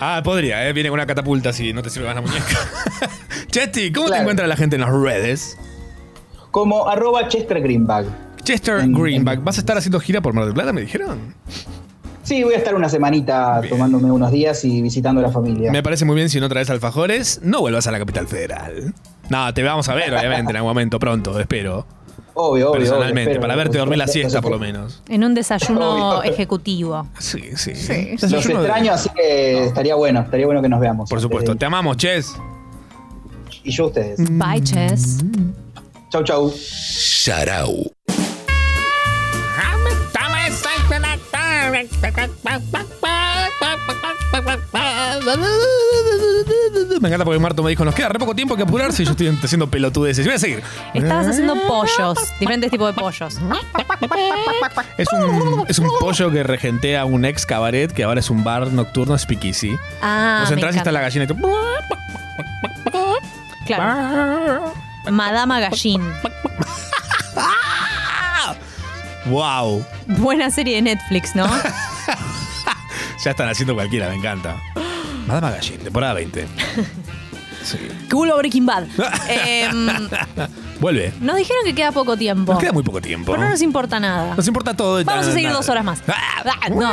Ah, podría, ¿eh? Viene con una catapulta si no te sirve más la muñeca. Chesty, ¿cómo te encuentra la gente en las redes? Como arroba Chester Greenback. Chester Greenback. ¿Vas a estar haciendo gira por Mar del Plata, me dijeron? Sí, voy a estar una semanita tomándome unos días y visitando a la familia. Me parece muy bien si no traes alfajores, no vuelvas a la capital federal. No, te vamos a ver, obviamente, en algún momento pronto, espero. Obvio, obvio, Personalmente, obvio, espero. para verte dormir la Los- siesta, los- por lo menos. En un desayuno ejecutivo. Sí, sí. Los Desayuno de- extraño, así Eh, que estaría bueno, estaría bueno que nos veamos. Por supuesto. Te amamos, Ches. Y yo a ustedes. Bye, Chess. Chau, chau. Sharau. Me encanta porque Marto me dijo, nos queda re poco tiempo hay que apurarse y yo estoy haciendo pelotudeces. Voy a seguir. Estabas haciendo pollos, diferentes tipos de pollos. Eh, Es un, es un pollo que regentea un ex cabaret que ahora es un bar nocturno speakeasy. Ah, Vos me entras y está encanta. la gallina y tú... Claro. Madama Gallín. ah, ¡Wow! Buena serie de Netflix, ¿no? Ya están haciendo cualquiera, me encanta. Madame Magazine, temporada 20. Sí. Culo Breaking Bad. Em, Vuelve. nos dijeron que queda poco tiempo. Nos queda muy poco tiempo. Pero no nos importa nada. Nos importa todo. y Ah. Vamos a tan- seguir nada. dos horas más. Ah, no.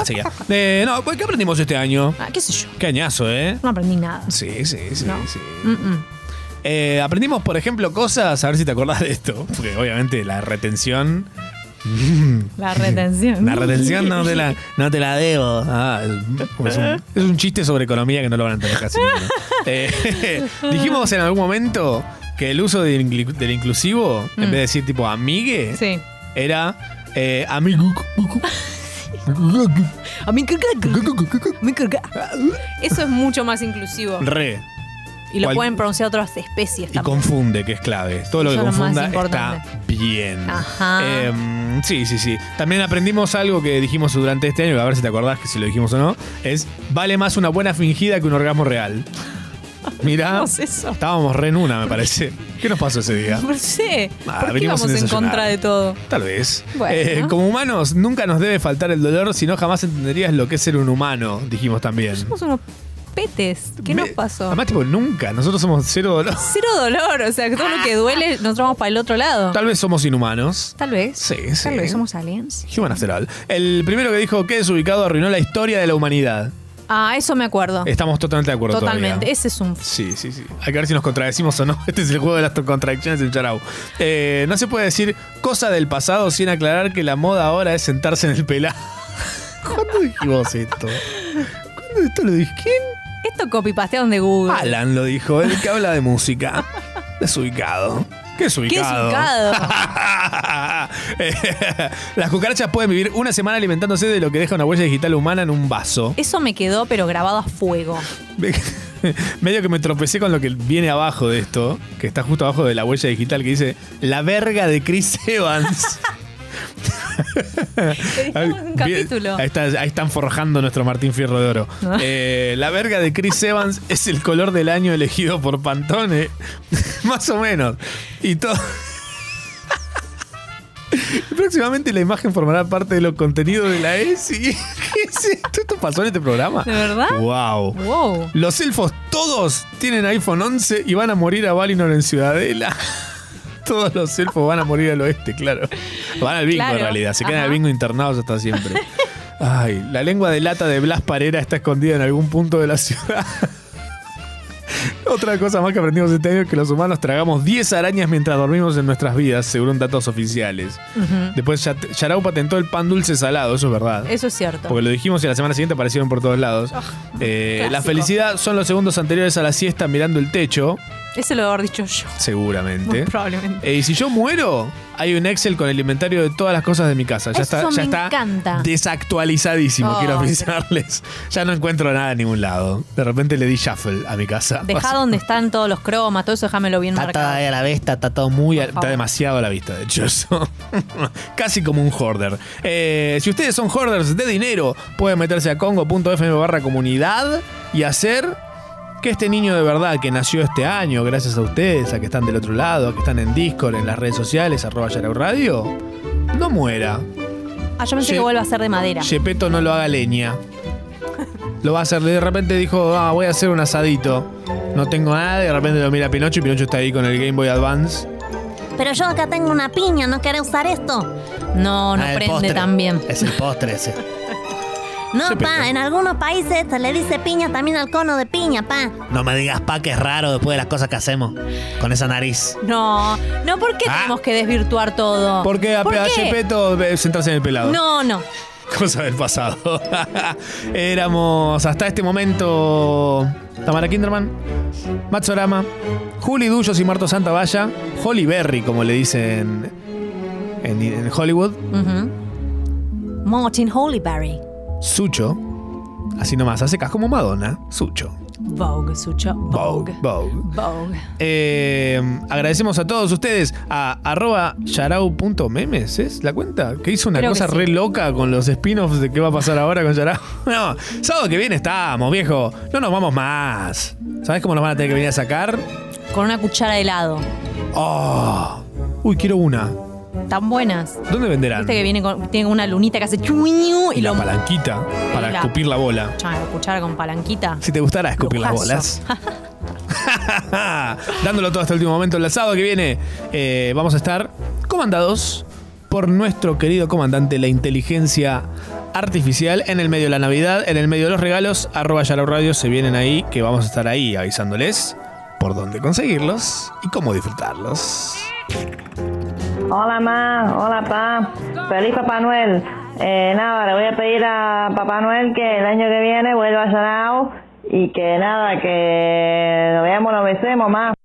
Así que, eh, no, ¿qué aprendimos este año? Ah, ¿Qué sé yo? Qué añazo, ¿eh? No aprendí nada. Sí, sí, sí. No. sí. Mm-mm. Eh, aprendimos, por ejemplo, cosas, a ver si te acordás de esto, porque obviamente la retención... La retención. La retención no te la, no te la debo. Ah, es, un, es un chiste sobre economía que no lo van a entender casi. ninguno. Eh, dijimos en algún momento que el uso del, inclu- del inclusivo, en vez de decir tipo amigue, Sí. era eh, amigo. A mí creo que- a mí creo que- Eso es mucho más inclusivo. Re. Y lo Cual- pueden pronunciar otras especies Y también. confunde, que es clave. Todo lo que Eso es lo más confunda está importante. bien. Ajá. Em, sí, sí, sí. También aprendimos algo que dijimos durante este año, a ver si te acordás que si lo dijimos o no, es vale más una buena fingida que un orgasmo real. Mirá, estábamos re en una, me parece. ¿Qué nos pasó ese día? No sé. Ah, ¿Por qué venimos íbamos sin en desayunar. contra de todo? Tal vez. Bueno. Eh, como humanos, nunca nos debe faltar el dolor, si no jamás entenderías lo que es ser un humano, dijimos también. Somos unos petes. ¿Qué nos pasó? Además, tipo, nunca. Nosotros somos cero dolor. Cero dolor. O sea, que todo lo que duele, nosotros vamos para el otro lado. Ah. Tal vez somos inhumanos. Tal vez. Sí, sí. Tal vez somos aliens. Human After All. El primero que dijo que desubicado arruinó la historia de la humanidad. Ah, eso me acuerdo. Estamos totalmente de acuerdo Totalmente. todavía. Ese es un. Sí, sí, sí. Hay que ver si nos contradecimos o no. Este es el juego de las contradicciones en Charau. Eh, no se puede decir cosa del pasado sin aclarar que la moda ahora es sentarse en el pelado. ¿Cuándo dijimos esto? ¿Cuándo esto lo dije? ¿Quién? Esto copypastearon de Google. Alan lo dijo, el que habla de música. Desubicado. ¿Qué ¡Qué desubicado? desubicado! Las cucarachas pueden vivir una semana alimentándose de lo que deja una huella digital humana en un vaso. Eso me quedó, pero grabado a fuego. Me- Medio que me tropecé con lo que viene abajo de esto, que está justo abajo de la huella digital, que dice La verga de Chris Evans. un capítulo. Ahí, está- ahí están forjando nuestro Martín Fierro de Oro. Ah. Eh, la verga de Chris Evans es el color del año elegido por Pantone. Más o menos. Y todo. Próximamente la imagen formará parte de los contenidos de la E ESI. ¿Qué es esto? ¿Esto pasó en este programa? ¿De verdad? ¡Wow! Wow. Los elfos todos tienen iPhone 11 y van a morir a Valinor en Ciudadela. Todos los elfos van a morir al oeste, claro. Van al bingo Claro, en realidad, se quedan ajá. al bingo internados hasta siempre. Ay, la lengua de lata de Blas Parera está escondida en algún punto de la ciudad. Otra cosa más que aprendimos este año es que los humanos tragamos 10 arañas mientras dormimos en nuestras vidas, según datos oficiales. Ujú. Después Yat- Yarau patentó el pan dulce salado, eso es verdad. Eso es cierto. Porque lo dijimos y la semana siguiente aparecieron por todos lados. Eh, la Ah, clásico. felicidad son los segundos anteriores a la siesta mirando el techo, Ese lo haber dicho yo. seguramente. Muy probablemente. Eh, y si yo muero, hay un Excel con el inventario de todas las cosas de mi casa. Ya Eso está, ya me está encanta. desactualizadísimo, Oh, quiero pero- avisarles. Ya no encuentro nada en ningún lado. De repente le di shuffle a mi casa. Dejá donde están todos los cromas, todo eso déjamelo bien Está marcado. todavía a la vista, está todo muy. a- favor. está demasiado a la vista, de hecho, eso. Casi como un hoarder. Eh, si ustedes son hoarders de dinero, pueden meterse a congo.fm barra comunidad y hacer que este niño de verdad que nació este año, gracias a ustedes, a que están del otro lado, a que están en Discord, en las redes sociales, arroba Yarau Radio, no muera. Ah, yo pensé Ye- que vuelva a ser de madera. Yepeto no lo haga leña. Lo va a hacer, de repente dijo, ah, voy a hacer un asadito. No tengo nada, de repente lo mira Pinocho y Pinocho está ahí con el Game Boy Advance. Pero yo acá tengo una piña, no querés usar esto. No, no Ah, el prende postre. tan bien. Es el postre ese. No, pa, en algunos países se le dice piña también al cono de piña, pa. No me digas pa que es raro después de las cosas que hacemos con esa nariz. No, no, ¿por qué tenemos que desvirtuar todo? Ah. ¿Por qué a, a Gepetto, eh, sentarse en el pelado? No, no. Cosa del pasado. Éramos hasta este momento Tamara Kinderman, Matsorama, Juli Dullos y Marto Santavalla, Holly Berry, como le dicen en, en Hollywood, Ujú. Martin Holyberry. Sucho, así nomás, hace cas como Madonna, Sucho. Vogue, Sucho. Vogue. Vogue. Vogue. Eh, agradecemos a todos ustedes a arroba yarao.memes, ¿es la cuenta? Que hizo una Creo que cosa sí. re loca con los spin-offs de qué va a pasar ahora con Yarao. No, sábado que viene estamos, viejo. No nos vamos más. ¿Sabés cómo nos van a tener que venir a sacar? Con una cuchara de helado. ¡Oh! Uy, quiero una. Tan buenas. ¿Dónde venderán? Viste Este que viene con, tiene una lunita que hace chuñu y la lo palanquita para Y la- escupir la bola. Chá, cuchara con palanquita. Si te gustara escupir las Lujazo. bolas. Dándolo todo hasta el último momento. El sábado que viene eh, vamos a estar comandados por nuestro querido comandante, la inteligencia artificial, en el medio de la Navidad, en el medio de los regalos, arroba Yarao Radio, se vienen ahí, que vamos a estar ahí avisándoles por dónde conseguirlos y cómo disfrutarlos. Hola, ma. Hola, pa. Feliz Papá Noel. Eh, nada, le voy a pedir a Papá Noel que el año que viene vuelva a Sanao y que nada, que nos veamos, nos besemos, ma.